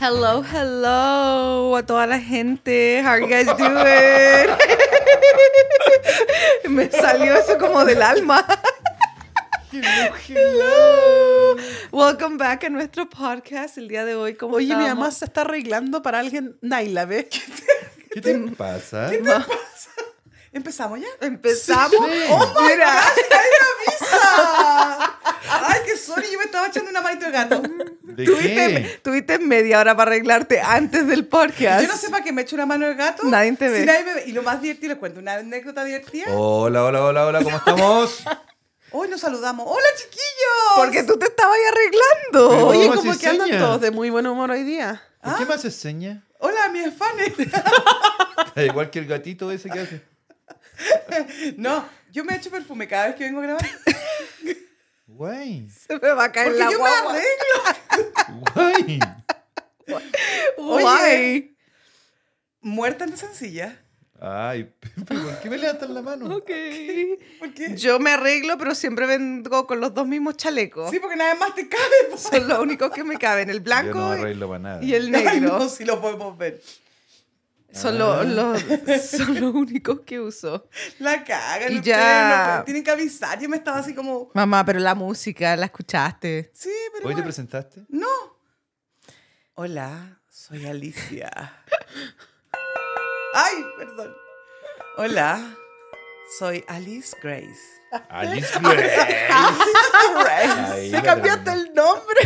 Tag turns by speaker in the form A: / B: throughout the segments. A: Hello, hello a toda la gente. How you guys doing? Me salió eso como del alma. Hello. Welcome back a nuestro podcast el día de hoy. ¿Cómo
B: Oye, mi
A: estamos?
B: mamá se está arreglando para alguien. Naila, ¿ves?
C: ¿Qué te pasa? Ah,
B: ¿Empezamos ya?
A: Empezamos.
C: Sí.
B: Oh
A: Mira,
B: ¡Avisa! ¡Ay, qué sorry! Yo me estaba echando una manito de gato.
C: ¿De
A: tuviste,
C: qué?
A: tuviste media hora para arreglarte antes del podcast.
B: Yo no sé para qué me echo una mano de gato.
A: Nadie te ve.
B: Si nadie me ve. Y lo más divertido, les cuento una anécdota divertida.
C: Hola, hola, hola, hola, ¿cómo estamos?
B: Hoy nos saludamos. ¡Hola, chiquillos!
A: Porque tú te estabas ahí
C: Pero
A: arreglando.
C: Oye,
B: Oye,
C: ¿cómo
B: como
C: como
B: que
C: se que andan
B: andan
C: enseña?
B: todos
C: todos
B: de muy buen humor hoy día.
C: ¿Por qué me haces seña?
B: Hola, mis fanes.
C: Está igual que el gatito ese que hace.
B: no, yo me echo perfume cada vez que vengo a grabar.
C: Guay,
A: Se me va a caer
B: Porque
A: la
B: yo me
A: guagua.
B: arreglo.
C: guay.
B: Oye.
A: Why?
B: Muerta de sencilla.
C: Ay, Pepe, ¿por qué me levantas la mano?
A: Ok.
B: ¿Por qué?
A: Yo me arreglo, pero siempre vengo con los dos mismos chalecos.
B: Sí, porque nada más te cabe. po.
A: Son los únicos que me caben, el
C: Yo
A: blanco
C: no arreglo para nada.
A: y el
B: Ay,
A: negro.
B: no, si lo podemos ver.
A: Son,
C: Ah.
A: los, los- son los únicos que uso.
B: La cagan.
A: Y
B: ustedes,
A: ya.
B: no, tienen que avisar. Yo me estaba así como.
A: Mamá, pero la música, ¿la escuchaste?
B: Sí, pero.
C: ¿Hoy te
B: bueno.
C: presentaste?
B: No. Hola, soy Alicia. Ay, perdón. Hola, soy Alice Grace.
C: Alice Grace. Ah, Ahí
B: Grace.
C: va
B: Te cambiaste
C: tremendo.
B: el nombre.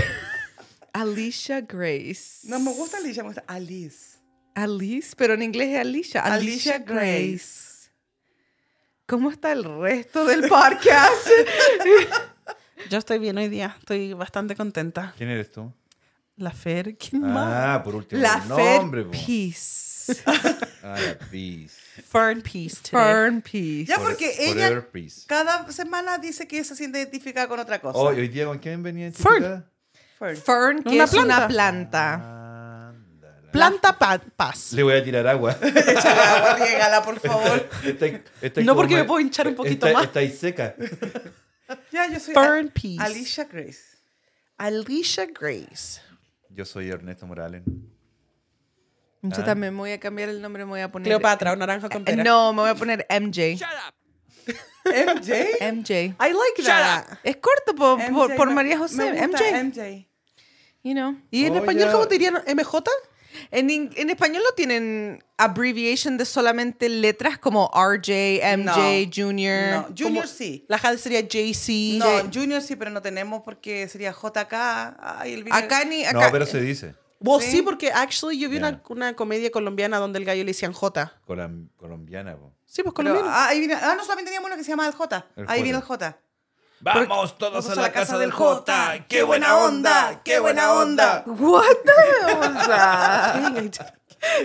A: Alicia Grace.
B: No me gusta Alicia, me gusta Alice.
A: Alice, pero en inglés es Alicia. Alicia, Grace. ¿Cómo está el resto del podcast?
C: Ah,
B: Yo estoy bien hoy día, estoy bastante contenta.
C: ¿Quién eres tú?
B: La Fer, ¿quién
C: Ah, por último,
A: la
C: el
A: Fer
C: nombre. po.
A: Peace.
C: Ah, la Peace.
B: Fern Peace.
A: Fern Peace.
B: Ya porque
C: Fore-
B: ella
C: Forever Peace.
B: cada semana dice que se siente identificada con otra cosa.
C: Hoy, hoy día, ¿con quién venía?
B: Fern.
C: identificada?
B: Fern.
A: Fern, que
B: Una
A: es una planta.
C: Ándala.
B: Planta pa- paz.
C: Le voy a tirar agua.
B: Échale agua, riégala, por favor.
C: Estáis- estáis
B: No,
C: como
B: porque me
C: ma-
B: puedo hinchar un poquito
C: estáis-
B: más.
C: Estáis seca.
B: Ya, yo soy
D: Fern
B: A-
D: Peace.
B: Alicia Grace.
D: Alicia Grace.
C: Yo soy Ernesto Morales.
A: Yo también me voy a cambiar el nombre, me voy a poner.
D: Ah. Cleopatra, una naranja con
A: Eh,
D: pera.
A: No, me voy a poner MJ.
B: MJ.
A: MJ.
D: I like that.
A: Es corto po- por,
B: MJ,
A: por
B: me-
A: María
B: me
A: José.
B: gusta
A: MJ.
B: MJ.
A: You know.
D: ¿Y en
C: Oh,
D: español
C: ya.
D: cómo te dirían MJ?
A: En, in- en español no tienen abbreviation de solamente letras como RJ, MJ,
B: No.
A: Junior.
B: No, Junior
D: Como-
B: sí.
D: La Jade sería JC.
B: No, Junior sí, pero no tenemos porque sería JK. Ay, el video-
A: Acá ni. Acá, eh.
C: No, pero se dice.
D: Well,
B: Sí.
D: sí. porque actually yo vi una,
C: Ya.
D: una comedia colombiana donde el gallo le decían J.
C: Colam- colombiana, po.
D: Sí,
B: Pero,
D: pues colombiano.
B: ah, ahí viene- ah, no, también teníamos uno que se llama el J.
C: El
B: ahí
C: J.
B: viene el J.
C: Vamos todos a la casa del J. ¡Qué buena onda! ¡Qué buena onda!
A: What the hell was that?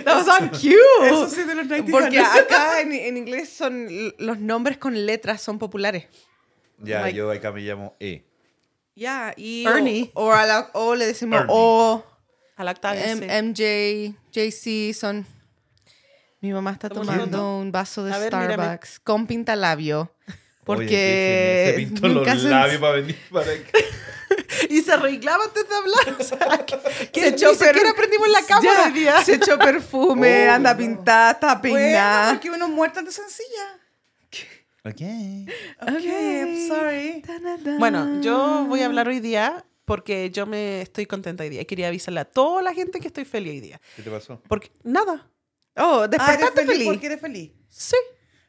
A: That was not cute.
B: Eso sí, de los 90
A: Porque
B: ganas.
A: acá en, en inglés son l- los nombres con letras son populares.
C: Ya,
A: Like-
C: yo acá me llamo E.
A: Ya, y.
D: Ernie.
A: O, o a la- o le decimos
C: Ernie.
A: O. em,
D: A la octava.
A: M-
D: sí.
A: MJ, JC son. Mi mamá está
D: ¿Estamos
A: tomando
D: hablando?
A: un vaso de
D: A ver, mírame.
A: Starbucks con pintalabio.
C: Oye,
A: Porque.
C: ¿qué genio? se pintó
A: nunca
C: los
A: se-
C: labios para venir para acá.
D: Y se arreglaba antes de hablar. O sea, que
A: Se
D: ni
A: echó per-
D: siquiera prendimos la cámara
A: Ya,
D: hoy día.
A: Se echó perfume,
C: Oh,
A: anda
C: no.
A: pintada, está
B: Bueno,
A: peinada.
B: porque uno muerto de sencilla.
C: Ok.
B: Ok, I'm sorry.
D: Bueno, yo voy
A: Ah.
D: a hablar hoy día porque yo me estoy contenta hoy día. Quería avisarle a toda la gente que estoy feliz hoy día.
C: ¿Qué te pasó?
D: Porque, nada.
A: Oh,
B: Ah, eres
A: despertate
B: feliz,
A: feliz.
B: porque eres feliz.
D: Sí.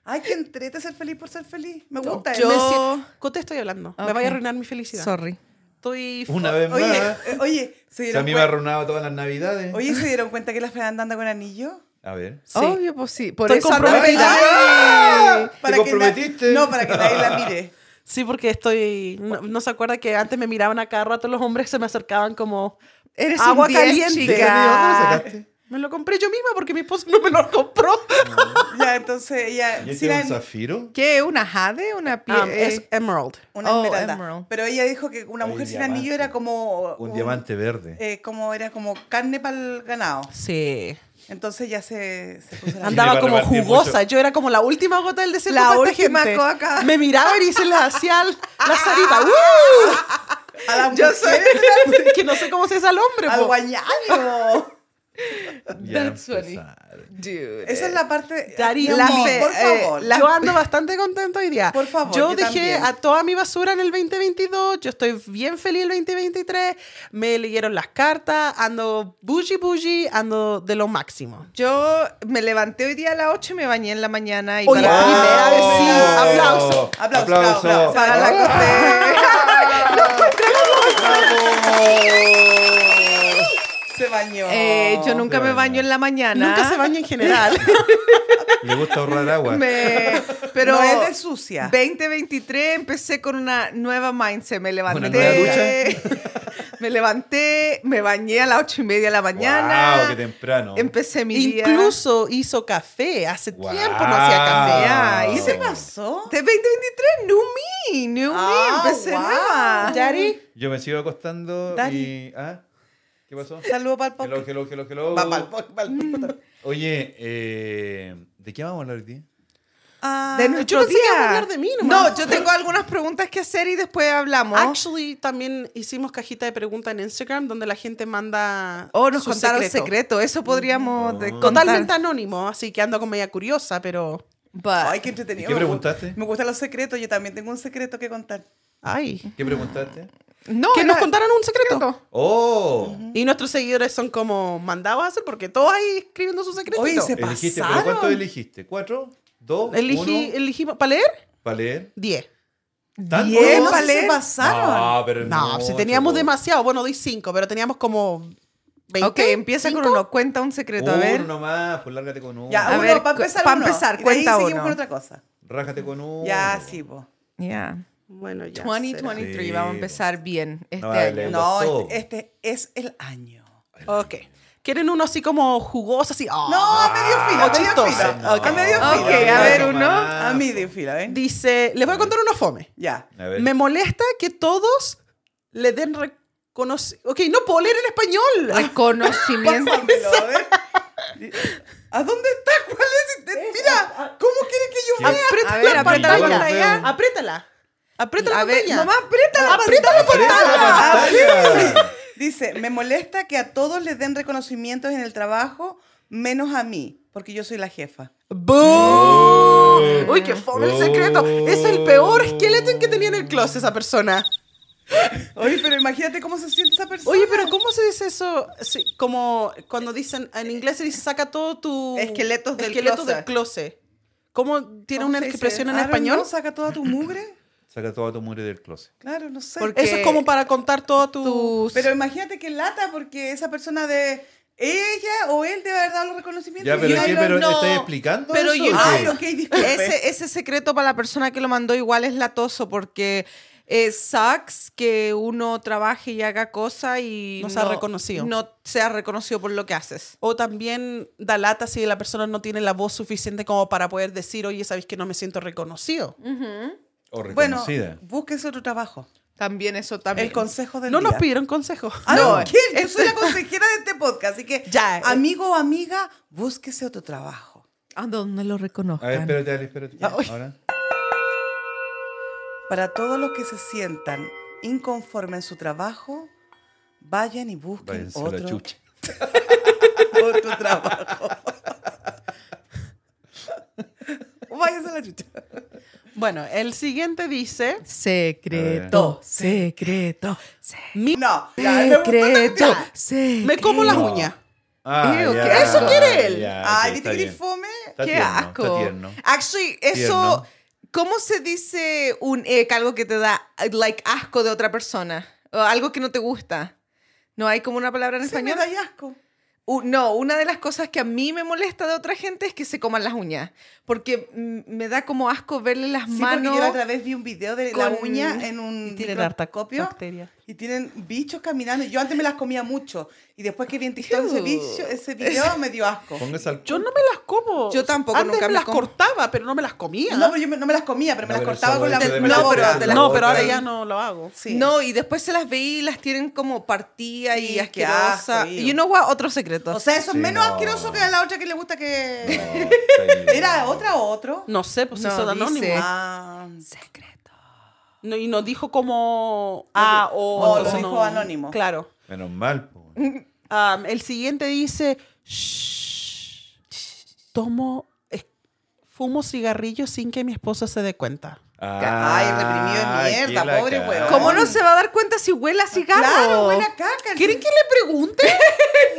B: Ay, que entrete ser feliz por ser feliz. Me gusta.
A: Yo-
B: eso.
D: Me si- ¿Con te estoy hablando?
A: Ok.
D: Me vaya a arruinar mi felicidad.
A: Sorry.
D: Estoy...
C: Una vez
B: Oye,
C: más.
B: eh, oye, ¿se
C: Se a
B: dieron,
C: mí me
B: cuen-
C: ha arruinado todas las navidades.
B: oye, ¿se dieron cuenta que la Fernanda anda con anillo?
C: A ver.
D: Sí.
A: Obvio, pues sí. Por
D: Estoy
A: eso anda
D: comprometida.
A: peinada.
C: ¡Ah! ¿Te
B: que
C: comprometiste?
B: na- no, para que nadie la mire.
D: Sí, porque estoy... No, no se acuerda que antes me miraban a cada rato los hombres se me acercaban como...
A: Eres
D: Agua
A: un 10,
D: caliente.
C: ¿Te
A: chica.
C: sacaste?
D: Me lo compré yo misma porque mi esposo no me lo compró.
B: Ya, entonces ella
C: ¿Y
B: sin
C: este es un
B: an-
C: zafiro?
A: ¿Qué? ¿Una jade? ¿Una piel?
D: Um, es Emerald.
B: una
A: Oh,
B: esmeralda.
A: emerald.
B: Pero ella dijo que una
C: Hay
B: mujer sin
C: diamante.
B: anillo era como
C: Un diamante verde.
B: eh, como era como carne para el ganado.
D: Sí.
B: Entonces ya se, se puso la
C: le va
D: Andaba
C: a
D: como
C: repartir
D: jugosa.
C: mucho.
D: Yo era como la última gota del desierto
A: La
D: para esta
A: última
D: gente.
A: coca.
D: Me miraban y se la hacía la zarita. ¡Uh! A la
A: Yo soy-
D: mujer, ¡Uh! que no sé cómo se dice al hombre.
B: Al
D: po.
B: guañaño.
C: Ya
A: That's funny.
C: empezar.
A: Dude.
B: Esa es la parte.
D: Daría
B: La
D: amor,
B: fe,
D: por
B: eh,
D: favor.
B: la-
D: Yo ando bastante contento hoy día.
B: Por favor,
D: Yo,
B: yo
D: dejé
B: también.
D: a toda mi basura en el 2022. Yo estoy bien feliz el 2023. Me leyeron las cartas. Ando bougie bougie. Ando de lo máximo.
A: Yo me levanté hoy día a las 8 y me bañé en la mañana y
B: Oye,
D: ah,
A: para-
B: la primera vez sí.
C: ¡Oh!
B: Aplauso, aplauso, aplauso.
A: para
D: ah.
A: la
C: ¡Bravo!
B: Se bañó.
A: Eh, yo nunca
C: se
A: me
C: baña.
A: baño en la mañana.
D: Nunca se baña en general.
C: Le gusta ahorrar agua.
A: Me- pero
B: No es de sucia.
A: 2023 empecé con una nueva mindset. Me levanté.
C: nueva
A: me levanté, me bañé a las ocho y media de la mañana.
C: Wow, qué temprano.
A: Empecé mi día.
D: Incluso hizo café. Hace
C: Wow.
D: tiempo no hacía café.
A: Ya,
B: ¿Qué
A: hice
B: te pasó?
A: De 2023, new me, new
B: Ah,
A: me. Empecé
B: wow.
A: nueva.
D: Yari,
C: Yo me sigo acostando
B: Dani.
C: y. ¿Ah? ¿Qué pasó?
B: Saludos para el podcast.
C: Hello, hello, hello, hello.
B: Va pa'l po- pa'l podcast.
C: Oye, eh, ¿de qué vamos a hablar hoy día?
B: Ah,
A: De nuestro
D: pensé que
A: día.
D: iba a hablar de mí nomás.
A: no, yo tengo algunas preguntas que hacer y después hablamos.
D: Actually, también hicimos cajita de preguntas en Instagram donde la gente manda.
A: o Oh, nos
D: su
A: contaron secreto. Mm. Eso podríamos de- contar.
D: Totalmente anónimo, así que ando con media curiosa, pero.
A: But-
B: Ay, qué
C: ¿Y
B: entretenido.
C: qué
B: Me gu-
C: preguntaste?
B: Me gustan los secretos. Yo también tengo un secreto que contar.
D: Ay.
C: ¿Qué preguntaste?
A: no,
D: que
A: era-
D: nos contaron un secreto.
C: ¡Oh!
D: Y nuestros seguidores son como mandados a hacer porque todos ahí escribiendo su secretito.
B: Oye, se-
C: Elegiste,
B: pasaron?
C: ¿pero cuántos elegiste? ¿Cuatro? ¿Dos?
D: Elegí,
C: ¿Uno?
D: elegí para leer
C: ¿Para leer?
D: 10.
C: ¿Tanto?
A: Diez,
B: Oye, no
A: pa'
B: sé si
A: leer.
B: pasaron.
C: No, pero
D: No,
C: no,
D: si teníamos
C: chico.
D: demasiado, bueno, doy 5, pero teníamos como 20.
A: Ok, empieza con uno. Cuenta un secreto, a ver.
C: Uno nomás, pues lárgate con uno.
B: Ya,
A: A
B: ah, uno,
A: ver,
B: para
A: cu-
B: empezar,
A: pa'
B: uno.
A: empezar,
B: Y de ahí
A: cuenta
B: seguimos
A: uno.
B: con otra cosa.
C: Rájate con uno.
B: Ya, sí, po.
A: Yeah.
D: Bueno, ya. será.
A: 2023,
C: Sí,
A: vamos a
C: po.
A: empezar bien este
C: No,
A: año.
C: dale.
B: No,
C: Gustó.
B: este, este es el año.
D: Ok. ¿Quieren uno así como jugoso, así? ah.
B: No, a medio filo, a medio
D: chistoso.
B: filo.
C: Ok.
B: A medio
A: Ok,
B: filo.
A: a ver, uno.
B: A medio filo, ¿eh?
D: Dice, les voy a contar uno fome.
B: Ya.
C: Ah, A ver.
D: Me molesta que todos le den reconoce. Ok, no puedo leer en español.
A: Reconocimiento.
B: Pásamelo, a ver. ¿A dónde está? ¿Cuál es? Este, Mira, ¿cómo quieres que yo
C: ¿Qué?
B: vea?
D: Aprieta
A: A ver,
D: la
A: aprieta
C: la
D: pantalla.
C: pantalla.
D: Apriétala. Aprieta la
A: a ver,
D: pantalla.
A: mamá, aprieta la
D: Aprieta la
C: ¡Aprieta
B: Ah,
D: pantalla.
C: la pantalla!
B: Dice, me molesta que a todos les den reconocimientos en el trabajo, menos a mí, porque yo soy la jefa.
D: ¡Boo! Uy, qué fome el secreto. Es el peor esqueleto que tenía en el closet esa persona.
B: Oye, pero imagínate cómo se siente esa persona.
D: Oye, pero ¿cómo se dice eso? Sí, como cuando dicen, en inglés se dice saca todo tu...
A: Esqueletos del
D: esqueletos
A: closet.
D: del closet. ¿Cómo tiene
B: ¿Cómo
D: una
B: se dice?
D: expresión en
B: I don't
D: español?
B: know, saca toda tu mugre.
C: Saca toda tu mugre del closet.
B: Claro, no sé.
A: Porque-
D: Eso es como para contar todo tu...
A: Tus-
B: Pero imagínate que lata, porque esa persona de ella o él debe haber dado los reconocimientos.
C: Ya, pero
B: Y
C: ¿qué?
B: no
C: ¿Pero
B: lo-
A: no.
C: estás explicando
A: Pero
C: eso?
A: yo-
C: ¿O
B: Ay,
C: qué?
B: Ah, ok, disculpe.
A: ese, ese secreto para la persona que lo mandó igual es latoso porque eh, sucks que uno trabaje y haga cosas y
D: No sea reconocido.
A: No sea reconocido por lo que haces.
D: O también da lata si la persona no tiene la voz suficiente como para poder decir, oye, sabéis que no me siento reconocido.
C: O
B: Bueno,
C: reconocida.
B: búsquese otro trabajo.
A: También eso también.
B: El consejo del
D: No
B: día.
D: nos pidieron consejo.
B: Ah,
A: No,
B: no, ¿quién? Yo soy la consejera de este podcast, así que
D: Ya, eh.
B: amigo o amiga, búsquese otro trabajo.
A: A donde lo
C: A ver,
A: reconozcan.
C: espérate, Ale, espérate.
D: Ah, uy.
C: Ahora.
B: Para todos los que se sientan inconformes en su trabajo, vayan y busquen
C: Váyanse a la
B: otro,
C: chucha.
B: otro trabajo. Váyanse a la chucha.
D: Bueno, el siguiente dice...
A: Secreto, secreto,
D: "Mi-
B: No, ya, me gustó también.
A: secreto, secreto.
D: me como las
C: No.
D: uñas.
C: Ah,
A: Ew,
C: ya,
A: ¿qué? Eso
B: quiere
A: él.
C: ya,
B: Ay,
C: ok,
B: viste
C: está
B: que
C: bien.
B: eres fome.
C: Está
A: Qué
C: tierno,
A: asco.
C: Está tierno.
A: Actually, eso. ¿Cómo se dice un ick, algo que te da eh, like asco de otra persona? O algo que no te gusta. No hay como una palabra en
B: Sí, me
A: español.
B: da asco.
A: U- no, una de las cosas que a mí me molesta de otra gente es que se coman las uñas. Porque mm, me da como asco verle las
B: Sí, porque
A: manos.
B: yo la otra vez vi un video de la
A: con-
B: uña en un microscopio
D: bacteria.
B: y tienen bichos caminando. Yo antes me las comía mucho y después que vi en TikTok ese,
A: Ew.
B: bicho- ese video me dio asco.
C: Póngase al
D: Yo no me las como.
A: Yo tampoco,
D: Antes
A: nunca
D: me
A: me
D: las
A: como.
D: cortaba, pero no me las comía.
B: No, pero yo me- no me las comía, pero me
C: No,
B: las
C: pero
B: cortaba
C: eso
B: con la
C: de-
B: con
A: de-
B: la
A: no,
B: boca.
A: pero te las
D: no, pero ahora
A: cortan.
D: ya no lo hago.
B: Sí.
A: No, y después se las ve y las tienen como partidas
B: Sí,
A: y
B: qué
A: asquerosa.
B: asco, ew.
A: Y uno va otro secreto.
B: O sea, eso es
C: Sí,
B: menos
C: no.
B: asqueroso que la otra que le gusta que...
C: está bien.
B: ¿Era otra o otro?
D: No sé, pues
A: No,
D: eso es
A: dice-
D: anónimo.
B: Ah,
A: secreto.
D: No, y no dijo como ah o
B: no, lo
D: entonces
B: dijo
D: no-
B: anónimo.
D: Claro.
C: Menos mal. pues. po.
D: Am, el siguiente dice, "Shh, tomo, es- fumo cigarrillos sin que mi esposa se dé cuenta.
B: Ay, reprimido de
C: Ay,
B: mierda,
C: qué la
B: pobre
C: cara.
B: weón.
A: ¿Cómo no se va a dar cuenta si huele a cigarro?
B: Claro, buena caca. el-
D: ¿Quieren que le pregunte?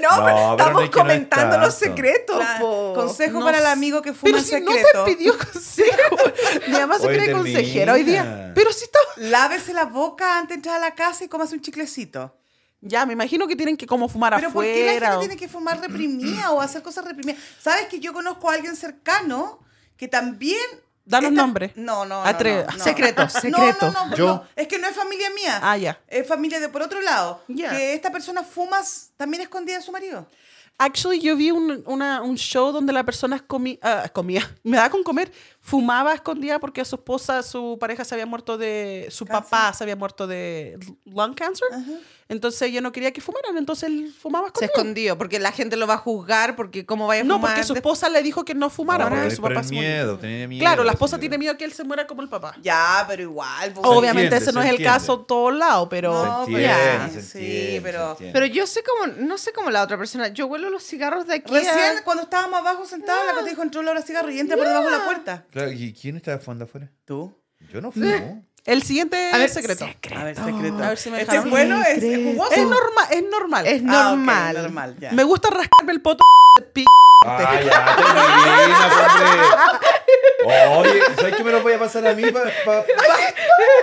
A: No,
C: No,
A: pero
C: pero no
A: estamos
C: es que no es
A: comentando los
C: tanto.
A: secretos.
B: Claro,
A: po.
B: Consejo
D: No
B: para el
D: sé.
B: amigo que fuma
D: Pero
B: en
D: si no
B: secreto.
D: te pidió consejo. Mi mamá se
C: Oye,
D: cree
C: termina.
D: consejera hoy día. Pero si está...
B: Lávese la boca antes de entrar a la casa y cómas un chiclecito.
D: Ya, me imagino que tienen que como fumar
B: Pero ¿por qué la gente
D: afuera. o-
B: tiene que fumar reprimida o hacer cosas reprimidas? ¿Sabes que yo conozco a alguien cercano que también...
D: Danos
B: esta-
D: nombre.
B: No, no, no,
D: Atre-
B: no, no.
D: Secreto,
B: No,
D: secreto.
B: No, no, no,
C: Yo-
B: no, Es que no es familia mía.
D: Ah, ya.
B: Es familia de por otro lado.
D: Ya.
B: Que esta persona fuma s- también escondida de su marido.
D: Actually, yo vi un, una- un show donde la persona comi- ah, comía, me da con comer, fumaba escondida porque su esposa, su pareja se había muerto de, su
B: Cáncer.
D: papá se había muerto de lung cancer. Entonces ella no quería que fumaran, entonces él fumaba
A: Se
D: escondido.
A: escondió, porque la gente lo va a juzgar, porque cómo vaya a
D: no,
A: fumar.
D: porque su
A: de-
D: esposa le dijo que no fumara
C: No,
D: porque
C: pero
D: su
C: por
D: papá
C: el
D: se murió.
C: miedo, tenía miedo.
D: Claro, la esposa
C: sí.
D: tiene miedo que él se muera como el papá.
B: Ya, pero igual. pues,
D: Obviamente
C: entiende,
D: ese no
C: se
D: es el
C: entiende.
D: caso en todos lados, pero...
B: No,
C: Se
B: pero
C: entiende,
B: ya,
C: se
B: sí,
C: entiende,
B: pero-
C: se entiende.
A: Pero yo sé como, no sé cómo la otra persona. Yo huelo los cigarros de aquí. a-
B: Recién, cuando estábamos abajo sentados, la cosa dijo, entró Laura Cigarro y entra por debajo de la puerta.
C: Claro, ¿y quién estaba fumando afuera?
B: ¿Tú?
C: Yo no fumo.
D: El siguiente
A: A ver,
D: es secreto.
B: A ver, secreto.
D: A ver si me
B: este es
D: dejaron.
B: bueno, es, es
A: Secreto.
B: jugoso.
D: Es normal, es normal.
A: Es
B: Ah, ok,
A: normal.
B: normal, ya.
D: Me gusta rascarme el poto de p-
C: Ah, ya, termina, hombre. Oye, ¿sabes qué me lo voy a pasar a mí para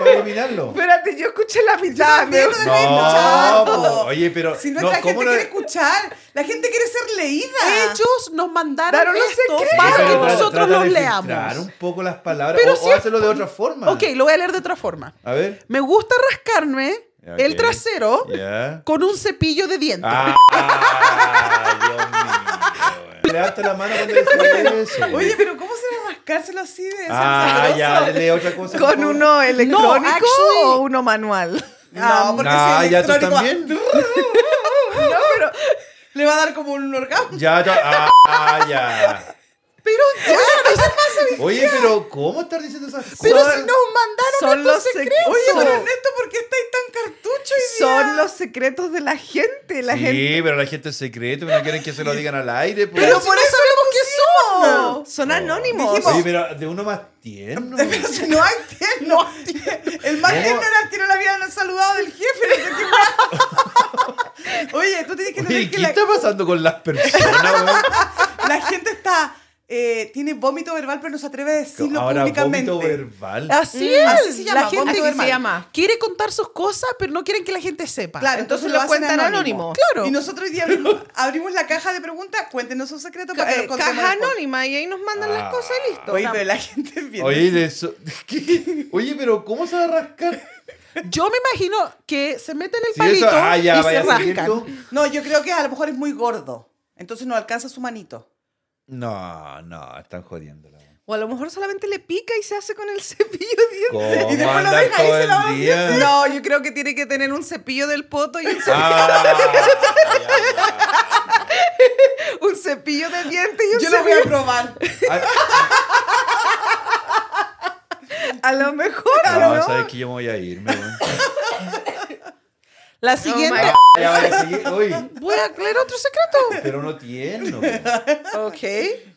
C: eliminarlo?
A: Espérate, yo escuché la mitad.
B: también
A: me-
B: lo dejé escuchar,
C: No,
B: po.
C: oye, pero-
B: Si no,
C: no,
B: la gente
C: ¿cómo no-
B: quiere escuchar, la gente quiere ser leída.
D: Ellos nos mandaron
A: Daron los
D: esto
A: secretos.
D: para que
A: Pero
C: Trata-
D: nosotros
C: trata
D: los
C: de filtrar
D: leamos.
C: un poco las palabras
D: Pero
C: o,
D: si
C: o
D: es-
C: hacerlo de otra forma.
D: Ok, lo voy a leer de otra forma.
C: A ver.
D: Me gusta rascarme
C: Ya,
D: el
C: ok.
D: trasero
C: Ya.
D: con un cepillo de dientes.
C: Ah, Dios Ah, mío. güey. Levanta la mano cuando decís eso.
B: Oye, pero ¿cómo será rascárselo así de
C: ah,
B: sabroso?
C: ya, lee otra cosa.
A: ¿Con
C: por favor.
A: uno electrónico
D: actually-
A: o uno manual?
B: No, porque
C: Ah,
B: si es
C: ya, tú
B: electrónico,
C: también.
B: No, pero le va a dar como un orgasmo.
C: Ya, ya, ah, ah, ya.
D: Pero ya,
C: Oye, pero ¿cómo estar diciendo esas cosas?
D: pero si nos mandaron
A: Son
D: estos
A: los
D: secretos.
A: secretos.
B: Oye, pero Ernesto, ¿por qué estáis tan cartucho y
A: Son los secretos de la gente. La
C: sí,
A: gente.
C: pero la gente es secreto, no quieren que se lo digan al aire. pues.
D: Pero por eso sabemos qué somos.
A: Son anónimos.
B: Dijimos-
C: Oye, pero de uno más tierno.
B: Pero si no hay tierno. El más
C: ¿Cómo?
B: tierno era el que no le habían saludado del jefe. no sé qué más. Oye, tú tienes que
C: Oye,
B: entender
C: ¿qué
B: que la,
C: está pasando con las personas, güey?
B: la gente está... eh, tiene vómito verbal, pero no se atreve a decirlo
C: Ahora,
B: públicamente.
C: vómito verbal.
D: Así
A: Mm,
D: es.
B: así se llama,
D: la gente
B: vómito
D: que
B: verbal.
D: quiere contar sus cosas, pero no quieren que la gente sepa.
B: Claro,
A: Entonces
B: entonces,
A: lo
B: lo, hacen
A: cuentan anónimo.
B: anónimo.
D: Claro.
B: Y nosotros hoy día abrimos, abrimos la caja de preguntas, cuéntenos sus secretos para que
A: Eh,
B: los contemos
A: Caja
B: después.
A: anónima y ahí nos mandan las
C: Ah.
A: cosas y listo.
B: Oye, pero la gente es bien.
C: Oye, de eso- ¿qué? Oye, pero ¿cómo se va a rascar?
D: Yo me imagino que se meten el
C: Si
D: palito
C: eso, ah, ya,
D: y se
C: vaya a seguir
D: rascan.
C: tú.
B: No, yo creo que a lo mejor es muy gordo. Entonces no alcanza su manito.
C: No, no, están jodiendo la
A: O a lo mejor solamente le pica y se hace con el cepillo de dientes.
C: ¿Cómo
B: Y después lo
C: andan
B: deja ahí,
C: todo
B: se
C: el
B: lavan los
C: día?
A: No, yo creo que tiene que tener un cepillo del poto y un, ce-
C: Ah, ya, ya.
A: un cepillo de dientes y un
B: Yo lo voy
A: cepillo.
B: a probar.
C: Ah,
A: A lo mejor, a lo
C: Ah, No,
A: mejor.
C: sabes que yo me voy a irme. güey.
D: La siguiente.
A: my
C: Ya voy a seguir. Uy,
D: Voy a leer otro secreto.
C: pero no tierno. güey.
D: Ok.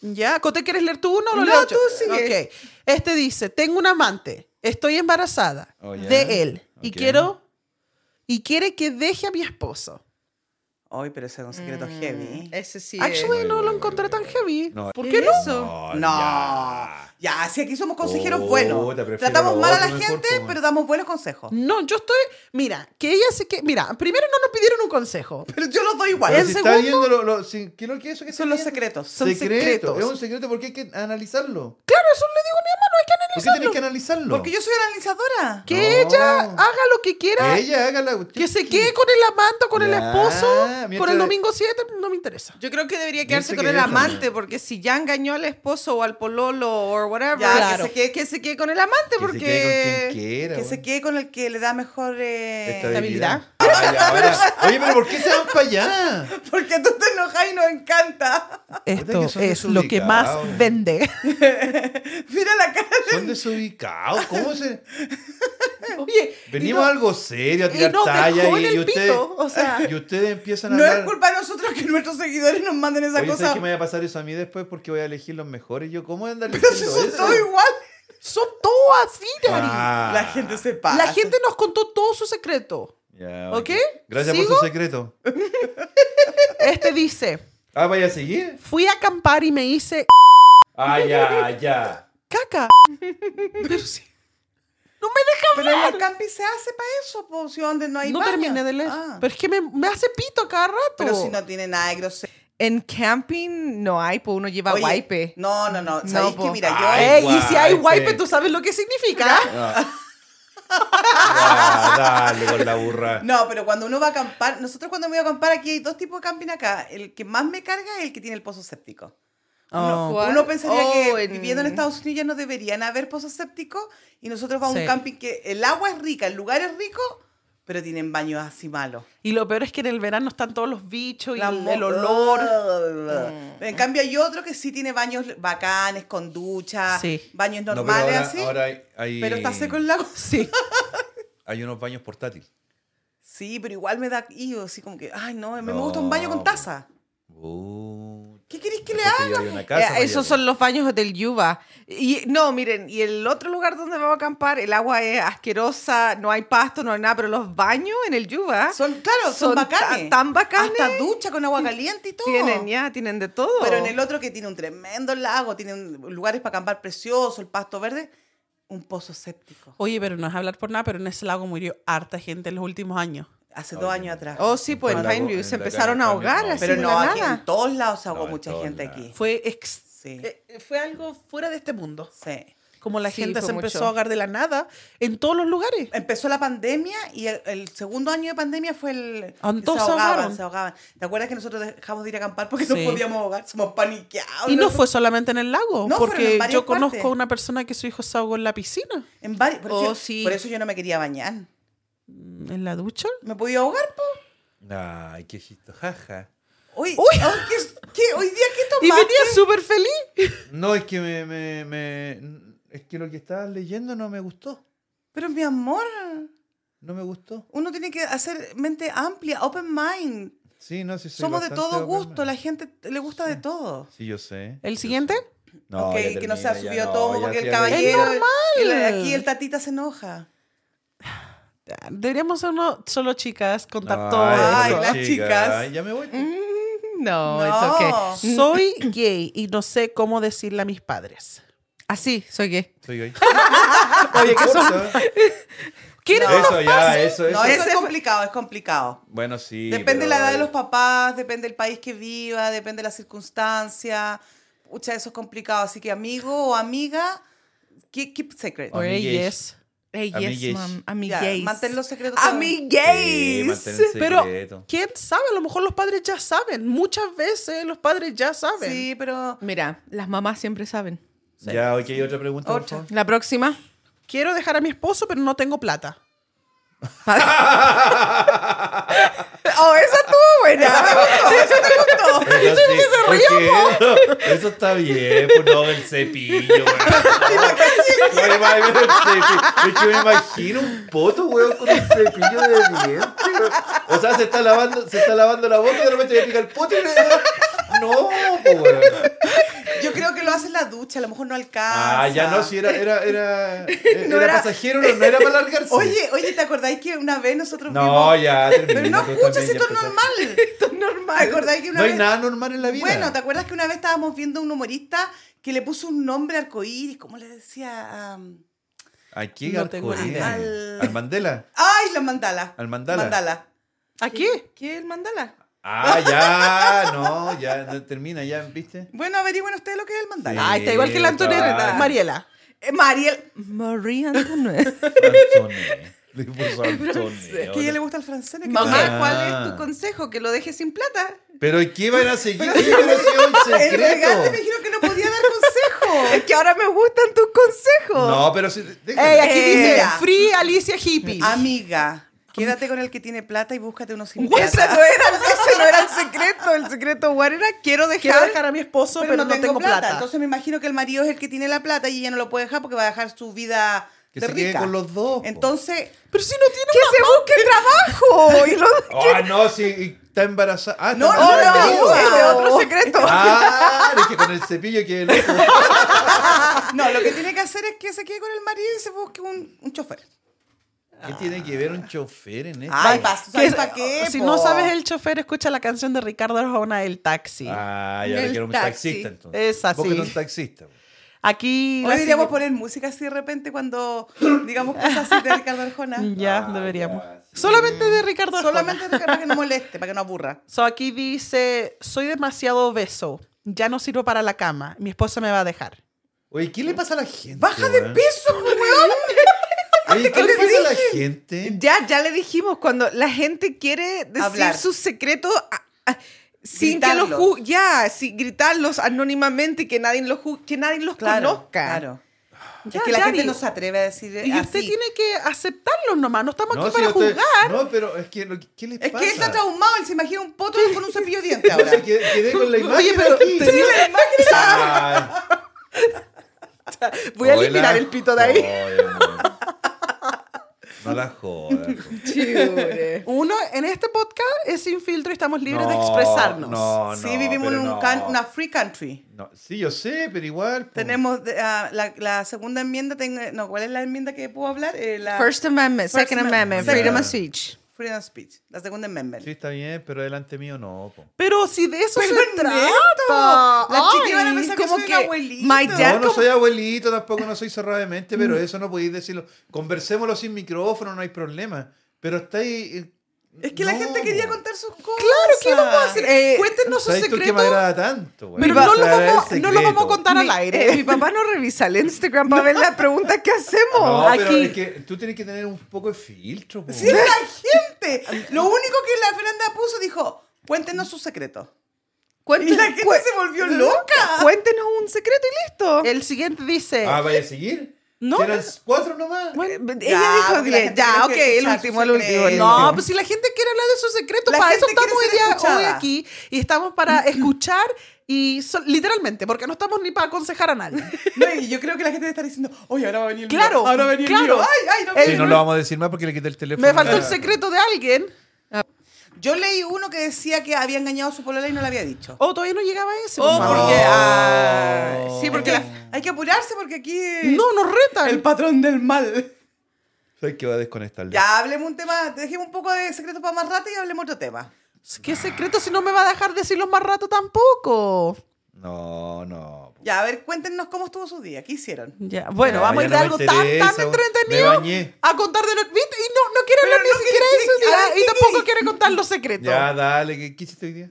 D: Ya, Cote, ¿quieres leer tú uno o lo
A: No,
D: leo yo?
A: tú sigue.
D: Ok. Este dice, tengo un amante, estoy embarazada
C: Oh, ya.
D: de él y
C: Ok.
D: quiero y quiere que deje a mi esposo.
B: Ay, pero ese es un secreto
A: Mm.
B: heavy.
A: Ese sí.
D: Actually,
C: Bueno,
D: no lo
C: bueno,
D: encontré
C: bueno,
D: tan
C: bueno.
D: heavy.
C: No,
D: ¿Por
A: ¿Qué
D: qué
A: es
D: no?
A: eso?
B: No.
C: ya.
B: Ya, si aquí somos consejeros
C: Puta, prefiero
B: buenos. Tratamos
C: lo
B: mal a
C: otro
B: la
C: mejor, Mm.
B: gente,
C: po, man.
B: pero damos buenos consejos.
D: No, yo estoy... Mira, que ella se que... Mira, primero no nos pidieron un consejo.
B: Pero yo los doy igual.
C: Pero
D: El
C: si
D: segundo-
C: está viendo lo, lo- si- ¿qué es lo que eso que está
B: Son los
C: viendo?
B: secretos.
D: Son secretos.
C: Es un secreto porque hay que analizarlo.
D: Claro, eso le digo a mi mamá, no hay que
C: ¿Por qué
D: analizarlo.
C: tenés que analizarlo?
B: Porque yo soy analizadora.
D: Que
C: No.
D: ella haga lo que quiera.
C: Que ella haga la cuestión
D: Que se quede con el amante, o con el
C: Ya,
D: esposo, con el
C: mientras-
D: domingo 7, no me interesa.
A: Yo creo que debería quedarse
C: Pienso
A: con
C: que
A: el
C: deja,
A: amante, porque si ya engañó al esposo o al pololo o whatever,
B: Ya,
D: Claro.
A: que, se quede, que se quede con el amante,
C: Que se quede con
A: porque.
C: quien quiera.
B: este Que se
C: güey.
B: quede con el que le da mejor. eh,
C: Estabilidad.
D: Estabilidad.
C: Ay, Ah, ahora- Oye, pero ¿por qué se van para allá?
B: Porque tú te enojas y nos encanta.
D: Esto
C: que son
D: es lo que
C: desubicados.
D: más vende.
B: Mira la cara
C: Son desubicados. ¿Cómo se.?
D: Oye,
C: Venimos a algo serio a
D: y
C: tirar
D: nos dejó
C: talla
D: en
C: y,
D: el
C: y ustedes.
D: pito, o sea.
C: y ustedes empiezan a
B: No
C: hablar.
B: es culpa de nosotros que nuestros seguidores nos manden esa
C: Oye, ¿sabes
B: cosa.
C: qué me va a pasar eso a mí después? Porque voy a elegir los mejores. Yo, ¿cómo andan
B: Pero si son todos igual.
D: son todos así, Dari.
B: La gente se pasa.
D: La gente nos contó todo su secreto. ¿Ok?
C: Gracias por
D: ¿Sigo?
C: su secreto.
D: Este dice,
C: Ah, vaya a seguir.
D: fui a acampar y me hice
C: Ah, ya, ya.
D: caca. Pero sí. No me deja
B: Pero el camping se hace para eso, po, si donde no hay
D: No
B: baño.
D: terminé de leer.
B: Ah.
D: Pero es que me, me hace pito a cada rato.
B: Pero si no tiene nada de grosero.
A: En camping no hay, pues uno lleva
B: Oye,
A: wipe.
B: No, no, no.
A: No,
B: Sabéis que
A: po.
B: mira, yo.
C: Ay,
D: Ey, y si hay
C: guay,
D: wipe,
C: pe.
D: tú sabes lo que significa.
C: Ah, dale con la burra.
B: No, pero cuando uno va a acampar, nosotros cuando me voy a acampar aquí hay dos tipos de camping acá. El que más me carga es el que tiene el pozo séptico.
A: No.
B: Uno,
A: ¿Cuál?
B: uno pensaría
A: Oh,
B: que
A: en-
B: viviendo en Estados Unidos ya no deberían haber pozos sépticos y nosotros vamos a
D: Sí.
B: un camping que el agua es rica, el lugar es rico, pero tienen baños así malos.
D: Y lo peor es que en el verano están todos los bichos y
B: La
D: el,
B: mo-
D: el olor.
B: En cambio hay otro que sí tiene baños bacanes, con ducha,
D: Sí.
B: baños
C: No, pero
B: normales
C: ahora-
B: así,
C: ahora hay, hay-
B: pero está seco el lago.
D: Sí.
C: Hay unos baños portátiles.
B: Sí, pero igual me da yo así como que, ay no, a mí me
C: No.
B: gusta un baño con taza.
C: Uh,
B: ¿Qué queréis que le
C: mejor
B: haga?
C: que yo haya una casa,
A: Eh,
C: vaya,
A: esos
C: po.
A: son los baños del Yuba. Y no, miren, y el otro lugar donde vamos a acampar, el agua es asquerosa, no hay pasto, no hay nada, pero los baños en el Yuba
B: Son, claro, son,
A: Ah, ta-
B: bacanes.
A: tan bacanes.
B: Hasta ducha con agua caliente y todo.
A: tienen ya, tienen de todo.
B: Pero en el otro que tiene un tremendo lago, tiene un- lugares para acampar precioso, el pasto verde, un pozo séptico.
D: Oye, pero no es hablar por nada, pero en ese lago murió harta gente en los últimos años.
B: Hace
C: Ay,
B: dos
C: no.
B: años atrás.
A: Oh, sí, pues en
C: Cuando-
A: Pineview
C: en
A: se
C: la
A: empezaron a
C: calle
A: ahogar
C: también,
A: así
B: Pero
A: de
B: no,
A: la
B: aquí en
A: nada.
B: todos lados se ahogó
C: No, en
B: mucha
C: todos
B: gente
C: lados.
B: aquí.
D: Fue, ex-
B: Sí,
D: eh, fue algo fuera de este mundo.
B: sí.
D: Como la
A: Sí,
D: gente
A: fue
D: se empezó
A: mucho.
D: a ahogar de la nada en todos los lugares.
B: Empezó la pandemia y el, el segundo año de pandemia fue el...
D: Ah,
B: que
D: todos se ahogaron.
B: se ahogaban. ¿Te acuerdas que nosotros dejamos de ir a acampar porque
D: Sí.
B: no podíamos ahogar? Somos paniqueados.
D: Y no fue solamente en el lago,
B: Oh, No, fueron
D: porque
B: en varias
D: yo conozco
B: partes.
D: a una persona que su hijo se ahogó en la piscina,
B: En vari- por,
A: Oh,
B: eso-
A: sí.
B: por eso yo no me quería bañar.
D: mm, en la ducha.
B: ¿Me podía ahogar, po?
C: Ay, qué chito, jaja.
B: Uy,
D: Uy.
B: oh, ¿qué- qué- hoy día qué
D: Y
B: tomaste?
D: venía súper feliz.
C: No, es que me, me, me- Es que lo que estabas leyendo no me gustó.
B: Pero mi amor,
C: No me gustó.
B: uno tiene que hacer mente amplia, open mind.
C: Sí, no, sí, soy
B: Somos de
C: bastante
B: todo
C: open
B: gusto,
C: mind.
B: la gente le gusta de todo.
C: Sí, yo sé.
D: ¿El
C: yo
D: siguiente?
C: sé. No,
B: Ok,
C: ya
B: que no se ha
C: termina, ya
B: subido
C: no,
B: todo
C: ya
B: porque el
C: tiene-
B: caballero.
D: Es normal.
B: el- aquí el tatita se enoja.
D: Deberíamos ser uno- solo chicas, contar
C: Ay,
D: todo.
B: Ay,
D: eso.
C: no,
B: las
C: chica,
B: chicas.
C: ay, Ya me voy.
A: No,
B: No.
A: it's okay.
D: Soy gay y no sé cómo decirle a mis padres.
A: Así, soy gay.
C: Soy gay.
D: Oye, que son-
C: Corta.
D: ¿Quieren
B: No.
D: uno?
C: Eso ya, eso, eso.
B: No, eso
A: Ese
B: es
A: fue-
B: complicado, es complicado.
C: Bueno, sí.
B: depende
C: pero- eh,
B: la edad de los papás, depende el país que viva, depende la circunstancia. Pucha, eso es complicado. Así que, amigo o amiga, keep, keep secret.
D: Or a
C: Amigues.
D: yes.
A: Hey,
C: A mí
A: yes,
C: gays.
A: mam. A mi
B: Ya,
A: gays.
B: Manténlo secreto.
A: A
B: todo.
A: mi
C: Sí,
A: gays.
C: mantén el
D: Pero,
C: secreto.
D: ¿quién sabe? A lo mejor los padres ya saben. Muchas veces los padres ya saben.
B: Sí, pero.
A: Mira, las mamás siempre saben.
C: Ya, ok, otra pregunta, por
B: Otra.
C: favor.
A: La próxima.
D: Quiero dejar a mi esposo, pero no tengo plata.
A: Oh, esa estuvo buena.
C: Eso sí, porque Eso está bien, pues no, el cepillo, weón. No, yo me imagino el cepillo. Es que me imagino un poto, weón, con un cepillo de dientes. weón. O sea, se está lavando, se está lavando la boca y de repente le pica el poto y le No, pues, weón.
B: Yo creo que lo hace en la ducha, a lo mejor no alcanza.
C: Ah, ya no, si era, era, era, era,
A: No era-
C: pasajero, no, no era para largarse.
B: Oye, oye, ¿te acordáis que una vez nosotros
C: No,
B: vimos-
C: ya, pues,
B: Pero no escuchas, esto es normal.
A: Esto es normal.
B: ¿Te acordáis que una
C: No hay
B: vez...
C: nada normal en la vida.
B: Bueno, ¿te acuerdas que una vez estábamos viendo a un humorista que le puso un nombre arcoíris? ¿Cómo le decía? Am,
C: Aquí,
D: No tengo ni
C: Garcoíris.
B: idea.
C: Al Mandela.
B: ¡Ay, la mandala!
C: Al mandala.
B: Mandala.
D: ¿A qué?
A: ¿Qué el mandala?
C: Ah, ya, no, ya no, termina, ya, ¿viste?
B: Bueno, averigüen ustedes lo que es el mandala.
D: Ah, está igual que la Antonieta.
C: cabal.
D: Mariela.
A: Eh, Mariel. María Antonieta.
C: Antoné. Le puso Antoné.
B: Es que a ella le gusta el francés. ¿no?
A: Mamá,
C: Ah.
A: ¿cuál es tu consejo? ¿Que lo dejes sin plata?
C: Pero ¿qué van a seguir? ¿Qué van a seguir un
B: El regate me
C: secreto?
B: dijeron que no podía dar consejos.
A: Es que ahora me gustan tus consejos.
C: No, pero si. déjalo.
D: Ey, aquí
B: Eh,
D: dice
B: mira.
A: Ah,
D: Free Alicia Hippie.
B: Amiga, Quédate con el que tiene plata y búscate unos sin
A: Ese
B: plata.
A: no, era, ese no era el secreto. El secreto, Juan, era quiero dejar,
D: Quiero dejar a mi esposo, pero,
B: Pero
D: no tengo plata.
B: Entonces me imagino que el marido es el que tiene la plata y ella no lo puede dejar porque va a dejar su vida
C: Que
B: de
C: se quede
B: rica.
C: con los dos, po.
B: Entonces,
D: pero si no tiene
A: que se busque trabajo. Y lo-
C: Ah, no, sí, y está embarazada. Ah,
B: No,
C: está
B: no,
C: embarazada.
B: no, no.
A: ese es otro secreto.
C: Ah, es que con el cepillo que el ojo.
B: no, lo que tiene que hacer es que se quede con el marido y se busque un, un chofer.
C: ¿Qué tiene que ver un chofer en esto?
B: Ay, pa- ¿sabes
D: Que-
B: pa' qué,
D: Si
B: po?
D: no sabes el chofer, escucha la canción de Ricardo Arjona, El Taxi.
C: Ah, ya
A: El
C: le quiero un
A: taxi.
C: taxista entonces.
D: Es así.
C: Porque no un taxista.
D: Aquí.
B: Hoy
D: la
B: deberíamos
D: sigue-
B: poner música así de repente cuando digamos cosas así de Ricardo Arjona.
D: Ya,
C: Ah,
D: deberíamos.
C: ya, sí.
D: Solamente de Ricardo Arjona.
B: Solamente para que no moleste, para que no aburra.
D: So aquí dice: Soy demasiado obeso. Ya no sirvo para la cama. Mi esposa me va a dejar.
C: Oye, ¿qué le pasa a la gente?
B: ¡Baja de
C: weón?
B: peso, weón!
C: Oye, ¿qué
B: que
C: le
B: te
C: pasa a la gente?
A: Ya, ya le dijimos, cuando la gente quiere decir
B: Hablar.
A: sus secretos a- a- sin que los
B: Gritarlos.
A: ju- ya, sin gritarlos anónimamente y que nadie los ju- que nadie los conozca.
B: Claro.
D: Ya,
B: es que la
D: ya,
B: gente
D: digo.
B: no se atreve a decir Eh,
D: Y usted
B: así.
D: tiene que aceptarlo nomás. No estamos aquí
C: si
D: para
C: yo estoy-
D: juzgar.
C: No, pero es que, lo- ¿qué les
B: Es
C: pasa?
B: que él está traumado, él se imagina un poto con un cepillo de dientes
C: No
B: ahora.
C: sé, quedé, quedé con la imagen
D: Oye, pero
C: aquí.
D: te digo-
C: Ay,
D: Voy a
C: hola.
D: eliminar el pito de ahí.
C: Oye, no. No la jodas. po.
B: Eh.
A: Chure.
D: Uno, en este podcast es sin filtro y estamos libres de
C: No,
D: expresarnos.
C: No, no,
B: sí, vivimos en
C: pero
B: un
C: no.
B: can- una free country.
D: Mm.
C: No, sí, yo sé, pero igual. po.
B: Tenemos de- ah, la, la segunda enmienda, tengo- no, ¿cuál es la enmienda que puedo hablar? Eh, la
A: First Amendment,
B: First
A: Second Amendment,
B: Amendment,
A: Freedom
C: Second-
A: of Speech.
B: Freedom of Speech, la segunda enmienda.
C: Sí, está bien, pero delante mío no. po.
D: Pero si de eso
B: Pero
D: se
B: Ernesto,
D: trata.
B: las
D: Ay,
B: chiquillas van a pensar que
D: como
B: soy
D: que
B: una abuelita.
D: My
C: No,
D: dad
C: no
D: como- Mm.
C: soy abuelito, tampoco no soy cerrado de mente, pero eso no podéis decirlo. Conversémoslo sin micrófono, no hay problema. Pero está ahí. eh,
B: Es que la
C: no,
B: gente quería
C: po.
B: contar sus cosas.
D: Claro, ¿qué vamos a hacer?
A: Eh,
D: Cuéntenos sus
C: ¿Sabes tú qué me
D: secretos.
C: agrada tanto? güey?
D: Pero
C: Me
D: no lo,
C: agrada el
D: vamos, no lo vamos a
C: secreto.
D: contar al
A: Mi-
D: aire.
A: eh, mi papá no revisa el Instagram para ver las preguntas que hacemos.
C: No,
A: Aquí.
C: pero es que tú tienes que tener un poco de filtro. po.
B: Sí, la gente. Lo único que la Fernanda puso dijo, cuéntenos sus secretos.
A: Cuéntenos-
B: Y la gente
D: Pues,
A: cué-
B: se volvió loca.
A: Cuéntenos un secreto y listo.
D: El siguiente dice.
C: Ah, ¿vaya a seguir?
D: No.
C: ¿Eran cuatro nomás?
A: Ella
B: Ya,
A: dijo
B: porque la
A: 10.
B: gente
A: Ya,
B: tiene
A: ok,
B: que
A: el
B: escuchar
A: último,
B: su
A: el último. el
B: secreto.
D: no,
A: último.
D: pues si la gente quiere hablar de sus secretos,
B: La
D: para eso
B: gente quiere
D: estamos hoy,
B: ser
D: día-
B: escuchada.
D: hoy aquí y estamos para escuchar y so- literalmente, porque no estamos ni para aconsejar a nadie.
B: No, y yo creo que la gente debe estar diciendo, oye, ahora va a venir el
D: Claro,
B: mío, Ahora va a venir
D: claro.
B: el mío. Ay, ay, no,
D: El-
C: Sí, no lo vamos a decir más porque le quité el teléfono.
D: Me faltó el
C: Ah.
D: secreto de alguien.
B: Yo leí uno que decía que había engañado a su polola y no la había dicho.
D: O Oh, todavía no llegaba a ese.
B: Oh,
D: por favor.
B: porque... ah,
A: Sí, porque
B: hay
A: la-
B: que-
C: Eh,
B: hay que apurarse porque aquí...
D: No, nos retan.
B: El patrón del mal.
C: Soy que va a desconectar.
B: Ya hablemos un tema, dejemos un poco de secretos para más rato y hablemos otro tema.
D: ¿Qué secreto si no me va a dejar decirlo más rato tampoco?
C: No, no. po.
B: Ya, a ver, cuéntenos cómo estuvo su día, ¿qué hicieron?
D: Ya, bueno,
C: Ya,
D: vamos
C: ya
D: a ir
C: no
D: de
C: me
D: algo tan,
C: interesa,
D: tan
C: weón.
D: entretenido
C: Me bañé.
D: a contar de lo... ¿viste? Y no, no quiere hablar ni siquiera de su
B: a ver,
D: día y
B: ¿qué
D: tampoco
B: querí?
D: quiere contar los secretos.
C: Ya, dale. ¿Qué, qué hiciste hoy día?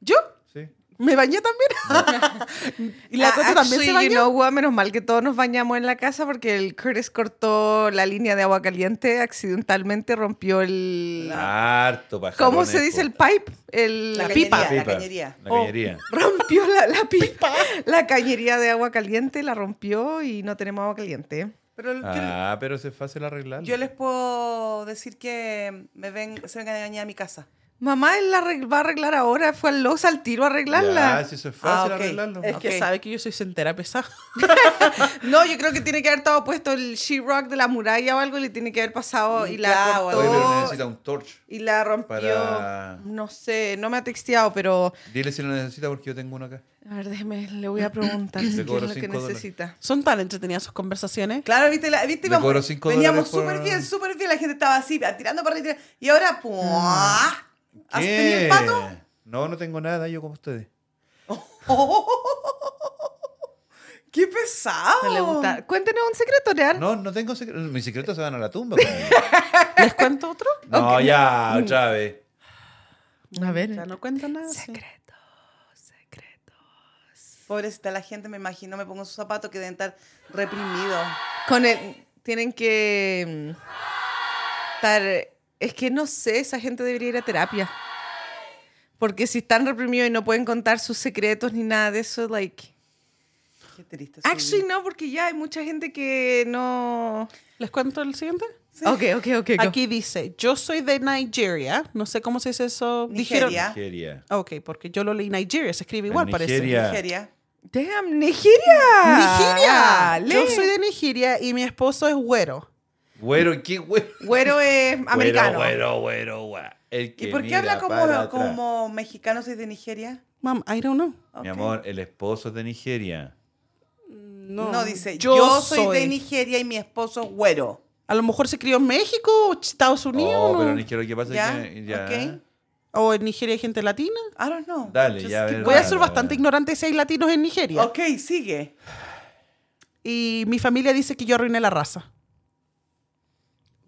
D: ¿Yo?
C: Sí.
D: ¿Me bañé también? y la
A: Ah,
D: Cote también se
A: actually,
D: bañó.
A: you know what, menos mal que todos nos bañamos en la casa porque el Curtis cortó la línea de agua caliente, accidentalmente rompió el...
C: Harto pajarón.
A: ¿Cómo se dice el pipe? El,
B: La
A: pipa.
B: cañería. La cañería.
C: La cañería.
B: Oh.
A: Rompió la, la pipa. La cañería de agua caliente la rompió y no tenemos agua caliente.
B: Pero el-
C: Ah, pero eso es fácil
B: yo,
C: arreglarlo.
B: yo les puedo decir que me ven, se vengan a engañar a mi casa.
A: Mamá, él la arreg- va a arreglar ahora. Fue al Lowe's al tiro a arreglarla.
C: Ya, si eso es fácil
B: Ah, ok.
C: arreglarlo.
D: Es que
B: Ok.
D: sabe que yo soy centera pesada.
A: No, yo creo que tiene que haber estado puesto el she-rock de la muralla o algo y le tiene que haber pasado y la
B: Ya,
A: cortó.
B: o
C: Oye, pero necesita un torch.
A: Y la rompió.
C: Para-
A: No sé, no me ha texteado, pero.
C: Dile si lo necesita porque yo tengo uno acá.
A: A ver, déjeme, le voy a preguntar
C: Le
A: si qué es
C: cobro
A: lo que
C: cinco dólares.
A: necesita.
D: Son tan entretenidas sus conversaciones.
B: Claro, viste, la, viste
C: Me
B: íbamos-
C: cobró cinco dólares
B: veníamos
C: por-
B: súper bien, súper bien, la gente estaba así, tirando para arriba, tirando- y ahora, ¡pua! ¿Has tenido el pato?
C: No, no tengo nada, yo como ustedes.
B: ¡Qué pesado!
A: No le gusta. Cuéntenos un secreto, Real.
C: No, no tengo secretos. Mis secretos se van a la tumba. conmigo.
D: ¿Les cuento otro?
C: no, ya, otra vez.
A: A ver.
D: Ya no cuento nada. sí.
B: Pobrecita la gente, me imagino, me pongo en sus zapatos que deben estar reprimidos.
A: Con el. Tienen que. mm, Estar. Es que no sé, esa gente debería ir a terapia. Porque si están reprimidos y no pueden contar sus secretos ni nada de eso, like.
B: Qué triste. su
A: Actually,
B: vida.
A: no, porque ya hay mucha gente que no.
D: ¿Les cuento el siguiente?
A: Ok, ok, ok. go.
D: Aquí dice, yo soy de Nigeria. No sé cómo se dice eso.
B: Nigeria.
D: Dijeron-
C: Nigeria.
D: ok, porque yo lo leí Nigeria. Se escribe
C: En
D: igual,
C: Nigeria.
B: Nigeria.
A: Damn,
D: parece.
A: Nigeria.
D: Nigeria.
A: Le-
D: Yo soy de Nigeria y mi esposo es güero.
C: Güero, ¿qué güero?
A: Güero es americano.
C: Güero, güero, güero. El que
B: ¿Y por qué
C: mira
B: habla
C: para
B: como,
C: atrás.
B: como mexicano soy de Nigeria?
D: Mam, I don't know.
B: Ok.
C: Mi amor, el esposo es de Nigeria.
D: No,
B: No, dice, yo, soy, de Nigeria y mi esposo es güero.
D: A lo mejor se crió en México, o Estados Unidos,
C: Oh,
D: ¿no?
C: pero Nigeria, ¿qué pasa?
B: ¿Ya?
C: Que- ya.
B: Ok.
D: o en Nigeria hay gente latina.
B: I don't know.
C: Dale,
B: Just
C: ya
B: keep
C: ver.
D: Voy a
C: Claro,
D: ser bastante
C: bueno.
D: ignorante si hay latinos en Nigeria.
B: Ok, sigue.
D: Y mi familia dice que yo arruiné la raza.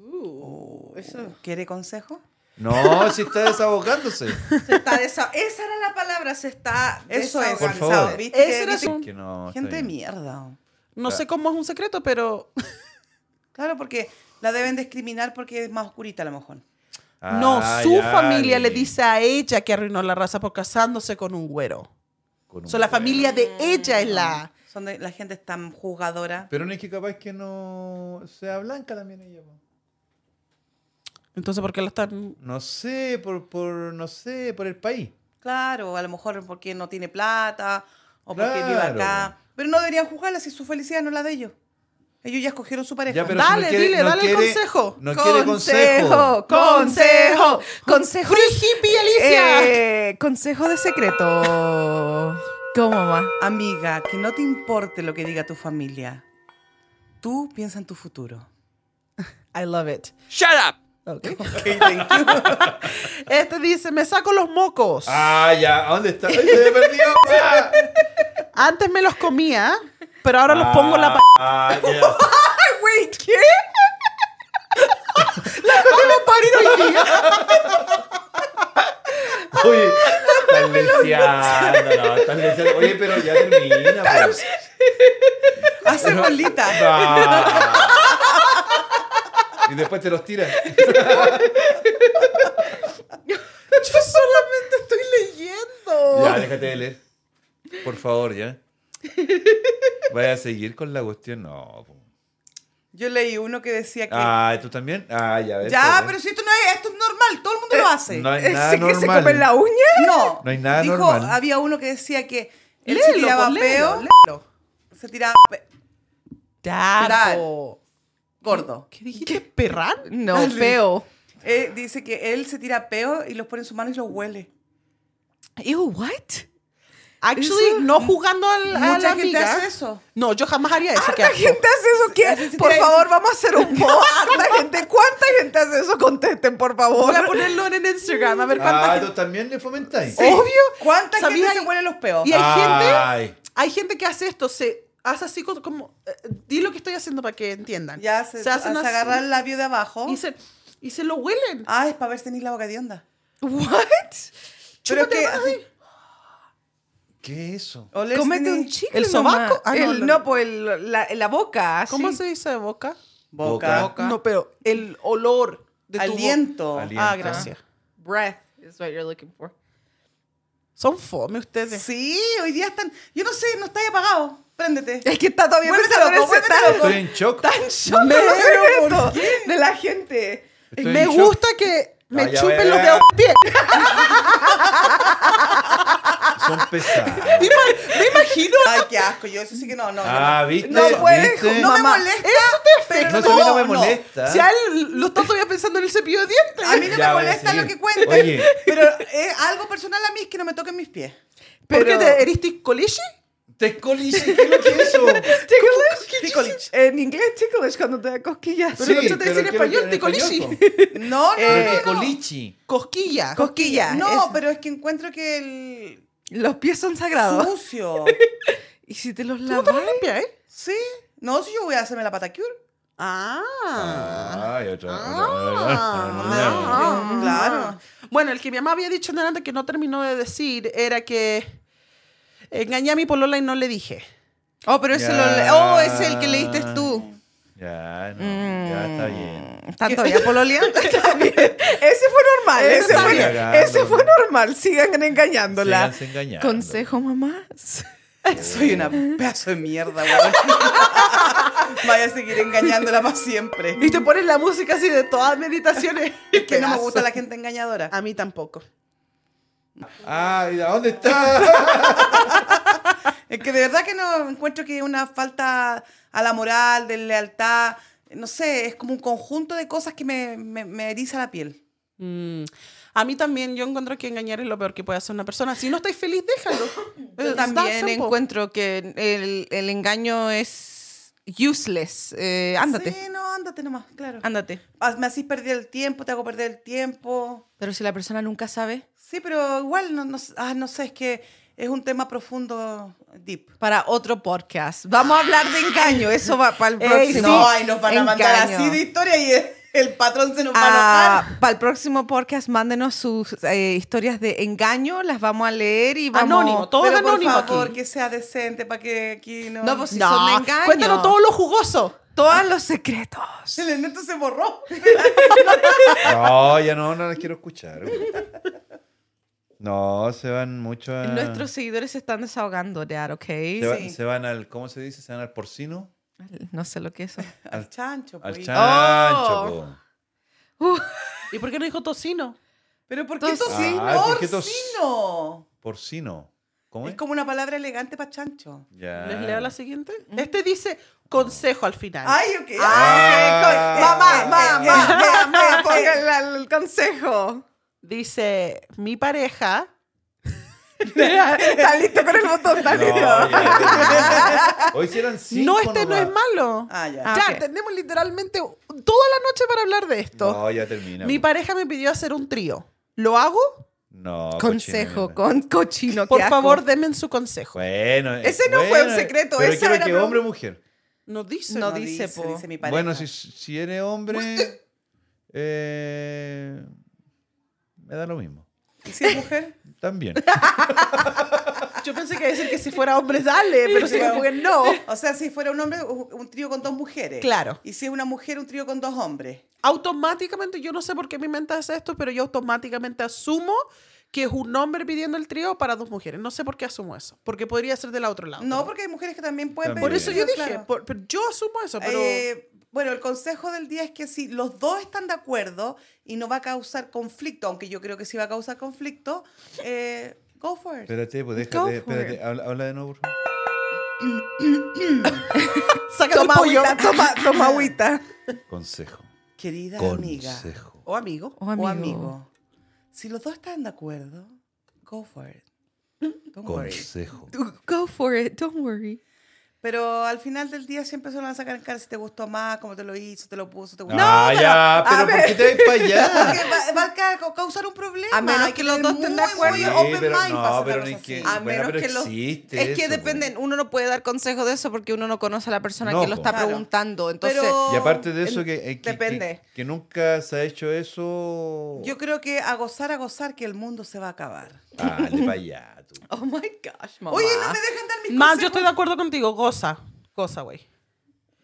B: Oh, ¿Quiere consejo?
C: No, si está desabogándose.
A: Se está desa- Esa era la palabra, se está
B: Eso es.
C: Por
A: desahogan-
C: favor.
B: organizado, ¿viste?
D: Ese era
B: ¿Viste?
D: su-
C: que no, está
B: Gente de
C: bien.
B: mierda. Ah.
D: No sé cómo es un secreto, pero
B: Claro, porque la deben discriminar porque es más oscurita a lo mejor. Ah,
D: no,
C: Ay,
D: su
C: ay.
D: familia le dice a ella que arruinó la raza por casándose con un güero.
C: Con un
D: So, la
C: güero.
D: familia de ella es la...
B: Son de- la gente es tan juzgadora.
C: Pero no es que capaz que no sea blanca también ella. po.
D: Entonces, ¿por qué la están...?
C: No sé, por, por, no sé, por el país.
B: Claro, a lo mejor porque no tiene plata o porque vive
C: Claro.
B: acá. Pero no deberían juzgarla si su felicidad no es la de ellos. Ellos ya escogieron su pareja.
C: Ya, pero
D: Dale,
C: si no quiere-
D: dile,
C: no
D: dale el
C: quiere-
D: consejo.
C: No quiere
A: consejo,
C: consejo.
A: consejo, consejo.
D: ¡Free hippie, Alicia!
A: Eh, consejo de secreto. ¿Cómo, mamá?
B: Amiga, que no te importe lo que diga tu familia. Tú piensa en tu futuro.
D: I love it.
A: Shut up.
D: Este dice, me saco los mocos.
C: Ah, ya, ¿a dónde está? ¡Ay, se me perdió! Ah.
D: Antes me los comía, pero ahora los
C: Ah,
D: pongo en la... pa-
C: Ah, ya.
A: Wait, ¿qué?
C: Oye, estás lisiando, no, estás lisiando. Oye, pero ya termina. pues.
B: Hace bolita.
C: No. Ah. Y después te los tiras.
D: Yo solamente estoy leyendo.
C: Ya, déjate de leer. Por favor, ya. Vaya a seguir con la cuestión. No. po.
B: Yo leí uno que decía que.
C: Ah, ¿tú también? Ah, ya ves.
B: ya,
C: po,
B: pero
C: ves.
B: si esto no es, esto es normal, todo el mundo lo hace.
C: Eh, No hay
A: ¿Ese
C: nada
A: que se
C: normal.
A: come la uña?
B: No.
C: No hay nada
B: Dijo,
C: normal.
B: Había uno que decía que él
D: Léelo,
B: se tiraba
D: pues, léelo,
B: peo. Se tiraba pe-
D: Tarpo.
B: gordo.
D: ¿Qué dijiste? ¿Perrán?
A: No,
B: Dale.
A: feo.
B: Eh, dice que él se tira peo y los pone en su mano y los huele.
A: Ew, what?
D: Actually,
A: Eso-
D: no jugando al, a
B: Mucha
D: Ah, la
B: gente
D: amiga.
B: hace eso.
D: No, yo jamás haría eso. qué
A: ¿Cuánta
D: asco.
A: gente hace eso?
B: Así
A: ¿Qué?
B: se
A: Por
B: tira-
A: favor, vamos a hacer un poll. ¿Harta gente? ¿Cuánta gente hace eso? Contesten, por favor.
D: Voy a ponerlo en Instagram a ver cuánta
C: Ah,
D: gente.
C: ¿tú también le fomentáis?
D: Obvio.
B: ¿Cuánta
D: ¿Sabía
B: gente se
D: ahí?
B: huele los peos?
D: Y hay
C: Ay.
D: gente, hay gente que hace esto, se hace así co- como, eh, di lo que estoy haciendo para que entiendan.
B: Ya se,
D: hacen
B: se
D: así
B: agarra el labio de abajo.
D: y se y se lo huelen.
B: Ah, es para ver si tenés la boca de onda.
A: What?
B: Pero es
D: Chúpate
B: que.
D: más,
B: así,
C: ¿Qué es eso?
B: oler si
A: Cómete
B: tenés
A: un chicle.
D: ¿El sobaco?
A: Ah, no, Este el, no, pues el- la, la boca. así.
D: ¿Cómo se dice boca?
B: Boca.
C: Boca.
D: No, pero el olor de tu bo-
B: Aliento.
C: Aliento.
D: Ah, gracias.
A: Breath is what you're looking for.
D: Son fome ustedes.
B: Sí, hoy día están. Yo no sé, no estáis apagado. Préndete.
A: Es que está todavía
B: Vuélvete
A: pensando en
B: loco,
A: ese
B: vuélvete
A: tal.
C: Estoy en shock.
A: Tan shock
D: Me-
A: de los secretos de la gente.
C: Estoy
D: Me
C: en shock.
D: gusta que me
C: No, ya voy
D: chupen
C: a-
D: los dedos del pie.
C: Son pesadas.
D: Me imagino.
B: Ay, qué asco. Yo eso sí que no, no. yo
C: Ah,
B: no.
C: ¿viste?
A: No puedes,
C: ¿Viste?
B: No me
A: Mamá,
B: molesta.
D: Eso te
B: pero
D: afecta.
C: No, a mí no me molesta.
D: Si a él lo está todavía pensando en el cepillo de dientes.
B: A mí no
C: Ya
B: me
C: voy a
B: molesta lo
C: seguir.
B: que cuenten.
C: Oye.
B: Pero es algo personal a mí es que no me toquen mis pies.
D: ¿Por qué
A: Pero-
D: te eres tiscolishi?
C: Te coliché, ¿qué es lo que es eso?
A: Ticklish. En inglés, ticklish, cuando te da cosquillas.
D: Pero no se te dice en
C: quiero
D: español,
C: que-
D: te colichi.
C: español,
B: No, no,
C: po. Pero te
B: no, no. no.
C: colichi.
D: Cosquilla.
A: Cosquilla.
B: No,
A: es-
B: pero es que encuentro que el
A: Los pies son sagrados.
B: sucio.
A: ¿Y si te los
D: ¿Cómo te
A: lavas?
D: lo limpias, eh?
B: Sí. No, si yo voy a hacerme la patacure.
D: Ah.
C: Ay, otra.
D: Ah.
B: Mm, Claro.
D: Bueno, el que mi mamá había dicho antes que no terminó de decir era que engañé a mi polola y no le dije.
A: Oh, pero ese
C: Ya.
A: lo le- Oh, es el que leíste tú.
C: Ya, no, ya está bien.
D: Mm,
A: ¿Tanto ya pololeando? Está bien. Ese fue normal.
D: Ese
A: Ese
D: está
A: fue,
C: bien.
A: ese fue normal. Sigan engañándola.
C: Síganse engañando.
A: Consejo, mamás.
B: Soy una pedazo de mierda, weón. Vaya a seguir engañándola para siempre.
D: Y te ponen la música así de todas las meditaciones.
B: Es que no me
D: Pedazo.
B: gusta la gente engañadora.
D: A mí tampoco.
C: Ay, ¿a dónde está?
B: Es que de verdad que no encuentro que una falta a la moral, de lealtad, no sé, es como un conjunto de cosas que me, me, me eriza la piel.
D: Mm. A mí también yo encuentro que engañar es lo peor que puede hacer una persona. Si no estáis feliz, déjalo.
A: Yo
D: Eh,
A: también
D: está, simple.
A: encuentro que el, el engaño es useless. Eh, ándate,
B: Sí, no, ándate nomás, claro.
A: ándate.
B: Ah, Me haces perder el tiempo, te hago perder el tiempo.
A: Pero si la persona nunca sabe,
B: Sí, pero igual, no, no, s- ah, no sé, es que es un tema profundo, deep.
A: para otro podcast. Vamos a hablar de engaño, eso va para el próximo.
B: no, ay, nos van a mandar así de historia y el, el patrón se nos va
A: Ah,
B: a enojar.
A: para el próximo podcast, mándenos sus eh, historias de engaño, las vamos a leer y vamos...
D: Anónimo, todo
B: Pero
D: es anónimo
B: por favor,
D: aquí.
B: que sea decente para que aquí no...
A: No, pues si son de
D: No,
A: engaño.
D: cuéntanos todo lo jugoso.
A: Todos los secretos.
B: El Ernesto se borró.
C: No, ya no, no las quiero escuchar. güey. No, se van mucho
A: Ah.
C: a.
A: Nuestros seguidores se están desahogando, Dad, ¿ok?
C: se, va-
B: sí.
C: se van al. ¿Cómo se dice? Se van al porcino.
A: No sé lo que es eso.
B: Al chancho,
C: Al
B: pues.
C: chancho.
A: Oh.
C: po.
D: ¿Y por qué no dijo tocino?
B: Pero ¿por qué
A: Tocino.
B: tocino?
C: Ay, ¿por qué tos-
B: Porcino.
C: Porcino. ¿Cómo
B: Es
C: es?
B: como una palabra elegante para chancho.
C: Ya.
D: ¿Les leo la siguiente? Este dice consejo al final.
B: Ay, ok. Eh,
C: Ah.
B: Ay, mamá, mamá, mamá, ponga-
A: Ah, Pongan el consejo.
D: Dice, mi pareja
A: Está listo con el botón,
C: No, ya. Hoy sí eran cinco.
D: No, este no es
C: nomás.
D: malo.
B: Ah, ya.
A: Ah,
D: ya,
A: ok.
D: tenemos literalmente toda la noche para hablar de esto.
C: No, ya termina.
D: Mi pareja me pidió hacer un trío. ¿Lo hago?
C: No.
A: Consejo,
C: cochino.
A: con cochino. qué
D: Por
A: asco.
D: favor, denme su consejo.
C: Bueno. eh,
A: Ese no fue un secreto,
C: Pero
A: esa
C: quiero
A: era
C: que
A: broma.
C: hombre o mujer.
D: No dice.
A: No dice, po.
B: dice mi pareja.
C: Bueno, si, si eres hombre. eh, me da lo mismo.
B: ¿Y si es mujer?
C: También.
D: Yo pensé que iba a decir que si fuera hombre, dale, pero si
B: Pero-
D: no, porque no.
B: O sea, si fuera un hombre, u- un trío con dos mujeres.
D: Claro.
B: Y si es una mujer, un trío con dos hombres.
D: Automáticamente, yo no sé por qué mi mente hace esto, pero yo automáticamente asumo que es un hombre pidiendo el trío para dos mujeres. No sé por qué asumo eso, porque podría ser del otro lado.
B: No, porque hay mujeres que también pueden
C: También.
D: Ah, Por eso yo dije,
B: claro.
D: por- pero yo asumo eso, pero...
B: Eh, bueno, el consejo del día es que si los dos están de acuerdo y no va a causar conflicto, aunque yo creo que sí va a causar conflicto, eh, go for it.
C: Espérate, pues
A: Go for
C: déjate.
A: it.
C: Espérate. Habla, habla de nuevo, por favor.
D: saca
A: Toma
D: el pollo.
A: agüita, toma, toma agüita.
C: Consejo.
B: Querida amiga
C: Consejo.
D: O amigo.
A: O
B: o
A: amigo.
B: amigo, si los dos están de acuerdo, go for it. Don't worry.
C: Consejo.
A: Go for it, don't worry.
B: Pero al final del día siempre se lo van a sacar en cara si te gustó más, cómo te lo hizo, te lo puso, te gustó.
C: ah, ya,
A: a
C: pero ¿por qué te vas para allá?
B: Porque va, va a ca- causar un problema.
A: A menos
B: Hay
A: que los
B: tener
A: dos estén de
B: muy,
A: acuerdo.
B: muy
C: Sí,
B: open
C: pero
B: mind
C: no,
B: para hacer
C: pero
B: cosas
C: ni que-
B: así.
A: A
C: Bueno,
A: menos
C: pero
A: que los...
C: existe pues.
A: Es que
C: eso,
A: dependen, uno no puede dar consejos de eso porque uno no conoce a la persona
C: No,
A: que lo
C: po.
A: está
B: Claro.
A: preguntando. Entonces,
B: Pero-
C: Y aparte de eso, que, eh, que-
A: Depende.
C: que- que nunca se ha hecho eso.
B: Yo creo que a gozar, a gozar, que el mundo se va a acabar.
C: Dale para allá, tú.
A: oh my gosh, mamá.
B: Oye, no me dejan dar mis
D: Más, yo
B: consejos.
D: estoy de acuerdo contigo, goza, goza, güey.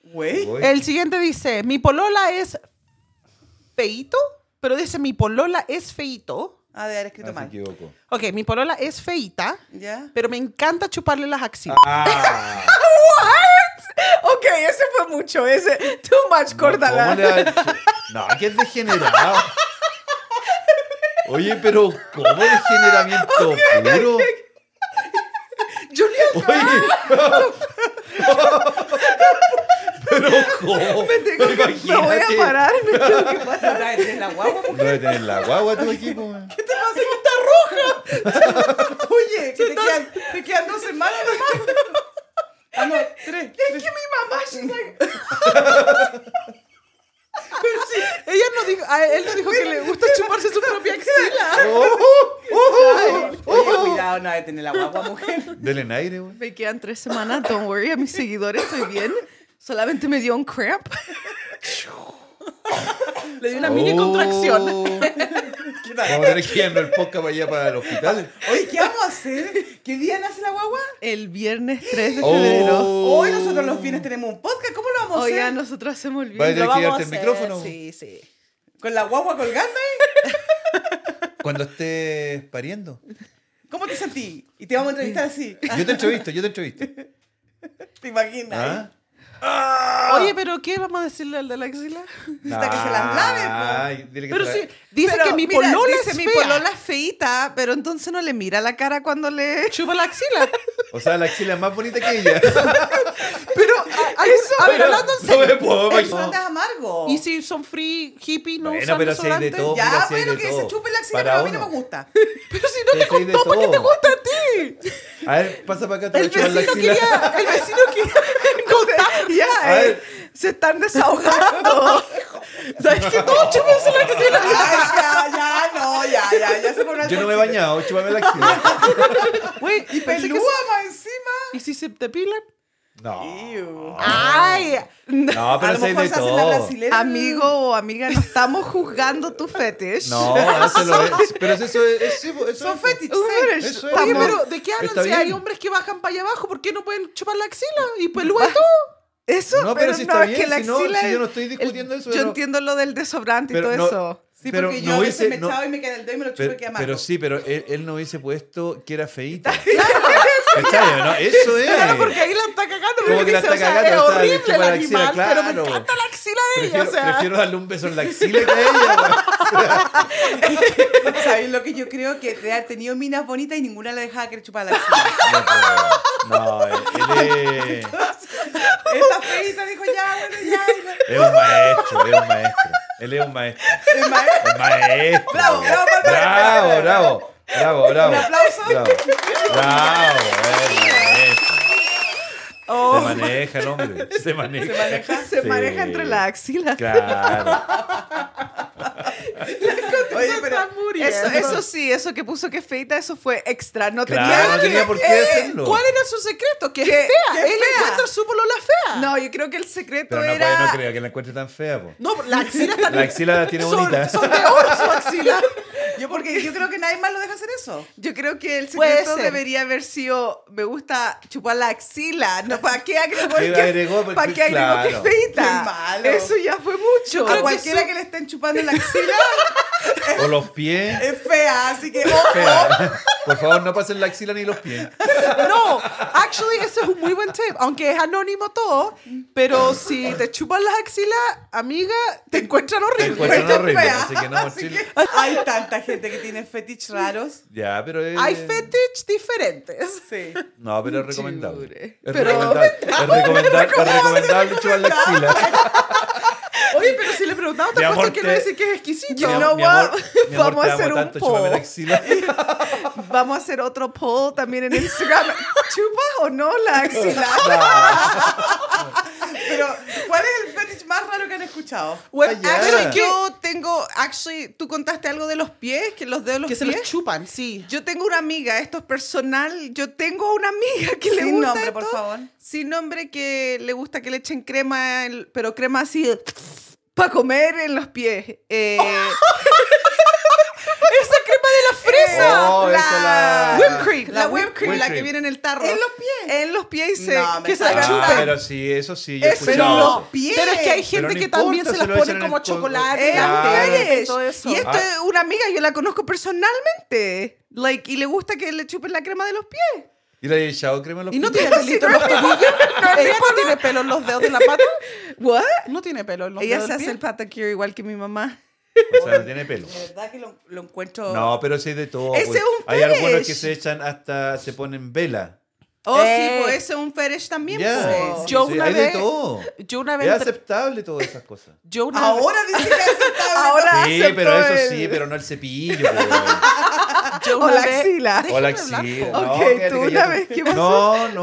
B: Güey.
C: Voy. Ah,
D: El siguiente dice, mi polola es feito, pero dice, mi polola es feito.
B: Ah, de haber
C: Ah,
B: escrito
C: se
B: mal.
C: equivocó.
D: Ok, mi polola es feita,
B: ¿Ya?
D: pero me encanta chuparle las axilas.
C: Ah,
A: Ok, ese fue mucho, ese. Too much,
C: no,
A: córdala.
C: ¿cómo le ha hecho? No, que es degenerado. Oye, pero ¿cómo degeneramiento puro?
A: Julián,
C: Oye. pero ¿cómo? Me
A: tengo que- me voy a parar. me tengo que parar.
B: ¿Eres la guagua?
C: No debe tener la guagua tu equipo, man.
B: Oye, que te quedan, te quedan dos semanas nomás. Ah, no, tres. Es que mi mamá...
D: Ella no dijo, a él no dijo que le gusta chuparse su propia axila.
B: Oye, cuidado, no de tener la guagua, mujer.
C: Dele en aire, güey.
A: Me quedan tres semanas, don't worry, a mis seguidores, estoy bien. Solamente me dio un cramp.
D: Le dio una mini contracción.
C: Oh. Vamos a tener que irnos el podcast para allá para el hospital.
B: Oye, ¿qué vamos a hacer? ¿Qué día nace la guagua?
A: El viernes 3 de
C: Oh.
A: febrero.
B: Hoy nosotros los viernes tenemos un podcast. ¿Cómo lo vamos a hacer?
A: Oiga, nosotros hacemos el
C: Va a
A: bien.
C: tener que llevarte el micrófono.
D: Sí, sí.
B: ¿Con la guagua colgando ahí?
C: Cuando estés pariendo.
B: ¿Cómo te piensa en ti. Y te vamos a entrevistar así.
C: Yo te entrevisto, yo te entrevisto.
B: ¿Te imaginas?
C: ¿Ah?
D: Oye, pero ¿qué vamos a decirle al de la axila?
B: Necesita que se las lave, po.
C: Ay, dile que
D: Pero
C: se
D: sí,
C: la-
D: dice
A: Pero,
D: que mi
A: mira,
D: polola
A: dice,
D: es
A: mi
D: fea.
A: polola es feíta, pero entonces no le mira la cara cuando le...
D: Chupa la axila.
C: O sea, la axila es más bonita que ella.
D: Pero, a- a- a ver, hablando en
C: No
D: serio.
C: me puedo
B: El
C: imaginar.
B: es amargo.
D: Y si son free, hippie, no
C: Bueno,
D: usan
C: pero si hay de
D: desodorante?
C: todo. Mira,
B: ya,
C: si hay
B: bueno,
C: de
B: que se
C: todo.
B: chupe la axila,
C: Para
B: pero a mí no
C: uno.
B: me gusta.
D: Pero si no te
C: Sí, hay de
D: contó, ¿por qué te
C: todo.
D: gusta a ti?
C: A ver, pasa para acá, te voy
D: El
C: a chupar la
D: vecino
C: axila.
D: quería, el vecino quería contar.
A: Ya,
C: A
A: eh,
C: ver.
A: se están desahogando. ¿Sabes que Todos chúpense la axila.
B: Ay, ya, ya, no, ya, ya, ya se pone al
C: Yo no me he
B: bolsillo.
C: bañado, chúpame la axila.
D: Güey, y pensé que
B: Pelúa
D: se-
B: más encima.
D: ¿Y si se depilan?
C: No.
D: Ay,
C: Ah. No,
B: a
C: pero
B: lo
C: si hay de
B: mejor se hace la
C: todo.
B: brasilera.
A: Amigo o amiga, no estamos juzgando tu fetish.
C: No, eso lo es. Pero eso es. es- sí, po, eso
B: Son
C: es, po.
B: fetiches.
A: Un
B: sí.
A: fetish.
C: Eso es.
D: Oye,
A: Estamos-
D: pero ¿de qué hablan
C: Está
D: si hay
C: bien.
D: hombres que bajan para allá abajo? ¿Por qué no pueden chupar la axila? Y pelúa y todo.
A: Eso,
C: No,
A: pero,
C: pero si
A: no,
C: está
A: es que
C: bien,
A: la
C: si no,
A: axila
C: si yo no
A: es-
C: estoy
A: el-
C: discutiendo eso,
A: Yo
C: pero-
A: entiendo lo del desodorante y
C: Pero
A: todo
C: no-
A: eso.
B: Sí,
C: pero
B: porque yo
C: no
B: a veces
C: hubiese-
B: me
C: no-
B: echaba y me queda el dedo y me lo chupo
C: Pero,
B: y queda amargo.
C: pero sí, pero él, él no hubiese puesto que era feíta. ¿Cachai? ¿no? Eso es.
D: Claro, porque ahí la está cagando.
C: Como
D: Porque
C: que
D: dice,
C: la
D: o
C: está
D: sea,
C: cagando,
D: es
C: o sea, le
D: horrible
C: chupa
D: el
C: la
D: animal,
C: axila,
D: pero me
C: claro.
D: encanta la axila de ella.
C: Prefiero,
D: O sea,
C: prefiero darle un beso en la axila que a ella. güey.
B: ¿Sabéis lo que yo creo? Que te ha tenido minas bonitas y ninguna le dejaba que le chupara la axila.
C: No, no, él es,
B: Esta feita dijo, ya, bueno, ya. y no-
C: es un maestro, es un maestro. Él es un maestro.
B: El maestro.
C: Un maestro.
B: Bravo,
C: güey.
B: bravo, bravo,
C: bravo, bravo, bravo, bravo.
B: Un aplauso.
C: Bravo, bravo, es maestro. Se maneja el hombre. Se maneja.
A: Se maneja, se
C: Sí.
A: maneja entre la axila.
C: Claro.
B: Oye, pero
D: está muriendo.
A: Eso, eso sí, eso que puso que feita, eso fue extra. No
C: Claro, no
A: tenía
C: tenía por qué
A: Eh,
C: hacerlo.
D: ¿Cuál era su secreto? Que es
A: Que-
D: fea.
A: que es
D: Él
A: fea.
D: encuentra su polola fea.
A: No, yo creo que el secreto
C: Pero no,
A: era.
C: puede- no creo que la encuentre tan fea, po.
D: No, la axila está
C: La axila la tiene
D: son,
C: bonita.
D: son de oro su axila.
B: yo porque yo creo que nadie más lo deja hacer eso.
A: Yo creo que el
D: Puede
A: secreto
D: ser.
A: debería haber sido me gusta chupar la axila, no para qué agregó
C: Sí,
A: el que
C: agregó,
A: para
C: porque-
A: qué agregó
C: claro.
A: que feita.
B: Qué malo.
A: Eso ya fue mucho.
B: A
D: que
B: cualquiera
D: su-
B: que, le estén chupando la axila
C: O los pies.
B: es fea, así que ojo.
C: Fea. Por favor, no pasen la axila ni los pies.
D: No, actually, ese es un muy buen tip. Aunque es anónimo todo, pero si te chupan las axilas, amiga, te encuentran
C: Te
D: horrible.
C: encuentran
B: Fea.
C: horrible, así que no
B: Así
C: mochila.
B: que oh, hay tanta gente que tiene fetiches raros.
C: Ya, pero eh, es.
D: Hay fetiches diferentes.
B: Sí.
C: No, pero es recomendable.
A: Chure.
C: Es
A: Pero-
C: recomendable. Es recomendable, es recomendable chupar la axila.
D: Oye, pero si le preguntamos,
C: Mi
D: te
C: amor,
D: apuesto que
C: te-
D: no dice que es exquisito.
A: You know what? Vamos a hacer un
C: poll.
A: poll. Vamos a hacer otro poll también en Instagram. ¿Chupas o no la axila?
B: Pero, ¿cuál es el fetish más raro que han escuchado?
D: Bueno,
C: Ah,
D: actually,
C: ya.
A: Actually, yo tengo actually tú contaste algo de los pies, que los dedos de los
D: Ah, que se los
A: pies.
D: chupan, sí.
A: Yo tengo una amiga, esto es personal. Yo tengo una amiga que le
B: Sin
A: gusta
B: nombre,
A: esto.
B: por favor.
A: Sin nombre que le gusta que le echen crema, en- pero crema así para comer en los pies. Eh,
D: Esa crema de la fresa.
C: Oh, esa la-
A: whipped cream, Eh, la,
B: la
A: whipped cream,
C: whipped
A: la que
C: cream.
A: viene en el tarro.
B: ¿En los pies?
A: En los pies y se
B: No, me
A: que se
B: está-
C: Ah,
A: chupen.
C: pero sí, eso sí, yo he
A: Eso
C: escuchado.
A: no.
C: eso.
B: pies.
D: Pero es que hay
C: Pero
D: gente
C: no
D: que
C: importa,
D: también se
C: se
D: las
C: lo
D: pone
C: echan en
D: como
C: el polvo.
D: chocolate,
A: Eh,
C: Claro.
D: las
A: las
D: mieles,
A: pies.
D: todo eso.
A: Y esto
C: Ah.
A: es una amiga, yo la conozco personalmente. Like, y le gusta que le chupen la crema de los pies.
C: Y le he echado crema a los
D: ¿Y no
C: pies.
D: tiene pelito en los tobillos? ¿Ella no tiene pelo en los dedos de la pata?
A: What?
D: No tiene pelo en los
A: Ella
D: dedos
A: se
D: del
A: hace
D: pie.
A: el patacure igual que mi mamá.
C: O sea, no tiene pelo.
B: De verdad que lo, lo encuentro.
C: No, pero sí hay de todo.
A: Ese
C: güey.
A: es un
C: Hay algunos
A: fetish.
C: que se echan hasta, se ponen vela.
A: Oh,
D: Eh.
A: sí, pues ese es un fetish también.
C: Ya,
A: pues.
D: Yo
C: Sí,
D: una
C: hay
D: vez-
C: de todo.
D: Yo una
C: Es
D: vez... entre-
C: aceptable todas esas cosas.
D: Yo una vez-
B: Ahora dice que aceptable.
A: Ahora
C: Sí,
A: acepto
C: pero eso
A: el-
C: sí, pero no el cepillo. güey.
D: yo
A: O
D: una
A: la
D: vez-
A: axila.
C: O la
D: Déjame
C: axila.
D: hablar, po.
C: No,
A: Ok,
C: quédate
A: tú
C: que
A: una
C: yo-
A: vez, ¿qué pasó?
C: No, no.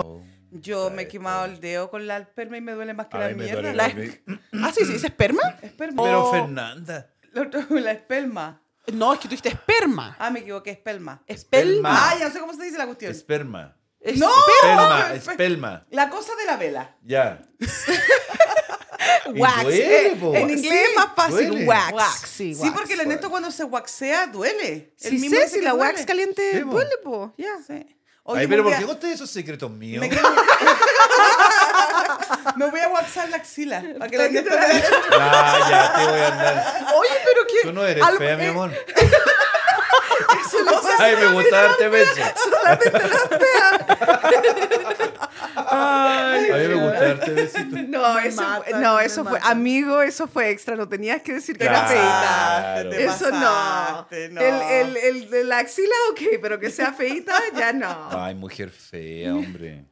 B: Yo me he quemado el dedo con la alperma y me duele más que la
C: Ay, me
B: mierda.
C: duele
B: La
D: La-
C: Volví.
D: Ah, sí, sí, ¿es esperma?
B: esperma.
C: Pero
D: Oh.
C: Fernanda.
B: La otra- la esperma.
D: No, es que tú dijiste esperma.
B: Ah, me equivoqué, esperma.
D: Espelma.
C: Ah.
B: Ah, ya no sé cómo se dice la cuestión.
C: Esperma.
D: Es-
B: ¡No!
C: Espelma,
B: Espe-
C: espelma.
B: La cosa de la vela.
C: Ya.
D: Ah,
C: Y
A: Wax.
C: duele,
A: Eh,
C: po.
A: en inglés es más fácil.
C: duele.
A: Wax.
D: Wax, sí,
B: Sí,
D: wax.
B: porque el neto cuando se waxea duele.
A: Sí
B: El mismo
A: sé,
B: dice
A: si
B: que
A: la
B: duele.
A: wax caliente
C: Sí, po.
A: duele, po. Ya.
B: Sí. Oye,
C: Ay, pero
B: me
C: ¿por
B: voy
C: qué
B: a-
C: contaste esos secretos míos?
B: me, me voy a waxar la axila. Para que la Ernesto me la chupe.
C: Ah, ya, te voy a andar.
D: Oye, pero que...
C: Tú no eres
D: al-
C: fea, mi
D: eh,
C: amor.
B: Eso no se
C: Ay, me
B: hace.
C: gusta darte besos. A mí me gusta darte besitos.
A: No,
D: Me
A: eso,
D: matan,
A: fue- no,
D: me
A: eso fue.
D: matan.
A: Amigo, eso fue extra. No tenías que decir que era
C: Claro.
A: feita.
B: Te
A: Eso no.
B: pasaste, no.
A: El, el, el de la axila, ok, pero que sea feita, ya no.
C: Ay, mujer fea, hombre.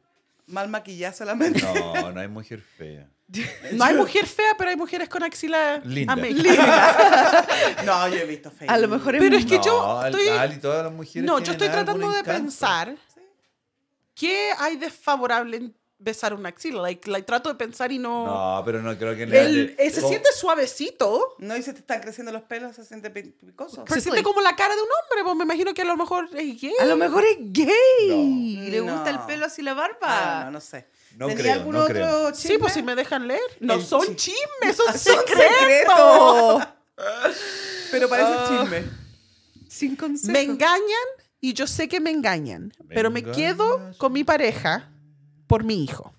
B: Mal maquillada solamente.
C: No, no hay mujer fea.
D: No hay mujer fea, pero hay mujeres con axila
C: Linda.
D: amén.
B: No, yo he visto fake.
A: A lo mejor es
D: Pero es que
C: no,
D: yo
C: al-
D: estoy.
C: al y todas las mujeres
D: No, yo
C: tienen
D: estoy tratando
C: algún
D: de
C: encanto.
D: pensar qué hay de favorable en besar una axila. Like, like, trato de pensar y no.
C: No, pero no creo que
D: El- eh, se
C: Como-
D: siente suavecito.
B: ¿No y se te están creciendo los pelos? ¿Se siente pi- picoso?
D: Se siente como la cara de un hombre, pues me imagino que a lo mejor eh, es gay.
A: A lo mejor es gay.
B: No.
A: Le gusta el
B: No.
A: pelo así la
B: Ah,
A: barba.
B: no, no sé.
C: No
B: ¿Tenía
C: creo,
B: algún
C: no
B: otro
C: creo.
D: Sí,
B: chisme?
D: pues si me dejan leer. No
B: El
D: son
B: chi-
D: chismes, son,
A: ¡Son
D: secretos.
A: secretos!
B: Pero parece
A: Ah.
B: chisme.
A: Sin consejo.
D: Me engañan y yo sé que me engañan, pero me
C: engañas
D: quedo con mi pareja por mi hijo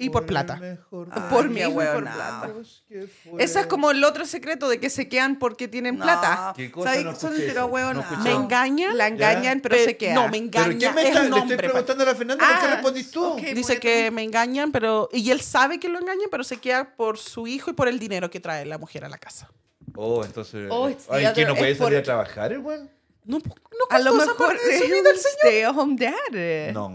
D: y por plata.
C: mejor
B: Ah,
A: por
B: qué
A: mí, por
B: hueonao.
A: plata.
C: Dios que fue.
A: Esa es como el otro secreto de que se quedan porque tienen
B: No,
A: plata.
C: ¿Qué cosa?
B: ¿sabes?
C: No
B: Son
C: escuché
B: entero
C: eso.
B: hueonao.
C: No escuché.
D: Me
C: Chao.
D: engañan.
A: La engañan, pero
D: Pe-
A: se quedan.
D: No, me engañan.
C: ¿Pero quién me
D: es
C: está?
D: un
C: Le estoy
D: hombre, pues.
C: preguntando a la Fernanda
A: Ah,
C: por qué respondís tú.
A: ok.
D: Dice que me engañan, pero. Y él sabe que lo engañan, pero se queda por su hijo y por el dinero que trae la mujer a la casa.
C: Oh, entonces.
A: Oh, it's the
C: Ay, que
A: other-
C: no puede
A: es por-
C: salir a trabajar, el weón.
D: No, po- no
A: A lo
D: contó esa
A: mejor
D: parte de
A: es
D: su
A: un
D: vida el señor.
A: stay at home dad.
C: No, Eh, no.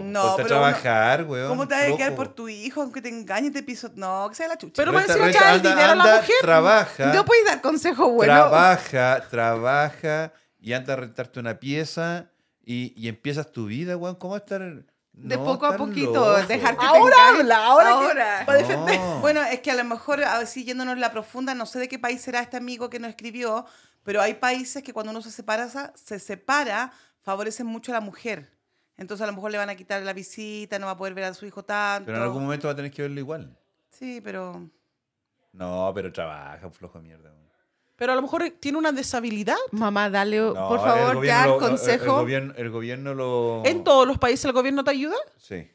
B: No,
C: ponte a
B: pero
C: trabajar, weón.
B: ¿Cómo te vas a quedar
C: flojo.
B: por tu hijo aunque te engañe y te piso? No, que sea la chucha.
D: Pero me
C: Resta-
D: decía,
C: resta-
D: trae el
C: anda-
D: dinero a la
C: anda,
D: mujer.
C: Trabaja.
A: No podéis dar consejo bueno.
C: Trabaja, trabaja y anda a rentarte una pieza y, y empiezas tu vida, weón. ¿Cómo va a estar?
A: de
C: No,
A: poco a
C: tan
A: poquito,
C: loco.
A: dejar que
D: Ahora
A: te engañen.
D: habla, ahora que-
A: ahora.
C: para defender.
B: Bueno, es que a lo mejor, así yéndonos la profunda, no sé de qué país será este amigo que nos escribió, pero hay países que cuando uno se separa, sa- se separa, favorecen mucho a la mujer. Entonces a lo mejor le van a quitar la visita, no va a poder ver a su hijo tanto.
C: Pero en algún momento va a tener que verlo igual.
B: Sí, pero...
C: No, pero trabaja, flojo de mierda. weón.
D: Pero a lo mejor tiene una deshabilidad.
A: Mamá, dale,
C: No,
A: por
C: el
A: favor,
C: gobierno
A: ya
C: lo-
A: el
C: el- El,
A: consejo.
C: gobierno, el gobierno lo.
D: En todos los países el gobierno te ayuda.
C: Sí.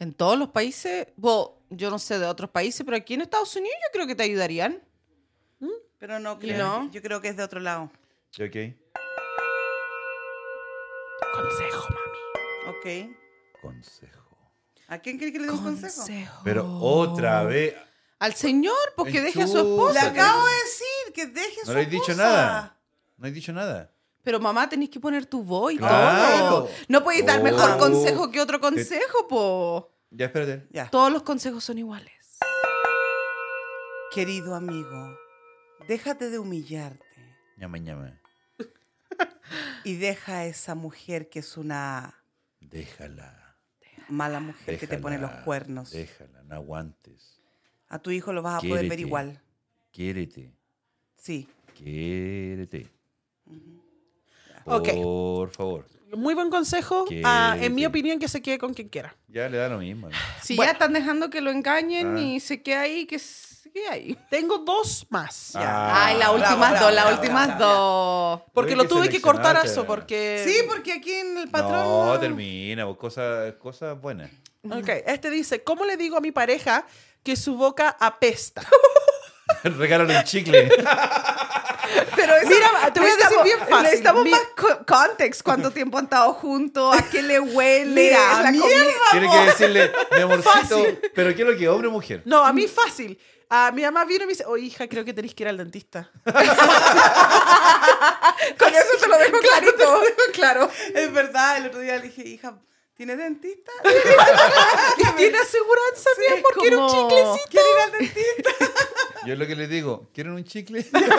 A: en todos los países, bo, yo no sé de otros países, pero aquí en Estados Unidos yo creo que te ayudarían.
B: Pero no creo.
A: no?
B: Yo creo que es de otro lado.
C: Ok.
D: Consejo, mami.
B: Ok.
C: Consejo.
B: ¿A quién quiere que le dé un consejo?
C: Pero otra vez.
A: Al señor, Oh.
D: pues,
A: porque deje a su
B: Le
A: esposa.
C: Chúzate.
B: acabo de decir que deje a su
C: No le he dicho
B: esposa.
C: nada. No he dicho nada.
A: Pero mamá, tenés que poner tu voz y
C: Claro.
A: todo. No podéis dar
C: Oh.
A: mejor consejo que otro consejo, po.
C: Ya, espérate.
B: Ya.
A: Todos los consejos son iguales.
B: Querido amigo, déjate de humillarte
C: Ñame, ñame.
B: y deja a esa mujer que es una
C: Déjala.
B: mala mujer que te pone los
C: déjala,
B: cuernos.
C: Déjala, no aguantes.
B: A tu hijo lo vas a poder ver
C: Quiérete.
B: igual.
C: Quiérete.
B: Sí.
C: Quiérete.
D: Ok.
C: Por favor.
D: Muy buen consejo.
C: Qué-
D: Ah, en mi opinión, que se quede con quien quiera.
C: Ya le da lo mismo. ¿no?
A: Si
D: Bueno.
A: ya están dejando que lo engañen
C: Ah.
A: y se quede ahí, que se quede ahí.
D: Tengo dos más.
C: Ah.
A: Ay, las
B: bravo,
A: últimas
B: bravo,
A: dos, las
B: bravo,
A: últimas
B: bravo,
A: dos.
D: Porque
C: Oye,
D: lo
C: que
D: tuve que cortar a
C: seleccionaste,
D: eso,
C: ¿verdad?
D: porque...
B: Sí, porque aquí en el
C: No,
B: patrón.
C: termina. vos, Cosas cosas buenas.
D: Ok, este dice, ¿cómo le digo a mi pareja que su boca apesta?
C: Regálale un chicle.
A: Pero eso-
D: Mira, te voy a decir
A: necesitamos-
D: bien fácil.
A: Necesitamos
D: Mi-
A: más co- context. ¿Cuánto tiempo han estado juntos? ¿A qué le huele?
B: Mira,
A: ¿Es la
B: mierda,
A: comida?
C: Tiene que decirle, mi amorcito.
D: Fácil.
C: Pero ¿qué es lo que, hombre o mujer?
D: No, a mí fácil. A mi mamá vino y me dice, oh hija, creo que tenés que ir al dentista.
A: Con eso te lo dejo clarito. claro.
B: Es verdad, el otro día le dije, hija, ¿tiene dentista?
D: ¿Tiene aseguranza,
A: Sí,
D: mía?
A: es
D: Porque era un
A: como-
D: chiclecito.
B: ¿Quiere ir al dentista?
C: Yo lo que les digo, ¿quieren un chicle?
A: No,
B: Ay,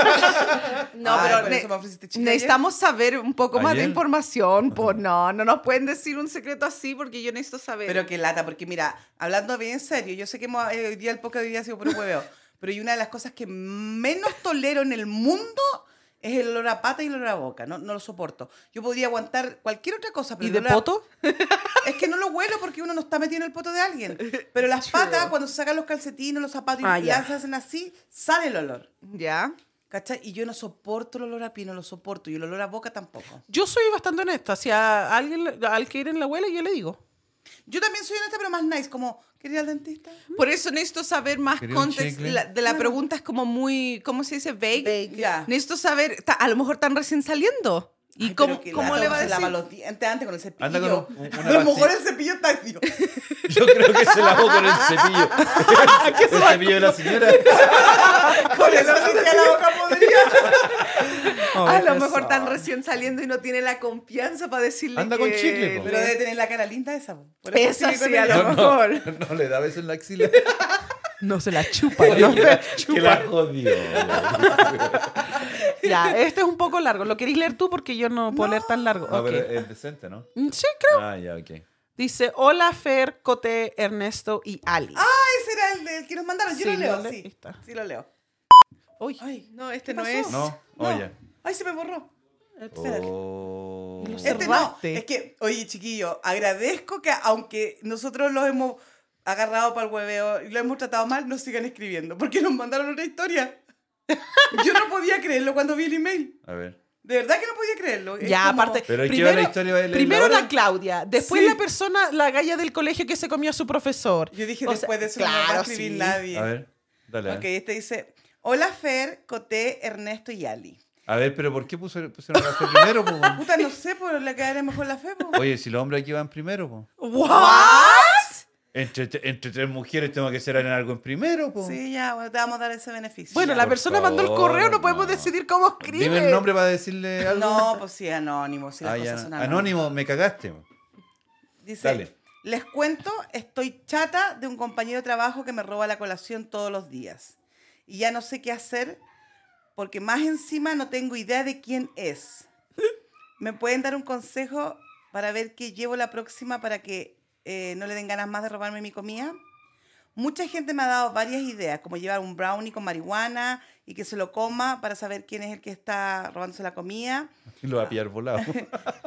A: pero
B: por
A: Ah, ne-
B: eso me ofreciste chicle
A: necesitamos saber un poco más de
C: Ayer.
A: información. Pues no, no nos pueden decir un secreto así porque yo necesito saber.
B: Pero qué lata, porque mira, hablando bien serio, yo sé que hemos- eh, hoy día el podcast de hoy día ha sido por un hueveo, pero y una de las cosas que menos tolero en el mundo es el olor a pata y el olor a boca, no, no lo soporto. Yo podría aguantar cualquier otra cosa, pero
D: ¿Y
B: el
D: de
B: olor a-
D: poto?
B: Es que no lo huelo porque uno no está metido en el poto de alguien. Pero las patas, cuando se sacan los calcetines, los zapatos
D: Ah,
B: y
D: ya.
B: las hacen así, sale el olor.
A: ¿Ya?
B: ¿Cachai? Y yo no soporto el olor a pino, lo soporto. Y el olor a boca tampoco.
D: Yo soy bastante honesta. Si a alguien, al que ir en la abuela, yo le digo.
B: Yo también soy honesta, pero más nice. Como, ¿quería ir al dentista?
A: Por eso necesito saber más
C: ¿Quería un
A: context
C: chicle?
A: la- de la pregunta. Es como muy, ¿cómo se dice? Vague.
B: Ya.
A: Necesito saber, ta- a lo mejor están recién saliendo. ¿Y
B: Ay,
A: cómo,
B: pero que
A: cómo
B: lata,
A: le
B: uno
A: va a
B: Se lava
A: decir?
B: los dientes antes con el cepillo.
C: Anda con un- un- una
B: a lo mejor
C: pastilla.
B: el cepillo está activo.
C: Yo creo que se lavó con el cepillo. el cepillo de la señora.
B: con el cepillo de la boca podría.
A: A lo mejor están recién saliendo y no tiene la confianza para decirle
C: Anda
A: que
C: con chicle, po.
B: Pero debe tener la cara linda esa. po. Por eso
A: Eso
B: sigue con
A: sí, a
B: ella.
A: lo mejor.
C: No le da beso en la axila.
D: No se la chupa, no se la
C: que
D: chupa.
C: la jodió.
D: Ya, este es un poco largo. ¿Lo queréis leer tú? Porque yo no puedo leer tan largo.
C: No,
D: Ok.
C: pero es decente, ¿no?
D: Mm, Sí, creo.
C: Ah, ya, ok.
D: Dice, hola Fer, Cote, Ernesto y Ali.
B: Ay, Ah, ese era el, del que nos mandaron. Yo
D: Sí,
B: lo leo,
D: lo le-
B: sí.
D: está.
B: Sí lo leo.
D: Uy,
B: Ay,
A: No, este
B: ¿qué
A: no
B: pasó?
A: es.
C: No, oye.
B: Ay, se me borró. Espérate.
C: Oh.
D: Lo sé.
B: Este no,
D: Cerraste.
B: es que, oye, chiquillo, agradezco que aunque nosotros los hemos agarrado para el hueveo y lo hemos tratado mal, nos sigan escribiendo, porque nos mandaron una historia. Yo no podía creerlo cuando vi el email.
C: A ver.
B: De verdad que no podía creerlo. Es
D: ya,
B: como-
D: aparte.
C: Pero hay que
D: primero,
C: ver la historia, va a leer la
D: primero la
C: hora.
D: Claudia, después
B: Sí.
D: la persona, la galla del colegio que se comió a su profesor.
B: Yo dije,
D: O sea,
B: después de eso no me va a
D: claro,
B: escribir
D: sí.
B: nadie.
C: A ver. Dale.
B: Ok, este dice, hola Fer, Coté, Ernesto y Ali.
C: A ver, pero ¿por qué puso- pusieron la fe primero? po?
B: Puta, no sé, por le caeré mejor la fe, po. Ah,
C: Oye, si los hombres aquí van primero, po. Entre, entre tres mujeres tengo que ser en algo en primero, po.
B: Sí, ya, bueno, te vamos a dar ese beneficio.
D: Bueno,
B: Ya.
D: la
C: Por
D: persona mandó el
C: favor,
D: correo, no
C: no.
D: podemos decidir cómo escribe.
C: Dime el nombre para decirle algo.
B: No, pues sí, anónimo, si las
C: Ah, ya.
B: cosas son anónimas.
C: Anónimo, me cagaste. po.
B: Dice,
C: Dale.
B: les cuento, estoy chata de un compañero de trabajo que me roba la colación todos los días. Y ya no sé qué hacer porque más encima no tengo idea de quién es. ¿Me pueden dar un consejo para ver qué llevo la próxima para que eh, no le den ganas más de robarme mi comida? Mucha gente me ha dado varias ideas, como llevar un brownie con marihuana y que se lo coma para saber quién es el que está robándose la comida.
C: Y lo va a pillar volado.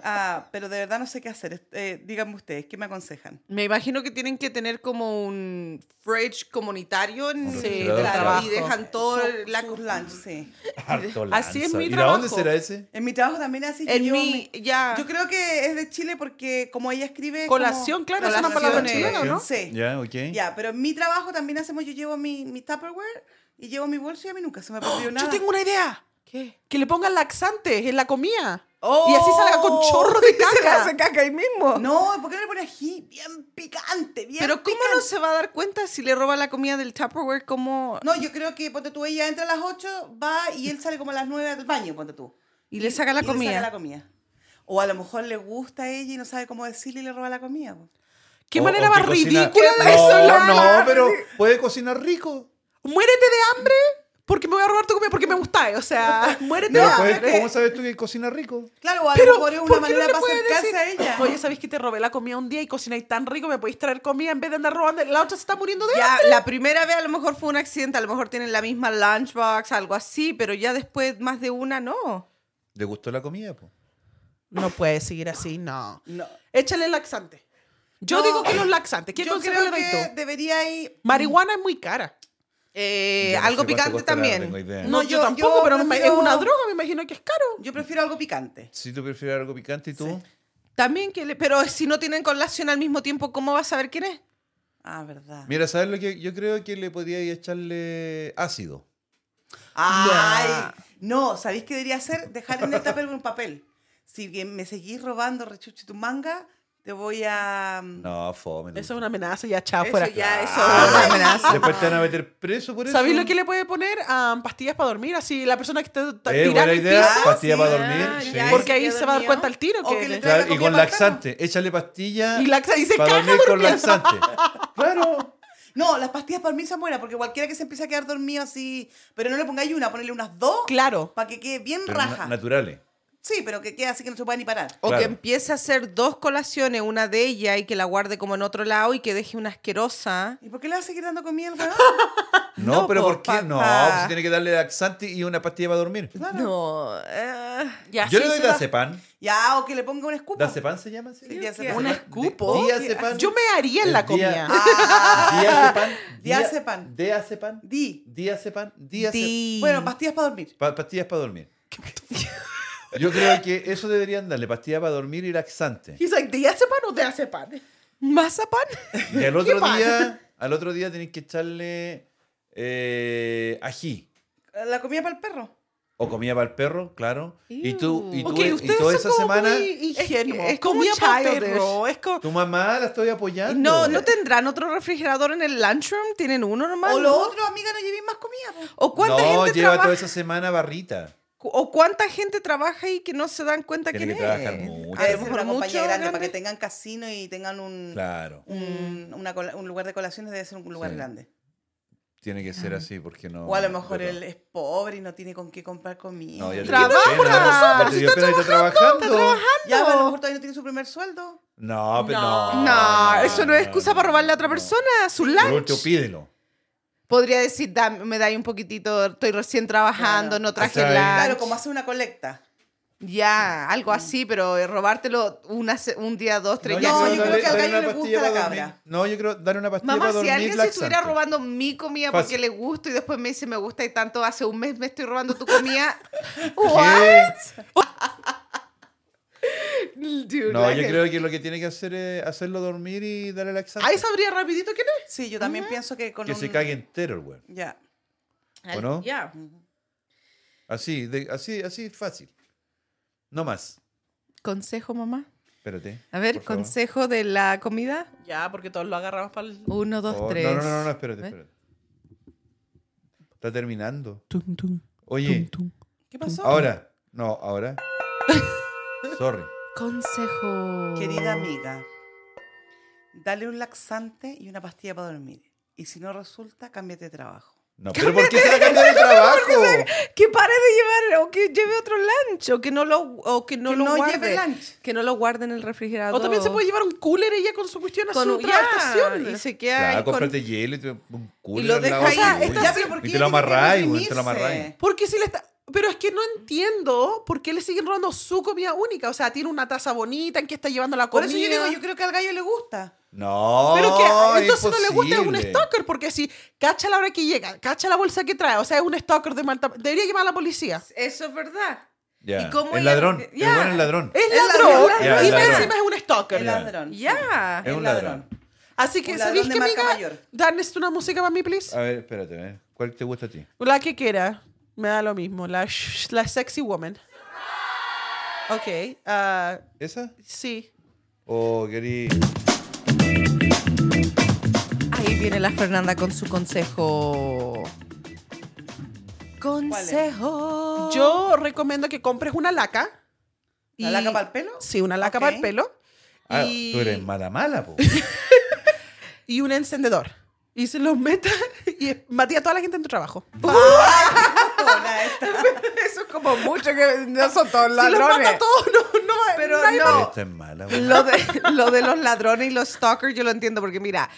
B: Ah, pero de verdad no sé qué hacer. Est- eh, díganme ustedes, ¿qué me aconsejan?
A: Me imagino que tienen que tener como un fridge comunitario en
C: Un
A: sí,
C: refrigerador de
A: claro, y
D: trabajo.
A: dejan todo
B: Su-
A: el- la
B: sus lunch, sí.
C: Harto
D: Así es
C: lanza.
D: mi
C: ¿Y
D: trabajo.
C: a dónde será ese?
B: En mi trabajo también así que
A: en
B: yo
A: mi ya
D: ah.
B: me- Yo creo que es de Chile porque como ella escribe... es
D: Colación,
B: como-
D: claro, es una
A: Colación,
D: palabra
A: eh,
D: chilena, ¿no?
B: Sí. Ya,
C: Ya, ok.
B: pero en mi trabajo también hacemos, yo llevo mi, mi Tupperware y llevo mi bolso y a mí nunca se me ha perdido nada.
D: ¡Oh! Yo tengo una idea.
A: ¿Qué?
D: Que le pongan laxantes en la comida.
B: ¡Oh!
D: Y así salga con chorro de caca.
A: caca ahí mismo
B: No, ¿por qué no le pones ají? Bien picante, bien
A: pero cómo no se va a dar cuenta si le roba la comida del Tupperware como
B: No, yo creo que, ponte tú, ella entra a las 8, va y él sale como a las 9 al baño, ponte tú.
A: y le saca la
B: y le
A: comida
B: saca la comida. O a lo mejor le gusta a ella y no sabe cómo decirle y le roba la comida. po.
D: Qué
C: O-
D: manera
C: o
D: más
C: que Oh, cocina-
D: ridícula de eso.
C: No,
D: Lola.
C: no, pero puede cocinar rico.
D: Muérete de hambre porque me voy a robar tu comida porque me gusta. O sea, muérete
C: No,
D: de
C: pues,
D: hambre.
C: ¿Cómo sabes tú que cocina rico?
B: Claro, o a
D: Pero,
B: lo mejor es
D: ¿por
B: una
D: qué
B: manera
D: no le
B: para
D: puedes
B: acercarse
D: decir,
B: a ella.
D: Oye, ¿sabéis que te robé la comida un día y cocináis tan rico? ¿Me podéis traer comida en vez de andar robando? La otra se está muriendo de hambre.
A: ya la primera vez a lo mejor fue un accidente a lo mejor tienen la misma lunchbox algo así pero ya después más de una no
C: ¿Le gustó la comida? Po?
D: No puedes seguir así, no.
B: No.
D: Échale laxante. Yo
B: No.
D: digo que los laxantes. ¿Qué
B: Yo
D: consejo le
B: creo
D: doy
B: que
D: tú?
B: debería ir.
D: Marihuana es muy cara.
A: Eh,
C: Yo no
A: algo
C: sé cuánto
A: picante
C: costará,
A: también
C: No tengo idea.
D: No,
B: No,
D: yo,
B: yo-
D: tampoco,
B: yo
D: pero me-
B: prefiero-
D: es una droga, me imagino que es caro.
B: Yo prefiero algo picante.
C: Si tú prefieres algo picante y tú.
A: También que le, pero si no tienen colación al mismo tiempo, ¿cómo vas a saber quién es?
B: Ah, verdad.
C: Mira, ¿sabes lo que yo creo que le podía echarle ácido?
B: Ay, no, ¿sabéis qué debería hacer? Dejar en el tupper un papel. Si que me seguís robando, rechuche tu manga, te voy a. mm,
C: No, fome. no.
D: Eso es una amenaza, ya chao,
A: Eso
D: fuera.
A: ya, eso
C: Ah,
A: es una amenaza.
C: Después te van a meter preso por eso.
D: ¿Sabéis lo que le puede poner? Ah, pastillas para dormir, así la persona que te te
C: Eh,
D: tira en
C: buena
D: el
C: idea,
D: piso,
C: pastilla
B: sí.
C: para
A: Ah,
C: dormir. sí.
A: ya,
D: porque
A: ¿Se
D: ahí
A: queda
D: se va a dar
A: dormido?
D: cuenta al tiro
B: O
D: que,
B: que le
C: Claro,
B: Traiga
C: y con
B: comida para el
C: laxante. Échale pastilla
D: y la y se
C: para
D: caga
C: dormir con
D: durmiendo.
C: laxante. Claro.
B: No, las pastillas para dormir son buenas, porque cualquiera que se empiece a quedar dormido así. Pero no le pongáis una, ponele unas dos.
D: Claro.
B: Para que quede bien
C: Pero
B: raja.
C: na- naturales.
B: sí, pero que quede así que no se pueda ni parar.
A: O
C: Claro.
A: que empiece a hacer dos colaciones, una de ella y que la guarde como en otro lado y que deje una asquerosa.
B: ¿Y por qué le vas a seguir dando comida al weón?
C: No,
A: No,
C: pero
A: po,
C: ¿por qué? No,
A: papá.
C: pues tiene que darle laxante y una pastilla para dormir.
A: No. eh,
D: Ya,
C: Yo
D: sí,
C: le doy
D: se da-
C: dacepan.
B: Ya, o que ah, le ponga un escupo.
C: ¿Dacepan se llama?
B: Sí, diazepam.
D: un escupo.
C: Diazepam.
D: Yo me haría en
C: El
D: la
C: día-
D: comida.
B: Ah,
C: Diazepam.
B: Diazepam.
C: Diazepam.
B: di.
C: Diazepam. Diazepam.
A: di.
B: Bueno, pastillas para dormir.
C: Pa- pastillas para dormir. Yo creo que eso deberían darle, pastillas para dormir y laxante.
D: He's like, ¿te hace pan o te hace pan?
A: ¿Mazapán?
C: Y al otro
D: pan?
C: día, al otro día tenés que echarle eh, ají.
B: La comida para el perro.
C: O comida para el perro, claro. Y tú, y tú,
D: Ok,
C: y toda esa semana,
D: ingenuos.
A: es como
D: Comida pa'
A: childish.
D: perro, Es como...
C: tu mamá la estoy apoyando.
A: No, ¿no tendrán otro refrigerador en el lunchroom? ¿Tienen uno nomás?
B: O lo
A: ¿No?
B: otro, amiga, no llevéis más comida. po.
A: ¿O cuánta
C: No,
A: gente
C: lleva toda
A: trabaja?
C: esa semana barrita.
A: ¿O cuánta gente trabaja y que no se dan cuenta
C: Tiene
A: quién
C: que
A: es?
C: trabajar mucho.
B: A
A: A
B: veces
A: lo mejor
B: una compañía
A: mucho,
B: grande, para que
A: grande. Mm.
B: tengan casino y tengan un,
C: Claro,
B: un, una cola- un lugar de colaciones, debe ser un lugar
C: Sí.
B: grande.
C: tiene que ser así porque no.
B: o a lo mejor
C: pero-
B: él es pobre y no tiene con qué comprar comida.
C: No, ya te dio
D: Trabaja
C: pena,
D: por
C: ya
D: nosotros,
C: te
D: si
C: dio pena y está trabajando.
B: Ya, a lo mejor todavía no tiene su primer sueldo.
C: No, pero
D: No.
C: no.
A: No, eso no es excusa para robarle a otra
C: no.
A: persona su
C: Por último,
A: lunch.
C: pídelo.
A: Podría decir, "Dame- me dais un poquitito, estoy recién trabajando,
B: Claro.
A: no traje
C: Está bien.
A: lunch.
B: Claro, como hace una colecta.
A: Ya, algo así, pero eh, robártelo una se- un día, dos, tres.
B: No,
A: ya,
B: yo
A: como-
B: creo
C: darle-
B: que al
C: darle
B: gallo
C: una
B: le gusta
C: pastilla
B: la
C: para dormir.
B: cabra.
C: No, yo creo dar una pastilla
A: Mamá,
C: para
A: si
C: dormir.
A: alguien se
C: laxante.
A: estuviera robando mi comida
C: Fácil.
A: porque le gusta y después me dice me gusta y tanto, hace un mes me estoy robando tu comida.
C: ¿Qué?
A: Dude,
C: No,
A: la
C: yo
A: gente-
C: creo que lo que tiene que hacer es hacerlo dormir y darle laxante.
D: Ahí sabría rapidito quién es.
B: Sí, yo también pienso que con
C: Que
B: un...
C: se cague entero el weón.
B: Ya.
C: ¿O no?
A: Ya.
C: Así, de- así, así fácil. No más.
A: Consejo, mamá.
C: Espérate.
A: A ver,
C: por favor.
A: consejo de la comida.
D: Ya, porque todos lo agarramos para el...
A: Uno, dos,
C: Oh,
A: tres.
C: No, no, no, no, espérate,
A: ¿Eh?
C: espérate. Está terminando.
D: Tum, tum,
C: Oye,
D: tum.
B: ¿Qué pasó?
C: ahora. No, ahora. Sorry.
A: Consejo.
B: Querida amiga, dale un laxante y una pastilla para dormir. Y si no resulta, cámbiate de trabajo.
C: No, pero ¿por qué se la cambian de trabajo?
A: Que pare de llevar o que lleve otro lunch o que no lo o que no
B: Que
A: lo
B: no lleve
A: guarde.
B: lunch.
A: Que no lo guarde en el refrigerador.
D: O también se puede llevar un cooler ella con su cuestión a
A: con
D: su
A: un-
D: otra
A: ya,
D: estación.
A: y se queda ahí
C: Claro,
A: con-
C: cómprate hielo y te un culo.
A: lo
C: al lado
A: dejas- O sea,
C: tuyo.
A: está
B: Ya, pero ¿por qué
C: Y te lo
B: ella tiene que
C: amarráis, güey, te lo
B: reprimirse?
C: amarráis.
D: Porque si le está... Pero es que no entiendo por qué le siguen robando su comida única. O sea, tiene una taza bonita en que está llevando la
B: Por eso
D: comida.
B: yo digo, yo creo que al gallo le gusta.
C: No,
D: Pero que entonces no le gusta es un
C: imposible.
D: stalker, porque si cacha la hora que llega, cacha la bolsa que trae, o sea, es un stalker de malta. Debería llamar a la policía.
A: Eso es verdad.
C: Ya,
A: ¿Y cómo
C: el
A: ella-
C: ladrón, el
A: Ya.
C: bueno es ladrón.
D: Es
A: Es
D: ladrón,
A: ladrón,
C: Ya,
D: y
C: es ladrón.
D: encima es un
B: El
D: stalker.
C: Ya.
B: ladrón. sí.
A: Ya.
C: Es
B: El
C: un
B: ladrón.
C: ladrón.
D: Así que,
B: Un
D: ¿sabéis
B: ladrón de
D: qué,
B: marca
D: amiga?
B: mayor.
D: Darles una música para mí, please.
C: A ver, espérate, ¿eh? ¿cuál te gusta a ti?
D: La que quiera. Me da lo mismo. La, sh- la sexy woman. Ok. ah,
C: ¿Esa?
D: sí.
C: ¿O querí?
A: Ahí viene la Fernanda con su consejo. Consejo.
D: Yo recomiendo que compres una laca.
B: ¿La
D: y-
B: laca pa'l pelo?
D: Sí, una laca para el
B: Ok.
D: pelo.
C: Ah,
D: y-
C: tú eres mala mala, po.
D: y un encendedor. Y se los meta y maté a toda la gente en tu trabajo.
B: Ahora esta.
A: Eso es como mucho que no son todos
D: Si los mata a todos, no, no,
A: Pero
D: nadie-
A: no.
C: Esta es mala, po.
A: Lo de, lo de los ladrones y los stalkers yo lo entiendo porque mira,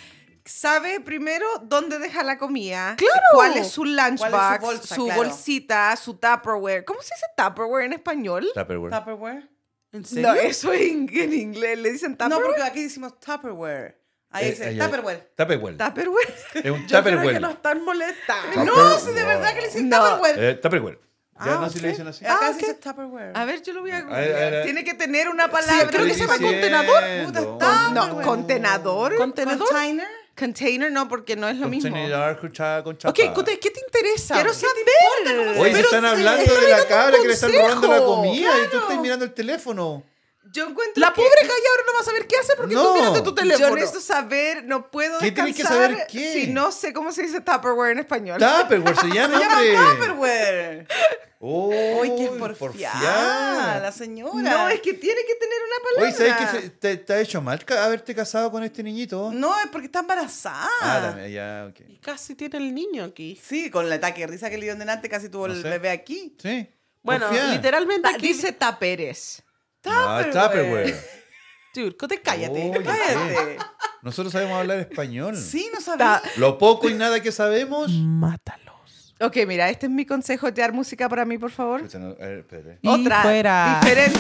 A: sabe primero dónde deja la comida,
D: Claro.
A: cuál es su lunchbox, su,
B: bolsa, claro.
A: bolsita, su Tupperware. ¿Cómo se dice Tupperware en español?
C: Tupperware.
B: Tupperware.
D: ¿En
A: No, eso es en, en inglés le dicen
B: No,
A: Tupperware.
B: porque aquí decimos Tupperware. Ahí
C: Eh,
B: dice
C: ahí-
B: Tupperware.
C: Tupperware.
A: Tupperware.
C: Es un
D: Yo creo que
C: Tupperware.
D: nos están molestando.
C: Tupperware.
B: No, si de verdad que le dicen
A: No.
B: Tupperware.
C: Eh, Tupperware. Ya
D: Ah,
C: no sé si le
D: ok.
C: dicen así.
B: Acá
D: Ah,
B: se
D: ok.
B: dice Tupperware.
A: A ver, yo lo voy
B: eh,
A: a...
C: A ver, a ver, a ver.
A: Tiene que tener una palabra.
D: creo que se llama
A: Estoy
D: contenedor,
B: puta,
C: Ah, diciendo.
B: está-
A: No, contenedor.
D: ¿Contenedor?
B: Container.
A: Container no, porque no es lo mismo.
C: Contenedor con cha- con chapa.
D: Ok, Cute, ¿qué te interesa?
A: Quiero
D: ¿Qué te
A: saber.
D: importa cómo se-
C: Oye, se
D: Pero
C: están
D: se-
C: hablando
D: están
C: de la
D: dando
C: cabra
D: un
C: que le están robando la
D: consejo.
C: comida y tú
A: claro.
C: estás mirando el teléfono.
A: Yo encuentro
D: La
A: que-
D: pobre calla ahora no va a saber qué hace porque tú
C: No.
D: miraste tu
A: Yo
D: teléfono.
A: necesito saber, no puedo
C: ¿Qué tienes que
A: descansar
C: saber qué?
A: si no sé cómo se dice Tupperware en español.
C: Tupperware se llama, hombre.
B: Tupperware.
C: Oh,
B: Oye, qué
C: por
B: porfiada la señora.
A: no, es que tiene que tener una palabra.
C: Oye, ¿sabes que se- te, te ha hecho mal ca- haberte casado con este niñito?
B: No, es porque está embarazada.
C: Ah, también, ya, ok.
D: Y Casi tiene el niño aquí.
B: Sí, con el ataque de risa que le dio delante casi tuvo
C: No
B: el
C: sé.
B: bebé aquí.
C: Sí.
D: Bueno,
C: porfiada.
D: literalmente
A: Ta-
D: aquí
A: Dice Taperes.
C: Ah,
B: Tupperware.
C: Tupperware.
D: Dude, Cute, cállate.
C: Oye,
B: Cállate.
C: ¿qué? Nosotros sabemos hablar español.
B: Sí, no sabía.
C: Lo poco y nada que sabemos.
D: Mátalos.
A: Ok, mira, este es mi consejo, tear música para mí, por favor.
C: Puta, no, a ver, espérate.
D: Y fuera.
A: diferente.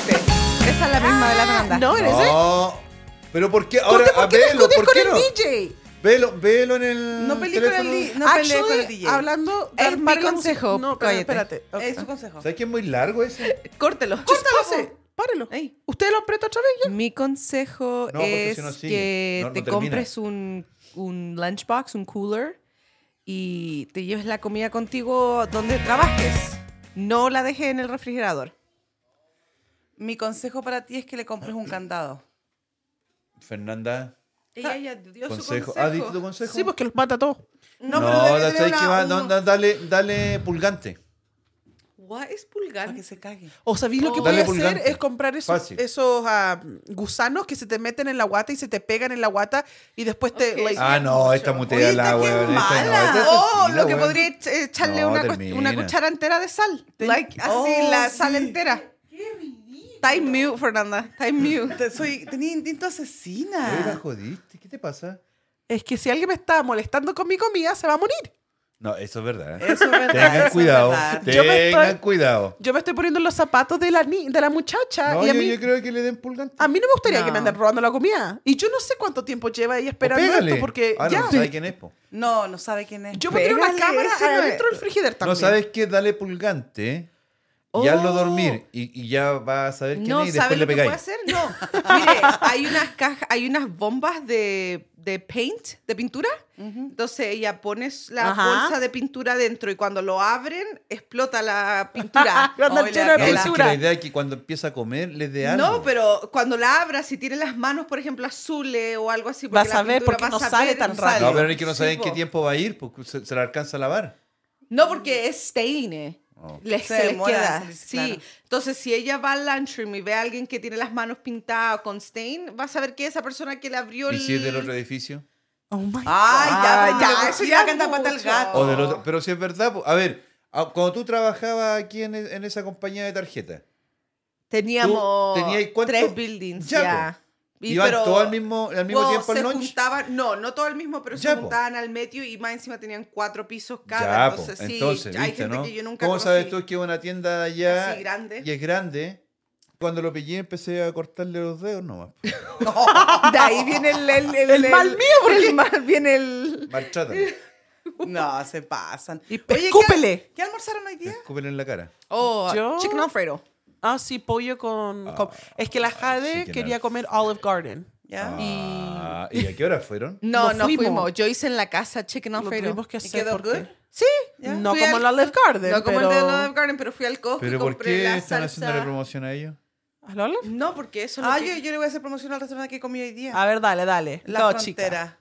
A: Esa es la misma de la Fernanda.
D: No, eres él.
C: Ah, No. Pero ¿por qué? Ahora,
D: Cute,
C: a
D: ¿por qué
C: velo,
D: discutes
C: ¿por
D: con
C: qué
D: el
C: no?
D: DJ?
C: Velo, velo en el
B: No pelees con el
C: Mm. teléfono.
B: di- No pelees
D: Actually,
B: con el DJ.
D: Hablando
A: Es
D: dar
A: mi
D: marca
A: consejo,
D: musical- No, pero
A: cállate.
D: espérate. Ok.
B: Es su consejo.
C: ¿Sabes que es muy largo ese?
A: Córtelo.
D: Pase,
A: Córtalo.
D: Párelo.
A: Ahí.
D: ¿Usted lo aprieta otra vez?
A: Mi consejo
C: No, porque
A: es
C: si no sigue.
A: que
C: No, no
A: te
C: termina.
A: compres un, un lunchbox, un cooler, y te lleves la comida contigo donde trabajes. No la dejes en el refrigerador.
B: Mi consejo para ti es que le compres un candado.
C: Fernanda,
A: Ella ya dio
C: consejo. ¿Has dicho tu consejo?
D: Sí, pues, porque los mata a todos.
C: No,
B: debería
C: la-
B: tener
C: ¿sabes
B: una-
C: qué más?
B: un-
C: No, no, dale, dale pulgante.
A: Guau, es
B: Para que
A: pulgante.
B: se cague.
D: O sabéis lo que
C: Oh.
D: puedes
C: Dale
D: hacer
C: pulgante.
D: es comprar esos,
C: Fácil.
D: esos ah, gusanos que se te meten en la guata y se te pegan en la guata y después te.
A: Ok.
D: like,
C: Ah, no, esta
B: Oye,
C: mutea
B: esta
C: la
B: qué
C: weón. Esta no,
B: mala.
C: esta es
A: Oh,
C: asesina,
A: lo que
C: weón.
A: podría ech-
D: e-,
A: echarle
C: No,
A: una, cos-
C: termina.
A: una cuchara entera de sal. Like, así,
B: Oh,
A: la
B: sí.
A: sal entera.
B: Qué ridículo.
A: Time mute, Fernanda. Time mute.
B: Te- Soy, tenía instinto
C: Oye, la
B: asesina.
C: jodiste, ¿qué te pasa?
D: Es que si alguien me está molestando con mi comida, se va a morir.
C: No, eso es verdad. ¿eh?
B: Eso es verdad. eso
C: Tengan
B: es
C: cuidado.
B: verdad.
D: Yo me estoy-
C: Tengan cuidado.
D: Yo me estoy poniendo en los zapatos de la, ni- de la muchacha
C: No,
D: Ah, y a
C: yo,
D: mí, Ah,
C: yo creo que le den pulgante.
D: a mí no me gustaría que
A: No.
D: me anden robando la comida. Y yo no sé cuánto tiempo lleva ella esperando
C: O pégale.
D: esto porque
C: Ahora
D: ya.
C: no sabes quién es, po.
B: No, no sabe quién es.
D: Yo pondría una
A: Pégale,
D: cámara
A: ese no es-
D: adentro del frigider también.
C: No sabes qué, dale pulgante y hazlo
A: Oh.
C: dormir. Y, y ya va a saber quién
A: No,
C: es y
A: ¿sabe
C: después
A: lo
C: le
A: que puede
C: pegáis.
A: hacer? No. Mire, hay unas cajas, hay unas bombas de, de paint, de pintura. Entonces ella pones la
D: Ajá.
A: bolsa de pintura dentro y cuando lo abren, explota la pintura.
D: Lo andan
B: Oye,
D: lleno
C: No,
D: de
B: la-
C: si es que
D: pintura.
C: la idea es que cuando empieza a comer le dé algo.
A: No, pero cuando la abras, si tiene las manos, por ejemplo, azules o algo así,
D: Vas
A: la
D: a ver
A: pintura
D: porque
A: vas
D: no
A: a
D: sale
A: ver,
D: tan
A: sale.
C: No, pero es que no
A: Sí,
C: saben qué
A: po.
C: tiempo va a ir, porque se, se la alcanza a lavar.
A: No, porque es stain. eh. Les,
B: Se
A: se, les
B: demora en
A: queda.
B: salirse,
A: sí.
B: claro.
A: Entonces, si ella va al lunchroom y ve a alguien que tiene las manos pintadas con stain, va a saber que esa persona que le abrió
C: ¿Y si es del otro
A: el...
C: edificio?
D: Oh my
B: Ay, ya,
A: Ay,
B: pero
A: ya,
B: le voy
A: eso
B: a decir
A: ya
B: a canta pata al
A: mucho.
B: gato.
C: O del otro. Pero si es verdad, po. a ver, a- cuando tú trabajabas aquí en, en esa compañía de tarjetas,
A: Teníamos
C: ¿Tú tenías cuánto?
A: tres buildings
C: Ya,
A: ya.
C: po. ¿iban todos al mismo, al mismo
A: Wow,
C: tiempo
A: se
C: al lunch?
A: juntaban, no, no todo el mismo, pero
C: Ya,
A: se
C: po.
A: juntaban al medio y más encima tenían cuatro pisos cada.
C: Ya, po.
A: entonces, sí,
C: entonces,
A: hay
C: viste,
A: gente
C: ¿no?
A: que yo nunca
C: ¿Cómo
A: conocí.
C: sabes tú que es una tienda allá
A: Así grande.
C: y es grande? Cuando lo pillé empecé a cortarle los dedos nomás. pues, po.
A: De ahí viene el, el, el,
D: El mal mío,
A: porque el mal viene el.
C: Maltrátalo,
B: No, se pasan.
D: Y
B: ¿qué-
D: escúpele.
B: ¿qué, almorzaron hoy día?
C: escúpele en la cara.
A: Oh,
D: Yo-
A: chicken Alfredo.
D: Ah, sí, pollo con... con- Es Ah, que la Jade
C: chicken
D: quería
C: Alfredo.
D: comer Olive Garden.
B: ¿Ya?
C: Ah, ¿Y a qué hora fueron?
A: No,
D: No
A: no,
D: fuimos.
A: fuimos. Yo hice en la casa chicken
D: Lo
A: Alfredo.
D: tuvimos
B: ¿Y
D: que hacer
B: quedó
D: porque-
B: good?
A: Sí,
B: Ya.
D: No
A: Fui
D: como
A: al-
D: el Olive Garden,
A: No como
D: pero...
A: el de Olive Garden, pero fui al Costco y
C: ¿Pero por
A: compré
C: qué
A: la
C: están
A: salsa.
C: haciendo la promoción a ellos?
D: ¿Al Olive?
A: no, porque eso es lo
B: Ah,
A: que-
B: yo, yo le voy a hacer promoción al restaurante que comí hoy día.
D: A ver, dale, dale.
B: La
D: Go, Ah, chica.
B: Frontera.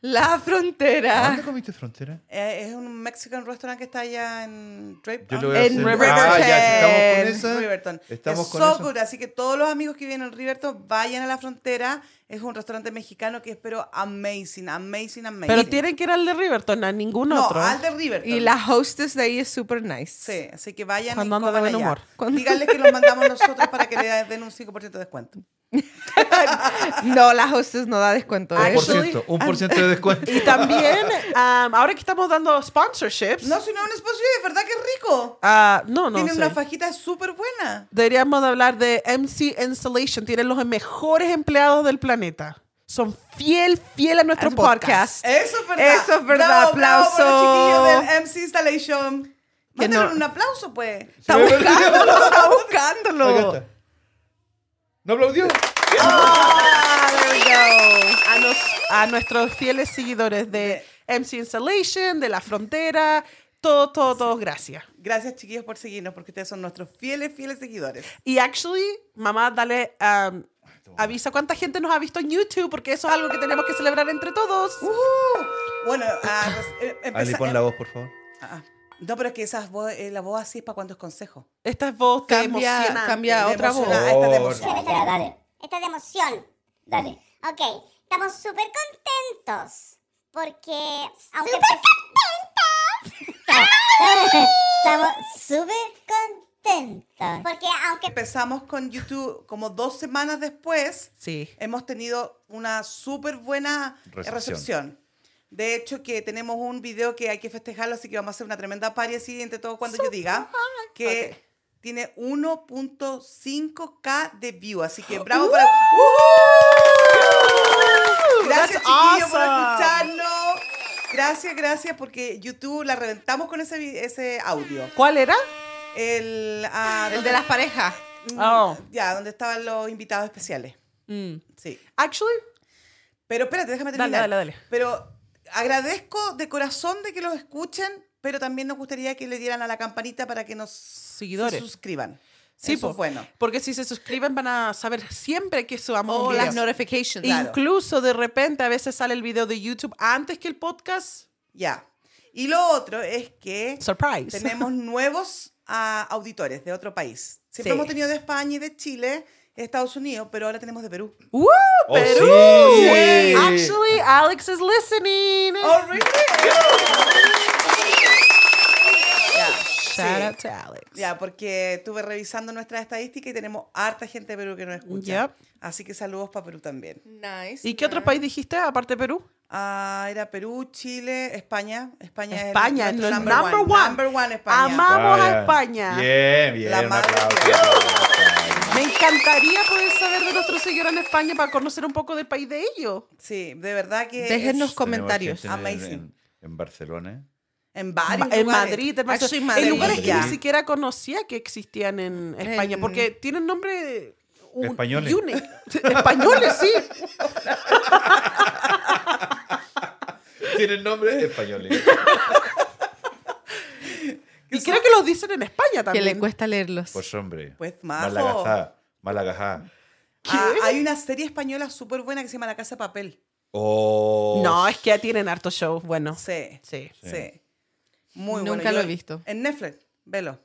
A: La
C: ¿Dónde
A: frontera.
C: comiste frontera?
B: Eh, es un Mexican restaurant que está allá en Drape.
C: Yo
B: ah,
C: le voy
B: no,
C: a
A: En
C: hacer...
A: Riverton.
C: Ah, ya, si estamos con esa.
B: Riverton.
C: Estamos
B: es
C: con
B: so
C: esa.
B: good, así que todos los amigos que vienen en Riverton vayan a la frontera. Es un restaurante mexicano que espero amazing, amazing, amazing.
D: Pero tienen que ir al de Riverton, a ningún
B: no,
D: otro.
B: al de Riverton.
A: Y la hostess de ahí es super nice.
B: Sí, así que vayan
D: Cuando
B: y
D: anda de
B: coman
D: buen
B: allá.
D: humor.
A: Cuando-
B: Díganles que los mandamos nosotros para que le den un 5% de descuento.
A: No, la hostess no da descuento.
D: Ah,
A: ¿eh?
C: Un por ciento, un por ciento de descuento.
D: Y también, um, ahora que estamos dando sponsorships...
B: No, si no es un espacio de verdad que es rico.
D: ah, no, no
B: Tienen
D: sé.
B: una fajita súper buena.
D: Deberíamos de hablar de MC Installation. Tienen los mejores empleados del planeta. Son fiel, fiel a nuestro
A: Al
D: podcast.
A: podcast.
B: Eso es verdad.
A: Eso es verdad,
B: Bravo, bravo por los
A: aplauso.
B: chiquillos del MC Installation.
A: Que
B: Mándenle
A: no-
B: un aplauso, pues.
A: Está buscándolo, está buscándolo.
C: Acá está. ¿No aplaudió?
B: Ah, there we go.
D: A, nos- a nuestros fieles seguidores de MC Installation, de La Frontera. Todo, todo, todo, gracias.
B: Gracias, chiquillos, por seguirnos, porque ustedes son nuestros fieles, fieles seguidores.
D: Y actually, mamá, dale, um, avisa cuánta gente nos ha visto en YouTube, porque eso es algo que tenemos que celebrar entre todos.
B: Bueno, ah, pues, eh,
C: Ali,
B: empeza-
C: pon la voz, por favor.
B: Ah, no, pero es que esas voz, eh, la voz así es para cuando es consejo.
D: Esta es voz de
A: Cambia-
D: emocionante.
A: cambia
D: de
A: otra voz.
B: emocionada, esta es de
C: Por
B: emoción.
E: Pero dale. Esta es de emoción. Dale. Ok, estamos súper contentos. Porque. ¡Súper contentos! estamos súper contentos. Porque aunque
B: Empezamos con YouTube como dos semanas después.
D: Sí.
B: Hemos tenido una súper buena eh,
C: Recepción.
B: recepción. De hecho, que tenemos un video que hay que festejarlo, así que vamos a hacer una tremenda party así entre todos cuando yo diga. Que tiene 1.5K de view. Así que bravo para. ¡Uh! Gracias,
D: That's
B: chiquillos, por
D: awesome.
B: escucharlo. Gracias, gracias, porque YouTube la reventamos con ese, vi- ese audio.
D: ¿Cuál era?
B: El, ah,
A: El
B: donde-
A: de las parejas.
D: Oh.
B: Ya, donde estaban los invitados especiales. Sí.
D: Actually,
B: Pero espérate, déjame
D: Dale,
B: terminar.
D: dale, dale.
B: Pero agradezco de corazón de que los escuchen pero también nos gustaría que le dieran a la campanita para que nos
D: Seguidores.
B: se suscriban.
D: Sí,
B: Eso
D: pues
B: es bueno.
D: Porque si se suscriben van a saber siempre que subamos
A: O
D: un video.
A: las notifications.
B: Claro.
D: Incluso de repente a veces sale el video de YouTube antes que el podcast.
B: Ya. Y lo otro es que
D: Surprise.
B: tenemos nuevos ah, auditores de otro país. Siempre
A: Sí.
B: hemos tenido de España y de Chile, Estados Unidos, pero ahora tenemos de Perú.
D: ¡Uh!
C: Oh,
D: Perú.
C: sí.
D: Yay. Actually, Alex is listening.
B: Oh, Ya,
D: Shout
B: sí.
D: out to Alex.
B: Ya, porque estuve revisando nuestra estadística y tenemos harta gente de Perú que nos escucha.
D: Yep.
B: Así que saludos para Perú también.
A: Nice.
D: ¿Y qué otro país dijiste aparte de Perú?
B: Ah, era Perú, Chile, España. España, es el-
D: España,
B: nuestro
D: lo number one.
B: Number one, España.
D: Ama- Vamos a
C: ya.
D: España.
C: Bien, bien.
B: La
C: un
B: madre
C: aplauso,
B: que-
C: un aplauso.
D: Me encantaría poder saber de nuestro señor en España para conocer un poco del país de ellos.
B: Sí, de verdad que.
A: Déjenos
B: es-
A: con- Comentarios.
C: Tenemos gente En,
B: Amazing.
C: en- en Barcelona.
B: En varios.
D: en
B: lugares. Ah,
D: Madrid, en, Barcelona.
B: Actually,
D: En
B: Madrid.
D: lugares que
C: Madrid.
D: ni siquiera conocía que existían en España,
A: En-
D: porque tienen nombre un-
C: Españoles.
D: unique. Españoles, sí.
C: Tienen nombre español.
D: Y creo que los dicen en España
A: que
D: también.
A: le cuesta leerlos.
C: Pues hombre.
B: Pues majo.
C: Malagajá. Malagajá.
B: Ah, hay una serie española súper buena que se llama La Casa de Papel.
C: Oh.
D: No, es que ya tienen harto show, bueno.
B: Sí.
D: Sí.
B: Sí.
C: Sí.
B: Muy
A: Nunca
B: bueno.
A: lo
B: Yo-
A: he visto.
B: En Netflix, velo.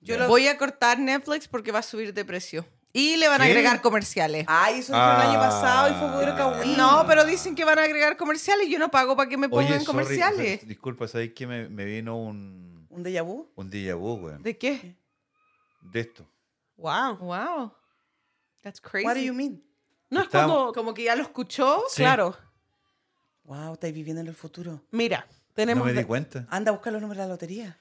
B: Yo lo.
A: Voy a cortar Netflix porque va a subir de precio. Y le van a
C: ¿Qué?
A: agregar comerciales.
B: Ay, eso fue el año
C: Ah.
B: pasado y fue puro cagüín.
A: No, pero dicen que van a agregar comerciales. Yo no pago para que me
C: Oye,
A: pongan
C: sorry,
A: comerciales.
C: s- disculpa, ¿sabes que me, me vino un,
B: ¿Un déjà vu?
C: un déjà vu, güey? De,
A: ¿De qué?
C: esto.
D: Wow.
A: Wow. That's crazy.
B: What do you mean?
D: No es
C: Estamos-
D: cuando.
A: Como que ya lo escuchó.
C: Sí.
D: Claro.
B: Wow, estáis viviendo en el futuro.
D: Mira,
C: No
D: tenemos.
C: me di
D: de-
C: cuenta.
B: Anda a buscar los números de la lotería.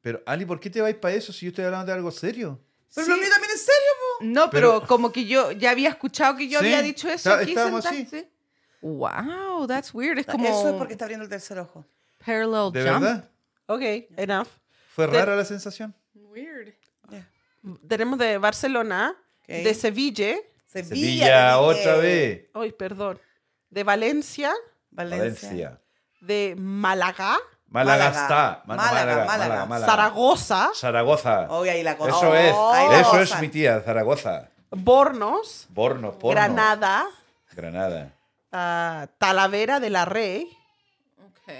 C: Pero, Ali, ¿por qué te vais para eso si yo estoy hablando de algo serio?
B: Pero
A: Sí.
B: lo mío también es serio, po.
A: No, pero,
C: Pero-
A: como que yo ya había escuchado que yo
C: Sí,
A: había dicho eso.
C: está-
A: aquí
C: estábamos
A: sentada,
C: así.
A: sí. Wow, that's weird. Es como
B: Eso es porque está abriendo el tercer ojo.
A: parallel
C: ¿De
A: jump.
C: verdad?
D: ok, enough.
C: ¿Fue
D: Te-
C: rara la sensación?
A: Weird.
B: Ya.
D: Tenemos de Barcelona,
B: Ok.
D: de Sevilla.
B: Sevilla,
C: Sevilla,
B: dije.
C: otra vez.
D: Ay, perdón. De Valencia,
B: Valencia.
C: Valencia.
D: de Málaga,
C: Malagastá.
B: Málaga,
C: Ma-
B: Málaga, Málaga.
D: Zaragoza,
C: Zaragoza.
B: Oh, y ahí la cosa.
C: Eso es.
B: Ahí la
C: Eso es
B: gozan.
C: mi tía, Zaragoza.
D: Bornos,
C: Borno, porno.
D: Granada,
C: Granada.
D: ah, Talavera de la Rey,
A: Ok.